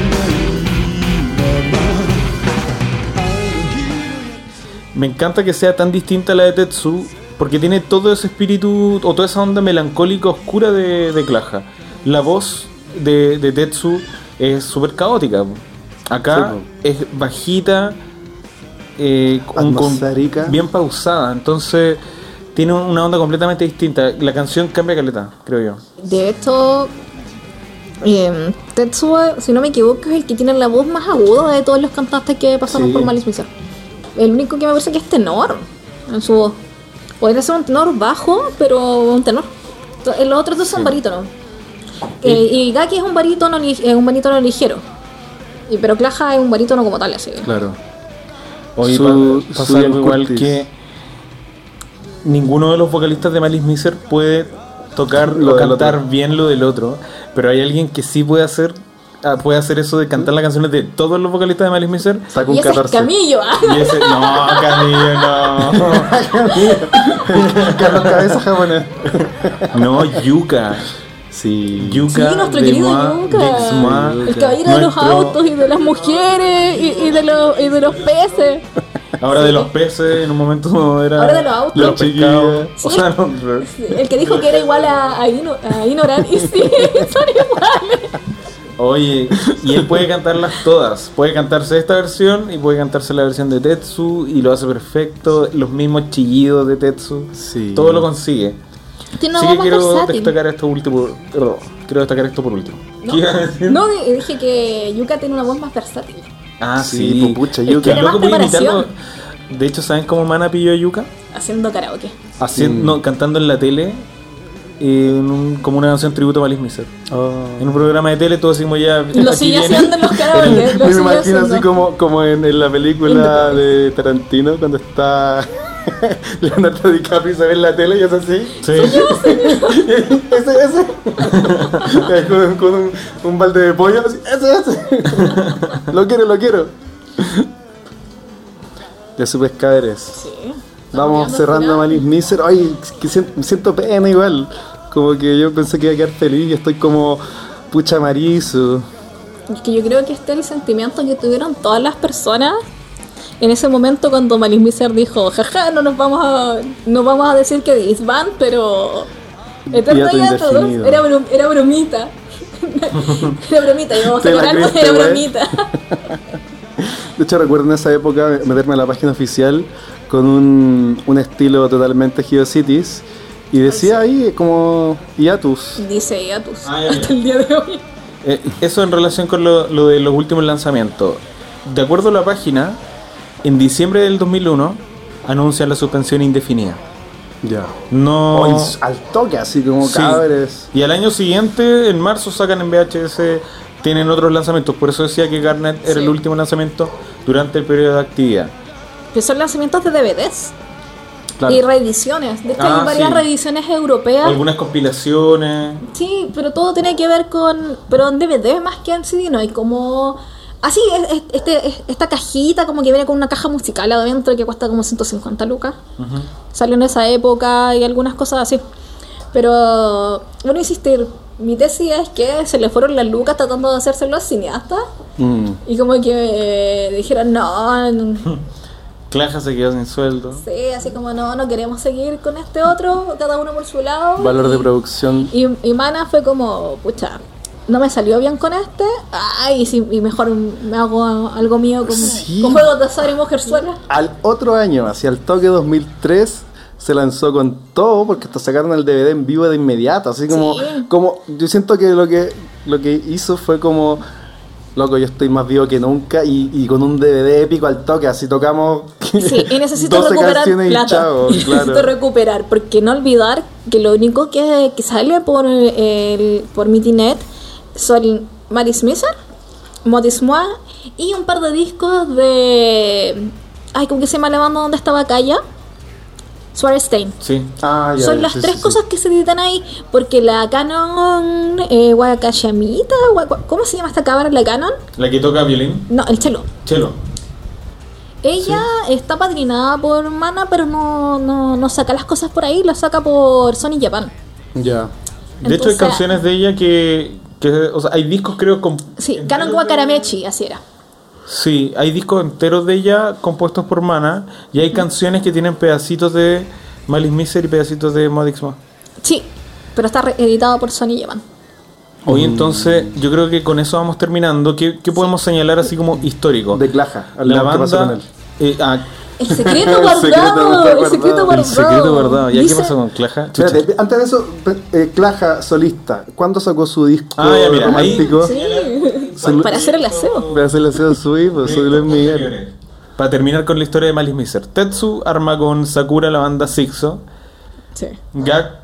まま」「あの日の約束
Me encanta que sea tan distinta a la de Tetsu, porque tiene todo ese espíritu o toda esa onda melancólica oscura de, de Claja. La voz de, de Tetsu es súper caótica. po. Acá es bajita, eh, con- con-
Atmosférica.
bien pausada, entonces tiene una onda completamente distinta. La canción cambia caleta, creo yo.
De hecho, eh, Tetsuo, si no me equivoco, es el que tiene la voz más aguda de todos los cantantes que pasaron
Sí.
por Malice Mizer. el único que me parece que es tenor en su voz. Podría ser un tenor bajo, pero un tenor. To- eh, Los otros dos son
Sí.
barítonos. Eh, y Gaki es un barítono, li- eh, un barítono ligero. Y, pero Claja es un barítono como tal, así.
Claro. Hoy
Su-
pa- pasa
Suyan
algo igual
Curtis.
que ninguno de los vocalistas de Malice Miser puede tocar
Lo
o
del
cantar
otro.
bien lo del otro, pero hay alguien que sí puede hacer ah, puede hacer eso de cantar las canciones de todos los vocalistas de Malice Miser.
Saca un
Y ese es
14.
Camillo, ¿ah?
Y ese no, Camilo, no.
Carlos Cabeza japonés.
No, Yuka.
Sí.
Yuka.
Sí, nuestro
de
querido
Moa,
Yuka.
de Moa.
El caballero de los
Nuestro-
autos y de las mujeres y, y de, los, y de los peces.
Ahora de los peces, en un momento era.
Ahora de los autos.
los pescados.
Sí.
O sea, no,
El que dijo que era igual a, a, Ino- a Inoran y sí, son iguales.
Oye, y él puede cantarlas todas. Puede cantarse esta versión y puede cantarse la versión de Tetsu y lo hace perfecto. Los mismos chillidos de Tetsu.
Sí.
Todo lo consigue.
Tiene
Así
una voz
que
más
quiero
versátil.
destacar esto último. perdón, quiero destacar esto por último. ¿Qué iba a decir?
No, di- dije que Yuka tiene una voz más versátil.
Ah,
Sí, pues, pupucha,
sí, Es que
yuca.
el loco
Tiene más
puede
preparación.
imitarlo. De hecho, ¿saben cómo Mana pilló a Yuka?
Haciendo karaoke.
Haciendo,
Mm.
no, cantando en la tele eh, en un- como una canción tributo a Malice Mizer.
Oh. Ah.
En un programa de tele todos decimos ya.
Lo
aquí
sigue
viene.
haciendo en los karaoke.
Yo
Lo
me
sigue
imagino
haciendo.
así como, como en, en la película de Tarantino cuando está Leonardo DiCaprio y se ve en la tele y es así.
Sí.
Ese, ese. con con un, un balde de pollo así. Ese, ese. lo quiero, lo quiero. De sus pescaderes.
Sí.
Vamos
Estamos
cerrando a
llegando al
Malis Miser. Ay, que siento, siento pena igual. Como que yo pensé que iba a quedar feliz y estoy como pucha marizo.
final. Es que yo creo que este es el sentimiento que tuvieron todas las personas en ese momento cuando Malice Miser dijo, jaja, no nos vamos a, no vamos a decir que disband, pero... Eterno
Hiato
hiato,
indefinido.
era, bru- era bromita. era bromita, íbamos a
Te la
llorar porque
creíste,
era
güey.
bromita.
De hecho, recuerdo en esa época meterme a la página oficial con un, un estilo totalmente GeoCities y decía ahí como hiatus.
Dice hiatus
Ah, ya, ya.
hasta el día de hoy.
Eh, eso en relación con lo, lo de los últimos lanzamientos. De acuerdo a la página, en diciembre del 2001 anuncian la suspensión indefinida.
Ya.
No.
O ins- al toque, así Oh, como
Sí.
cabres.
Y al año siguiente, en marzo, sacan en VHS, tienen otros lanzamientos. Por eso decía que Garnet era
Sí.
el último lanzamiento durante el periodo de actividad.
Que son lanzamientos de DVDs
Claro.
y reediciones. De hecho,
Ah,
hay varias
sí.
reediciones europeas.
Algunas compilaciones.
Sí, pero todo tiene que ver con. Pero en DVD más que en CD, ¿no? Hay como. Así, es- es- este, es- esta cajita como que viene con una caja musical adentro que cuesta como 150 lucas. Salió en esa época y algunas cosas así. Pero, bueno, insistir. Mi tesis es que se le fueron las lucas tratando de hacerse los cineastas.
Mm.
Y como que eh, dijeron, no, no,
Claja se quedó sin sueldo.
Sí, así como no, no queremos seguir con este otro, cada uno por su lado.
Valor de producción.
Y, y Mana fue como, pucha, no me salió bien con este, ay, sí, y mejor me hago a- algo mío con,
Sí.
con juegos de azar y mujer suela.
Al otro año, hacia el toque 2003, se lanzó con todo porque hasta sacaron el DVD en vivo de inmediato. Así como,
Sí.
como yo siento que lo que lo que hizo fue como, loco, yo estoy más vivo que nunca y, y con un DVD épico al toque. Así tocamos
Sí, y necesito
12
recuperar
canciones
plata.
y chao.
Y Necesito
claro.
recuperar, porque no olvidar que lo único que, que sale por, el, por Mitinet son Maris Miser, Modis Moi y un par de discos de. Ay, ¿cómo que se llama la banda donde estaba Calla? Suárez Stein.
Sí.
Ah, ya,
Son
ya,
las
sí,
tres
sí, sí.
cosas que se editan ahí, porque la Canon eh, Wakayamita, Waka- ¿cómo se llama esta cámara? ¿La Canon?
La que toca violín.
No, el Chelo.
Chelo.
Ella está padrinada por Mana, pero no, no, no saca las cosas por ahí, las saca por Sony Japan.
Ya.
De hecho, hay
Entonces-
canciones de ella que. que o sea, hay discos, creo. con-
Sí, Canon Wakaramechi, así era.
Sí, hay discos enteros de ella compuestos por Mana y hay canciones que tienen pedacitos de Malice Miser y pedacitos de Modix Ma.
Sí, pero está re- editado por Sony Japan.
Hoy entonces yo creo que con eso vamos terminando. ¿Qué, qué podemos señalar así como histórico?
De Claja.
La
hablamos qué pasó
banda...
con él.
eh, ah,
El secreto
El
guardado, el secreto
secreto
guardado.
el secreto guardado. ¿Ya
Dice-
qué pasó con Claja? Chucha.
Espérate, antes de eso, eh, Claja, solista, ¿cuándo sacó su disco
Ah, ya, mira, ahí-
romántico?
Sí,
Solo-
para hacer el aseo.
Para hacer la cena a su hijo, soy Luis pues, Miguel.
Para terminar con la historia de Malice Miser. Tetsu arma con Sakura la banda Sixo.
Sí.
Gak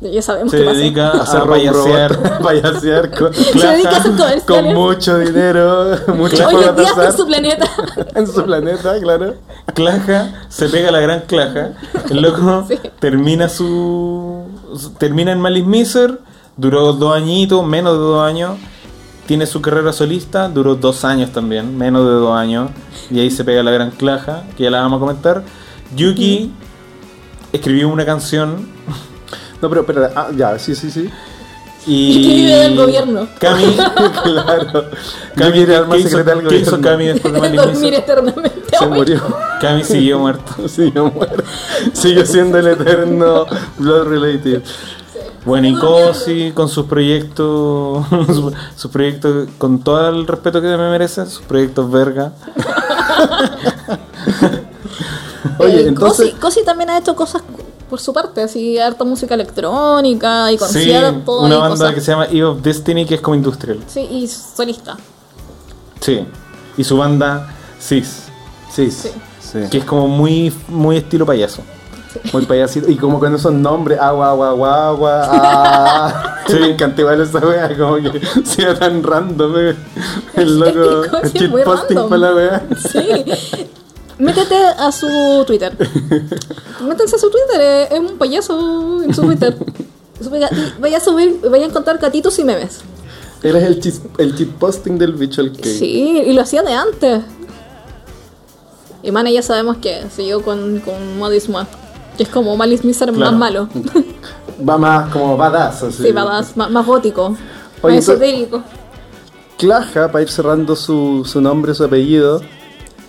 Ya sabemos
se
qué pasa.
dedica a hacer
Rom-
payasear.
robot, payasear con,
Se dedica a hacer
Claro.
comerciales.
con mucho dinero, mucho
Hoy
juego
en
de
día está
azar
en su planeta.
en su planeta, claro.
Claja, se pega la gran claja. El loco
Sí.
termina su. su- termina en Malice Miser. Duró dos añitos, menos de dos años. Tiene su carrera solista, duró dos años también, menos de dos años. Y ahí se pega la gran claja, que ya la vamos a comentar. Yuki escribió una canción
No, pero, pero, ah, ya, sí, sí, sí.
y.
Que vive del gobierno.
Cami.
Claro. Yo
Cami
quiero
¿qué-
arma
qué hizo-
secreta del
¿Qué hizo
gobierno.
Cami después de Malice
Dormir
Miser?
eternamente.
Se
hoy.
murió.
Cami siguió muerto.
Siguió muerto. Sigue siendo el eterno Blood Relative.
Eh,
Bueno, y Cosi con sus proyectos, sus sus proyectos, con todo el respeto que me merecen, sus proyectos verga.
Oye,
Eh,
entonces.
Cosi, Cosi también ha hecho cosas por su parte, así harta música electrónica y
Sí,
conciertos
una
y
banda
cosas.
que se llama Eve of Destiny que es como industrial.
Sí, y solista.
Sí. Y su banda Sis,
Sí,
Sí.
sí.
que es como muy, muy estilo payaso.
Muy payasito. Y como con esos nombres, agua, agua, agua, agua. Ah,
Sí.
me encanta igual esa wea, como que sea tan random. eh. El
Es que
loco.
Cosi es
shitposting
muy random.
para la wea.
Sí. Métete a su Twitter. Métanse a su Twitter, eh, es un payaso en su Twitter. Su pega- y Vaya a subir, vaya a encontrar gatitos y memes.
Él es el, chis- el shitposting del bicho al que.
Sí, y lo hacía de antes. Y Mana ya sabemos que siguió con, con Modest Moth, que es como Malice Miser
Claro.
más malo.
Va más como badass. Así.
Sí, más, más, más gótico.
Oye,
más
tú-
esotérico.
Claja, para ir cerrando su, su nombre, su apellido,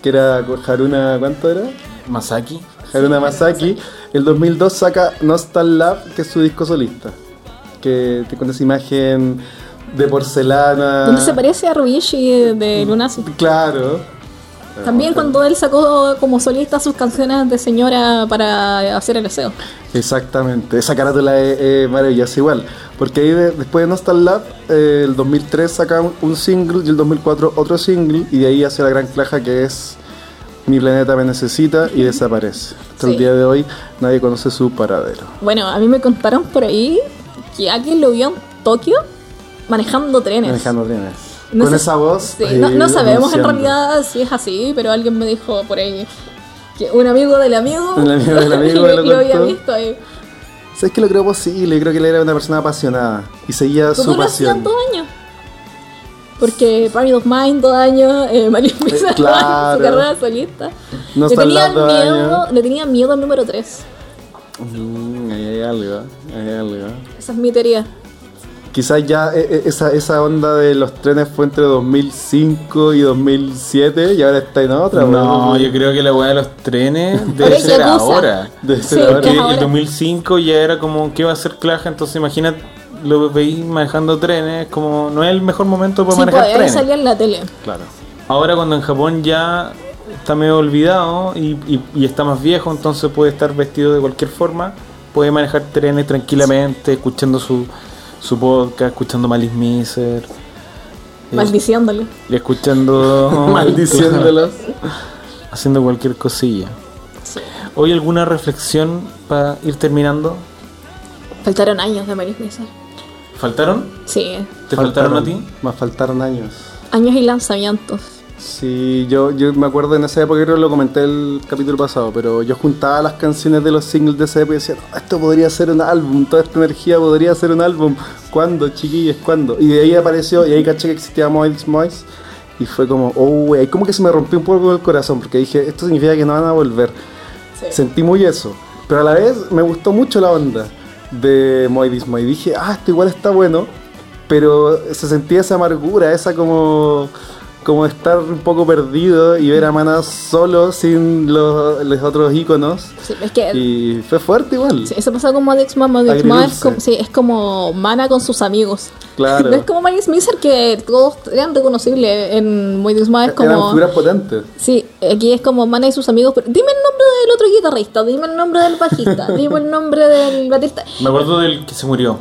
que era Haruna, ¿cuánto era?
Masaki.
Haruna Masaki. El 2002 saca Nostal Lab, que es su disco solista. Que te- con esa imagen de porcelana.
Donde se parece a Rubishi
Mm.
de Lunacy.
Claro. Ah,
También cuando él sacó como solista sus canciones de señora para hacer el aseo.
Exactamente, esa carátula es, es maravillosa igual, porque ahí de- después de Nostal Lab, eh, el 2003 saca un, un single y el 2004 otro single y de ahí hace la gran claja que es Mi planeta me necesita y desaparece. Hasta el
Sí.
día de hoy nadie conoce su paradero.
Bueno, a mí me contaron por ahí que alguien lo vio en Tokio manejando trenes.
Alejandro Tienes.
No
Con
sé-
esa voz.
Sí,
eh,
no, no sabemos en
anunciando.
realidad si es así, pero alguien me dijo por ahí que un amigo del amigo,
Un amigo del amigo
lo,
lo
lo había
contó.
visto ahí.
¿Sabes que lo creo posible? Creo que él era una persona apasionada y seguía
Como
su
lo
pasión.
hacían dos años. Porque Pyramid of Mind dos años, eh, Malice Mizer, dos años,
claro.
su carrera solista.
No
le,
está al
tenían
lado dos
miedo,
años.
le tenían miedo al número 3.
Mm, ahí hay algo, ahí hay algo.
Esa es mi teoría.
Quizás ya eh, eh, esa, esa onda de los trenes fue entre 2005 y 2007 y ahora está en otra.
No,
weón.
yo creo que la weá de los trenes
Ahora
debe
es
ser
Yakuza.
ahora.
Debe ser
Sí,
ahora.
que
Porque
es
el
ahora.
2005 ya era como, ¿qué va a hacer Claja? Entonces imagínate, lo veis manejando trenes, como no es el mejor momento para
Sí, pues,
manejar
ahí
trenes.
salía en la tele.
Claro.
Ahora cuando en Japón ya está medio olvidado y, y- y está más viejo, entonces puede estar vestido de cualquier forma, puede manejar trenes tranquilamente, escuchando su, su podcast, escuchando Malice Miser,
Maldiciéndole.
y escuchando...
Maldiciéndolos.
Haciendo cualquier cosilla.
Sí.
¿Hoy alguna reflexión para ir terminando?
Faltaron años de Maris Mesa.
¿Faltaron?
Sí.
¿Te faltaron, a ti?
Más faltaron años.
Años y lanzamientos.
Sí, yo, yo me acuerdo en esa época, creo que lo comenté el capítulo pasado, pero yo juntaba las canciones de los singles de esa época y decía, "No, esto podría ser un álbum, toda esta energía podría ser un álbum. ¿Cuándo, chiquillos? ¿Cuándo? Y de ahí apareció, y ahí caché que existía Moist Moist. Y fue como, oh, wey, como que se me rompió un poco el corazón, porque dije, esto significa que no van a volver.
Sí.
Sentí muy eso, pero a la vez me gustó mucho la onda de Moidis Moy. Dije, ah, esto igual está bueno, pero se sentía esa amargura, esa como, como estar un poco perdido y ver a Maná solo sin los, los otros íconos.
Sí, es que
Y fue fuerte igual.
sí, eso pasó con Modex Man. Modex Man
Agridulce.
es como, sí, es como Mana con sus amigos.
Claro.
No es como Maris Miser que todos eran reconocibles en Modex Man. Es
Eran
como.
figuras potentes.
Sí, aquí es como Mana y sus amigos. Pero dime el nombre del otro guitarrista, dime el nombre del bajista, dime el nombre del baterista.
Me acuerdo del que se murió.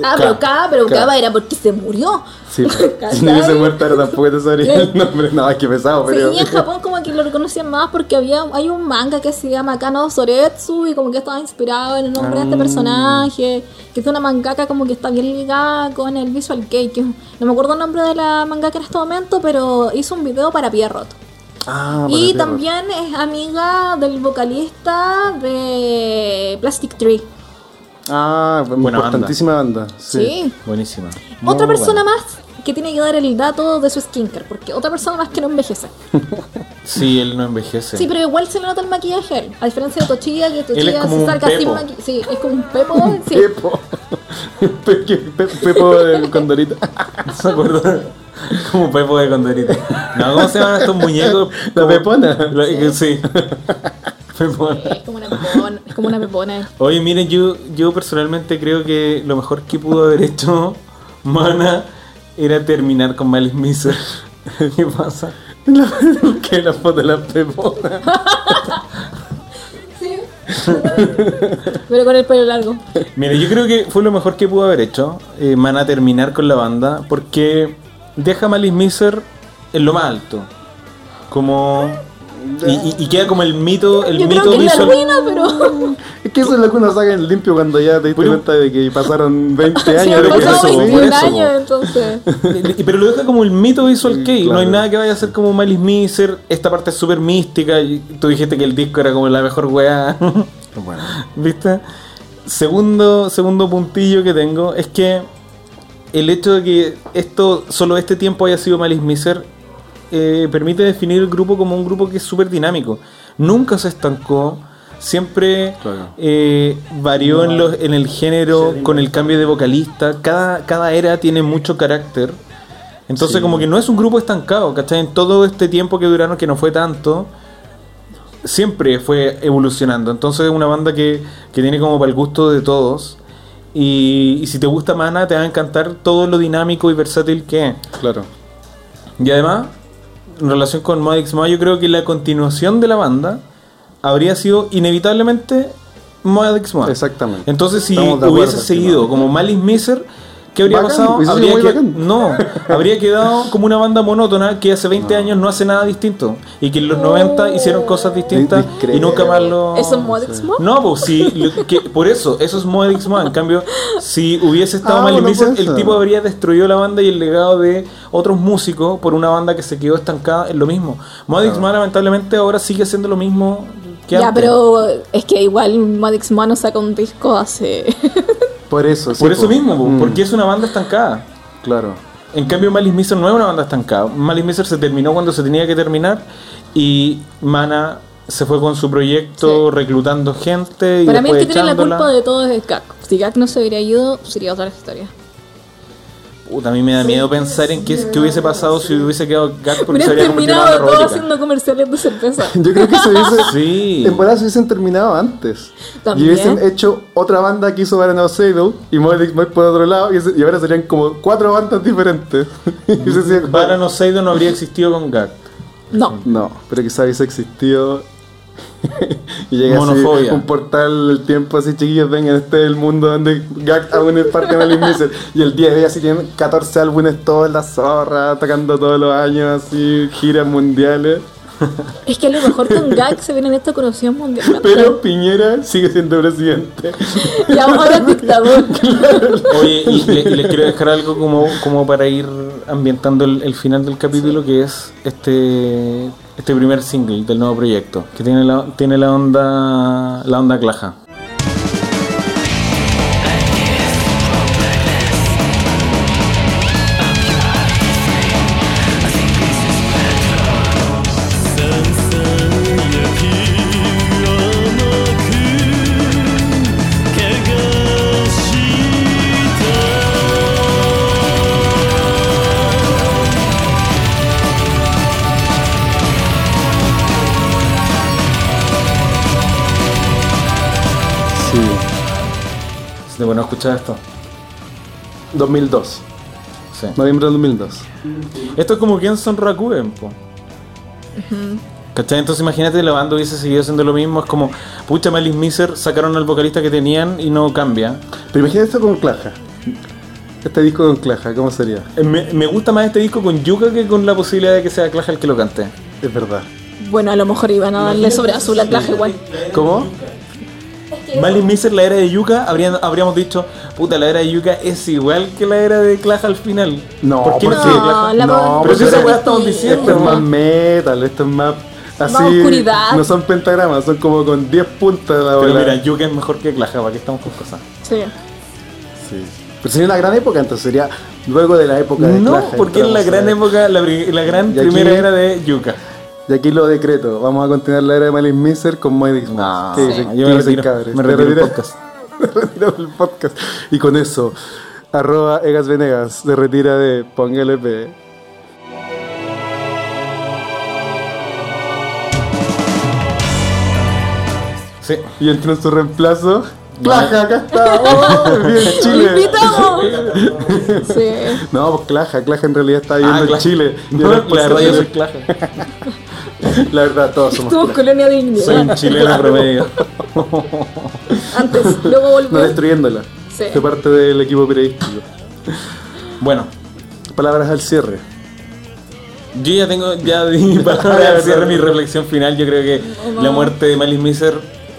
Ah, pero K, pero
K.
K era porque se murió.
Sí, pero si
¿Cachai?
no hubiese muerto ahora tampoco te sabría el nombre. No, es que pesado,
Sí,
pero.
y en Japón como que lo reconocían más porque había hay un manga que se llama Kano Soretsu y como que estaba inspirado en el nombre de este
Ah.
personaje, que es una mangaka como que está bien ligada con el Visual Kei, que no me acuerdo el nombre de la mangaka en este momento, pero hizo un video para Pierrot.
Ah, para
y
ti,
también es amiga del vocalista de Plastic Tree.
Ah,
Buena
importantísima banda. Sí.
Sí.
Buenísima.
Otra
Muy
persona
buena.
más que tiene que dar el dato de su skincare, porque otra persona más que no envejece.
Sí, él no envejece.
Sí, pero igual se le nota el maquillaje a él. A diferencia de Tochilla, que
Él es
Tochilla
como
se
un
saca sin
Pepo.
maquillaje. Sí, es como un pepo. sí.
Pepo. Pe- que- Pe- Pepo de Condorita.
¿No se acuerdan? Como Pepo de Condorita. No, ¿cómo se llaman estos muñecos?
La
Como-
Pepona.
La- que- sí. Pepona.
Es como una pepona. Es como una pepona.
Oye, miren, yo, yo personalmente creo que lo mejor que pudo haber hecho Mana era terminar con Malice Miser. ¿Qué pasa?
La- que la foto de la Pepona.
Sí. pero con el pelo largo.
Mira, yo creo que fue lo mejor que pudo haber hecho eh, Mana terminar con la banda porque deja a Malice Miser en lo más alto. Como. Y, y- y queda como el mito, el
Yo creo
mito
que es la
visual.
ruina, pero.
Es que eso es lo que uno saca en limpio cuando ya te diste
Pero-
cuenta de que pasaron 20
Sí,
años.
han
de que
pasado
eso, por
21
eso,
años,
po.
entonces.
Y- Pero lo deja como el mito visual
Sí,
kei. No hay
claro.
nada que vaya a ser como Malice Miser. Esta parte es súper mística. y Tú dijiste que el disco era como la mejor weá.
Bueno,
¿Viste? Segundo, segundo puntillo que tengo es que el hecho de que esto, solo este tiempo haya sido Malice Miser eh, permite definir el grupo como un grupo que es súper dinámico. Nunca se estancó, siempre
Claro.
eh, varió en, los, en el género con el cambio de vocalista. Cada, cada era tiene mucho carácter. Entonces
Sí.
como que no es un grupo estancado, ¿cachai? En todo este tiempo que duraron, que no fue tanto, siempre fue evolucionando. Entonces es una banda que, que tiene como para el gusto de todos. Y, y si te gusta Mana, te va a encantar todo lo dinámico y versátil que es.
claro.
Y además, en relación con Mod X Mod, yo creo que la continuación de la banda habría sido inevitablemente Mod X Mod.
Exactamente.
Entonces, si
Estamos de acuerdo,
hubiese seguido
estimado.
como Malice Miser, ¿qué habría
Bacán,
pasado?
hubiese sido
Habría
muy
que-
bacán.
no, habría quedado como una banda monótona que hace 20 años no hace nada distinto. Y que en los 90 hicieron cosas distintas
Discrepo.
y nunca más lo.
¿Eso es Modex Mod?
No, pues sí, lo que- por eso, eso es Mod X Mod. En cambio, si hubiese estado
Ah,
Malice
bueno,
Miser,
puede
el
ser.
tipo habría destruido la banda y el legado de otros músicos por una banda que se quedó estancada en lo mismo. Mod X Mod, lamentablemente, ahora sigue haciendo lo mismo que
Ya,
antes.
pero es que igual Modex Mano saca un disco hace.
Por eso, sí,
Por eso
po.
mismo, po,
Mm,
porque es una banda estancada.
Claro.
En cambio, Malice Miser no es una banda estancada. Malice Miser se terminó cuando se tenía que terminar y Mana se fue con su proyecto reclutando gente y
Para mí el
después
que tiene la
echándola.
culpa de todo es Gak. Si Gak no se hubiera ido, sería otra la historia.
Puta, a mí me da miedo pensar en qué, qué hubiese pasado si hubiese quedado Gak porque se
Hubieran
habría convertido en una
terminado
robótica.
todo haciendo comerciales de cerveza.
Yo creo que se hubiese.
Sí.
Temporadas se hubiesen terminado antes.
También.
Y hubiesen hecho otra banda que hizo Barano Sado y Modex Mod por otro lado. Y, ese- y ahora serían como cuatro bandas diferentes. Y hubiese sido como-
Baran Oseido no habría existido con Gak.
No.
No, pero quizás hubiese existido. y llega así
Monofobia.
un portal del tiempo así, chiquillos, vengan, este es el mundo donde Gak aún es parte de Malice Miser. Y el día de hoy así tienen 14 álbumes, todas las zorras, tocando todos los años, así, giras mundiales.
Es que a lo mejor con Gak se vienen esta conocida mundialmente.
Pero Piñera sigue siendo presidente.
Y ahora es dictador.
Oye, y le- y les quiero dejar algo como, como para ir ambientando el, el final del capítulo, que es este este primer single del nuevo proyecto, que tiene la, tiene la onda la onda claja.
Sí,
Es de bueno escuchar esto.
2002,
Sí.
noviembre del 2002.
Esto es como quien son Rakuen, po. ¿Cachai? Entonces imagínate la banda hubiese seguido haciendo lo mismo, es como, pucha Malice Miser sacaron al vocalista que tenían y no cambia.
Pero imagínate esto con Claja. Este disco con Claja, ¿cómo sería?
Eh, Me, me gusta más este disco con Yuka que con la posibilidad de que sea Clash el que lo cante.
Es verdad.
Bueno, a lo mejor iban a darle sobre azul a Clash igual.
¿Cómo?
Malin Miser, la era de Yuka, habrían- habríamos dicho, puta, la era de Yuka es igual que la era de Clash al final.
No,
¿Por qué no?
porque-
sigue Clash?
la
no,
voz-
pero si esa
es-
weá estamos
distinta.
Esto es más metal, esto es más. Así,
oscuridad.
no son pentagramas, son como con 10 puntas la
Pero
bola.
mira, Yuka es mejor que Clash, ¿para qué estamos con cosas?
Sí.
Sí. Pero sería una gran época, entonces sería luego de la época de
No,
Clash,
porque es la
entramos a-
gran época, la, pri- la gran
Y aquí-
primera era de Yuka.
Y aquí lo decreto, vamos a continuar la era de Malin Miser con Moe Dixon.
No,
¿Qué dicen?
yo
¿Qué
me
dicen,
retiro,
cabres?
Ah, me
¿Te
retiro del
retiras?
podcast.
Te retiras del podcast. Y con eso, arroba Egas Venegas se retira de Póngale P.
Sí.
Y entró en su reemplazo. ¡Claja, acá está! ¡Oh, bien
¡Lo
Chile!
invitamos! sí.
No, pues Claja, Claja en realidad está viviendo en
Clash.
Chile. Y
Ah, No,
era-
la verdad yo soy Clash.
La verdad, todos somos
Somos
Clash.
colonia de
Soy un
dignidad.
chileno promedio.
Antes, luego
No
volvemos.
destruyéndola.
Sí.
Fue parte del equipo periodístico.
Bueno,
Palabras al cierre.
yo ya tengo, ya di para hacer mi reflexión final. Yo creo que la muerte de Malice Miser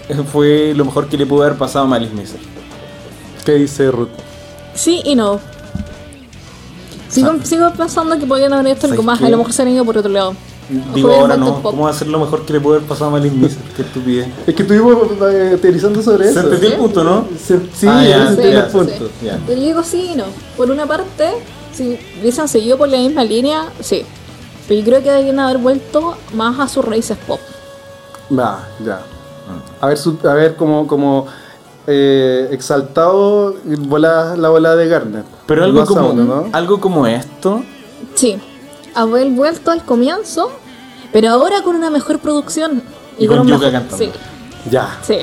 eh, fue lo mejor que le pudo haber pasado a Malice Miser.
¿Qué dice Ruth?
Sí y no. Sigo, sigo pensando que podrían haber hecho algo
¿Sabes
más.
qué?
A lo mejor se han ido por otro lado.
Digo
Ojo,
ahora
el
no,
momento pop.
¿cómo va a ser lo mejor que le pudo haber pasado a Malice Miser? Qué estupidez.
Es que estuvimos eh, teorizando sobre
Se
eso.
entendió el punto, ¿no?
Se- Sí,
Ah, ya,
ese
sí,
tiene
ya,
el
sí.
punto.
Ya.
Pero yo digo sí y no. Por una parte, si hubiesen seguido por la misma línea, sí. Pero yo creo que debían haber vuelto más a sus raíces pop.
Va, ya.
Mm.
A ver, su- a ver como, como eh, exaltado bola- la bola de Garnet.
Pero algo
Más
como,
aún, ¿no?
algo como esto,
Sí. Haber vuelto al comienzo, pero ahora con una mejor producción.
Y con
un
Yuka
mejor-
cantando.
Sí,
Ya.
sí.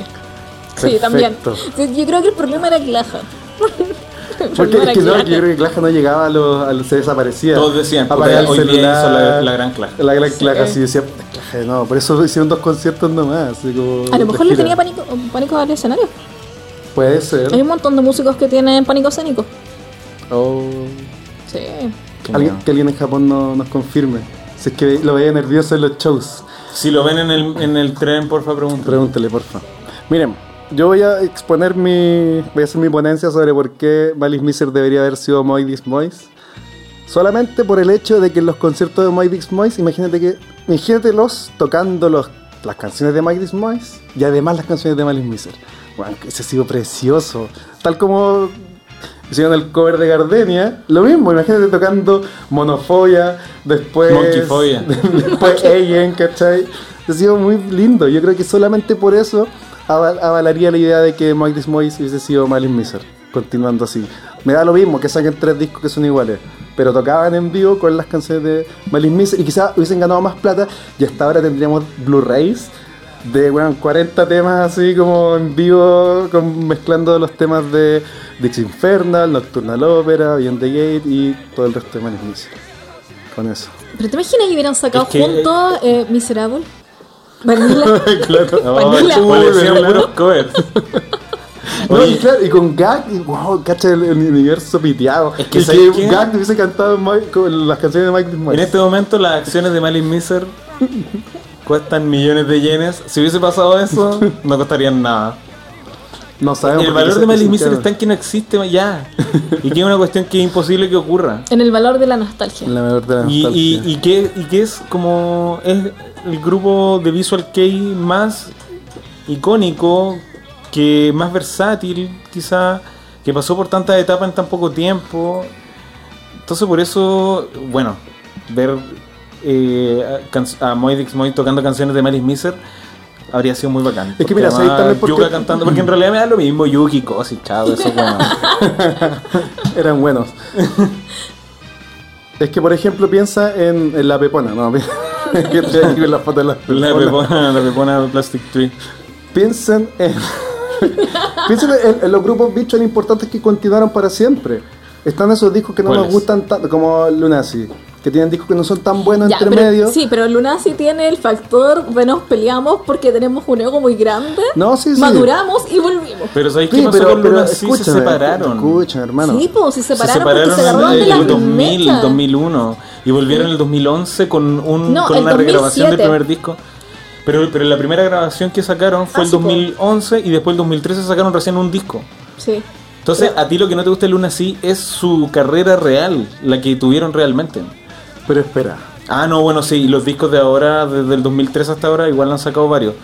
Sí, también.
Perfecto.
Sí, Yo creo que el problema era Glaja. El
Porque
problema
es
era
que no,
Glaja.
yo creo que Claja no llegaba a los. a los- se desaparecía.
Todos decían, puta,
Apagaba el
hoy día
celular,
hizo la- la gran Claja.
La gran
Sí.
Claja, sí, decía, "Puta, Claja, no. Por eso hicieron dos conciertos nomás. así como
A
de
lo mejor le
gira.
tenía pánico, pánico al escenario.
¿Eh? Puede
Hay
ser.
un montón de músicos que tienen pánico escénico.
Oh.
Sí.
Qué
Alguien,
miedo.
que alguien en Japón no- nos confirme. Si es que lo veía nervioso en los shows.
si lo ven en el, en el tren, porfa, pregunta.
Pregúntele, porfa. Miren, yo voy a exponer mi. Voy a hacer mi ponencia sobre por qué Malice Miser debería haber sido Moy Dix Mois. Solamente por el hecho de que en los conciertos de Moy Dix Mois, imagínate que. Imagínatelos tocando los, las canciones de Moy Dix Mois y además las canciones de Malice Miser. Bueno, ese ha sido precioso. Tal como hicieron el cover de Gardenia, lo mismo, imagínate tocando Monofobia, después.
Monkeyfobia.
Después Alien, ¿cachai? Ha sido muy lindo. Yo creo que solamente por eso aval- avalaría la idea de que Mike Moyes hubiese sido Malin Miser. Continuando así. Me da lo mismo que saquen tres discos que son iguales. Pero tocaban en vivo con las canciones de Malin Miser y quizás hubiesen ganado más plata. Y hasta ahora tendríamos Blu-rays de bueno, 40 temas así como en vivo, con- mezclando los temas de Dix Infernal, Nocturnal Opera, Beyond the Gate y todo el resto de Malin Miser. Con eso.
Pero te imaginas que hubieran sacado
Es que-
juntos eh, Miserable, Vanilla.
claro. Oh,
No,
Vanilla.
le decían
Uy,
puros covers.
No,
Oye,
y claro, y con Gag, y wow, cacha el, el universo piteado.
Es que
y
¿sabes qué?
Gag hubiese cantado Mike- con las canciones de Mike
en
Moyes.
este momento las acciones de Malin Miser cuestan millones de yenes. Si hubiese pasado eso, no costarían nada.
No sabemos.
El
porque
valor
quizás-
de
quizás
Malin Miser está
quedaron
en que no existe ya. Y que es una cuestión que es imposible que ocurra.
en el valor de la nostalgia.
en la menor de la
Y, y,
nostalgia.
y que, y que es como es el grupo de Visual Kei más icónico, que más versátil quizá, que pasó por tantas etapas en tan poco tiempo. Entonces por eso, bueno, ver eh, a, can- a Moy Dix Moy tocando canciones de Malice Miser habría sido muy bacán.
que
Porque
mira, ¿sabes
además
también por
Yuka
qué?
cantando, porque en realidad me da lo mismo Yuki, Kosi, chao, eso bueno.
Eran buenos. es que, por ejemplo, piensa en, en la pepona, ¿no? que te ahí con las fotos de las
La
peponas.
pepona, la pepona Plastic Tree.
Piensen en. piensen en, en los grupos bichos tan importantes que continuaron para siempre. Están esos discos que no nos
¿Cuáles?
gustan tanto, como Lunacy, que tienen discos que no son tan buenos
Ya,
entre
pero-
medio.
sí, pero Luna sí tiene el factor, bueno, nos peleamos porque tenemos un ego muy grande,
No, sí, sí.
maduramos y volvimos.
Pero ¿sabéis
Sí,
qué pasó
pero,
con Luna?
pero
Sí, se
escúchame,
separaron.
Escúchame, hermano.
sí, pues si se
se
separaron,
separaron
porque se agarraron
en
de las
el 2000,
mechas.
2001 y volvieron en el 2011 con, un,
No,
con
el
una regrabación del
2007.
primer disco. Pero, pero la primera grabación que sacaron fue el
Ah, sí, po.
2011 y después el 2013 sacaron recién un disco.
Sí.
Entonces, a ti lo que no te gusta de Luna sí es su carrera real, la que tuvieron realmente.
Pero espera.
Ah, no, bueno, sí, los discos de ahora, desde el 2003 hasta ahora, igual han sacado varios.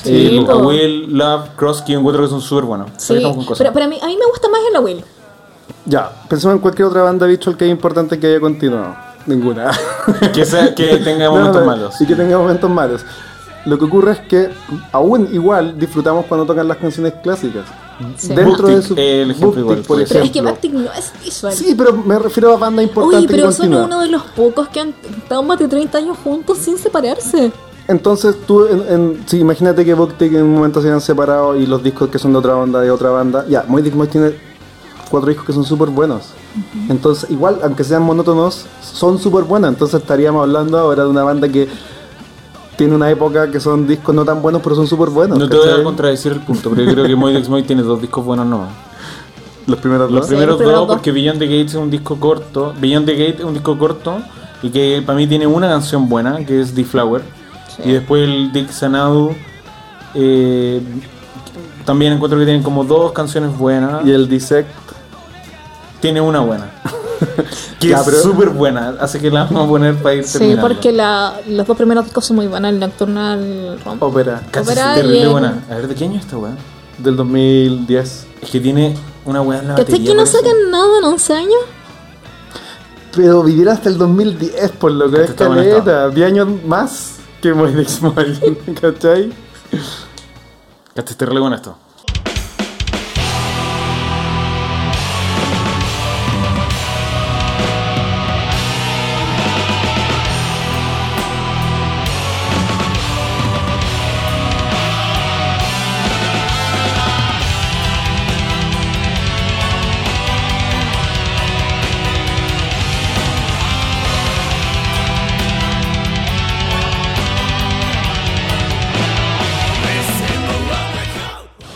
Sí,
el
po.
A Will, Love, Cross, que yo encuentro que son súper buenos. Ahí
Sí,
estamos con cosas.
pero, pero a, mí, a mí me gusta más el Abuelo.
Ya, pensemos en cualquier otra banda visual que es importante que haya continuado. Ninguna.
que, sea- que tenga momentos
No, no,
malos.
Y que tenga momentos malos. Lo que ocurre es que aún igual disfrutamos cuando tocan las canciones clásicas.
Sí.
Dentro de
Booktick,
su
eh, el ejemplo
Booktick,
igual,
por
puede
ejemplo.
Pero
ser.
es que Bactic no es visual.
Sí, pero me refiero a bandas importantes
Oye, pero
que
son
continúan.
uno de los pocos que han estado más de 30 años juntos sin separarse.
Entonces tú, en, en- sí, imagínate que Booktick en un momento se han separado y los discos que son de otra banda, de otra banda. Ya, Moy Dick Moy tiene cuatro discos que son súper buenos. Entonces, igual, aunque sean monótonos, son súper buenos. Entonces estaríamos hablando ahora de una banda que tiene una época que son discos no tan buenos, pero son súper buenos.
No te voy a
¿cachai?
contradecir el punto, pero yo creo que Moy Dex Moy tiene dos discos buenos nomás.
Los primeros
Los
dos.
primeros
los primeros
dos,
dos.
porque Beyond the Gates es un disco corto. Beyond the Gate es un disco corto y que para mí tiene una canción buena, que es The Flower. Y después el Dick Sanadu. eh, también encuentro que tienen como dos canciones buenas.
Y el Dissect.
Tiene una buena. que
Ya,
es
pero-
súper buena. Así que la vamos a poner para ir
Sí,
terminando.
porque la, los dos primeros discos son muy buenos, el Nocturnal Romp.
Ópera.
Casi
Opera
terrible
y el-
buena. A ver, ¿de qué año es esta weá?
Del 2010.
Es que tiene una weá en la
¿Cachai
batería.
que no
parece.
sacan nada en 11 años?
Pero vivir hasta el 2010, por lo que
Esto
es
está bueno,
caleta. 10 años más que Moy Dick Moy. ¿Cachai?
Casi es terrible buena esto.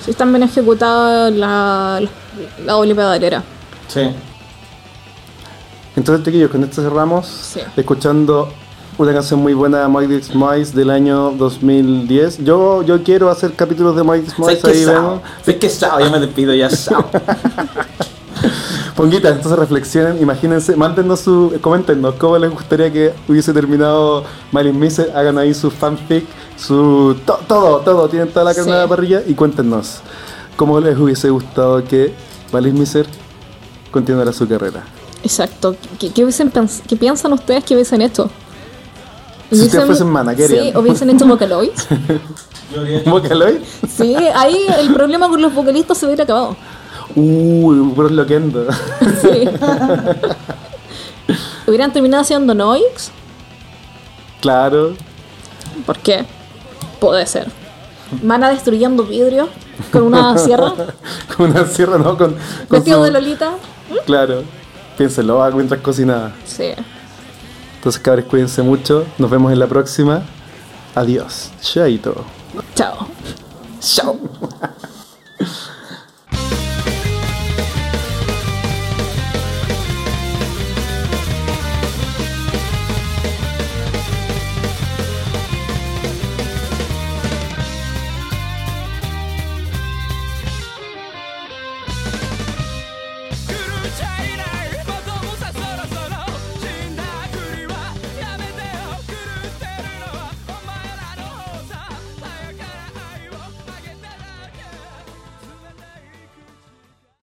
Sí, están bien ejecutadas la, la, la doble pedalera.
Sí.
Entonces, chiquillos, con esto cerramos
Sí.
escuchando una canción muy buena de Mike Dix Mice del año 2010. Yo, yo quiero hacer capítulos de Mike Dix
¿Sabes
Mice
qué
ahí,
sao?
ven.
¿Sabes qué sao? Ya me despido, ya sao.
Ponguita, entonces reflexionen, imagínense, mándennos su, coméntenos cómo les gustaría que hubiese terminado Marilyn Miser, hagan ahí su fanfic, su to- todo, todo, tienen toda la carne
Sí.
de la parrilla y cuéntenos cómo les hubiese gustado que Marilyn Miser continuara su carrera.
Exacto. ¿Qué, qué, hubiesen pens- qué piensan ustedes que hubiesen hecho?
Si ustedes fuesen mana, ¿qué harían?
Sí, hubiesen hecho vocaloids.
¿Vocaloid?
sí, ahí el problema con los vocalistas se hubiera acabado.
Uy, puro loquendo.
Sí. Hubieran terminado haciendo Noix.
Claro.
¿Por qué? Puede ser. Mana destruyendo vidrio con una sierra.
con una sierra, ¿no? Con, con
Vestido
su-
de Lolita.
Claro. Piénselo, ah, mientras cocinaba.
Sí.
Entonces, cabres, cuídense mucho. Nos vemos en la próxima. Adiós. Chaito.
Chao.
Chao.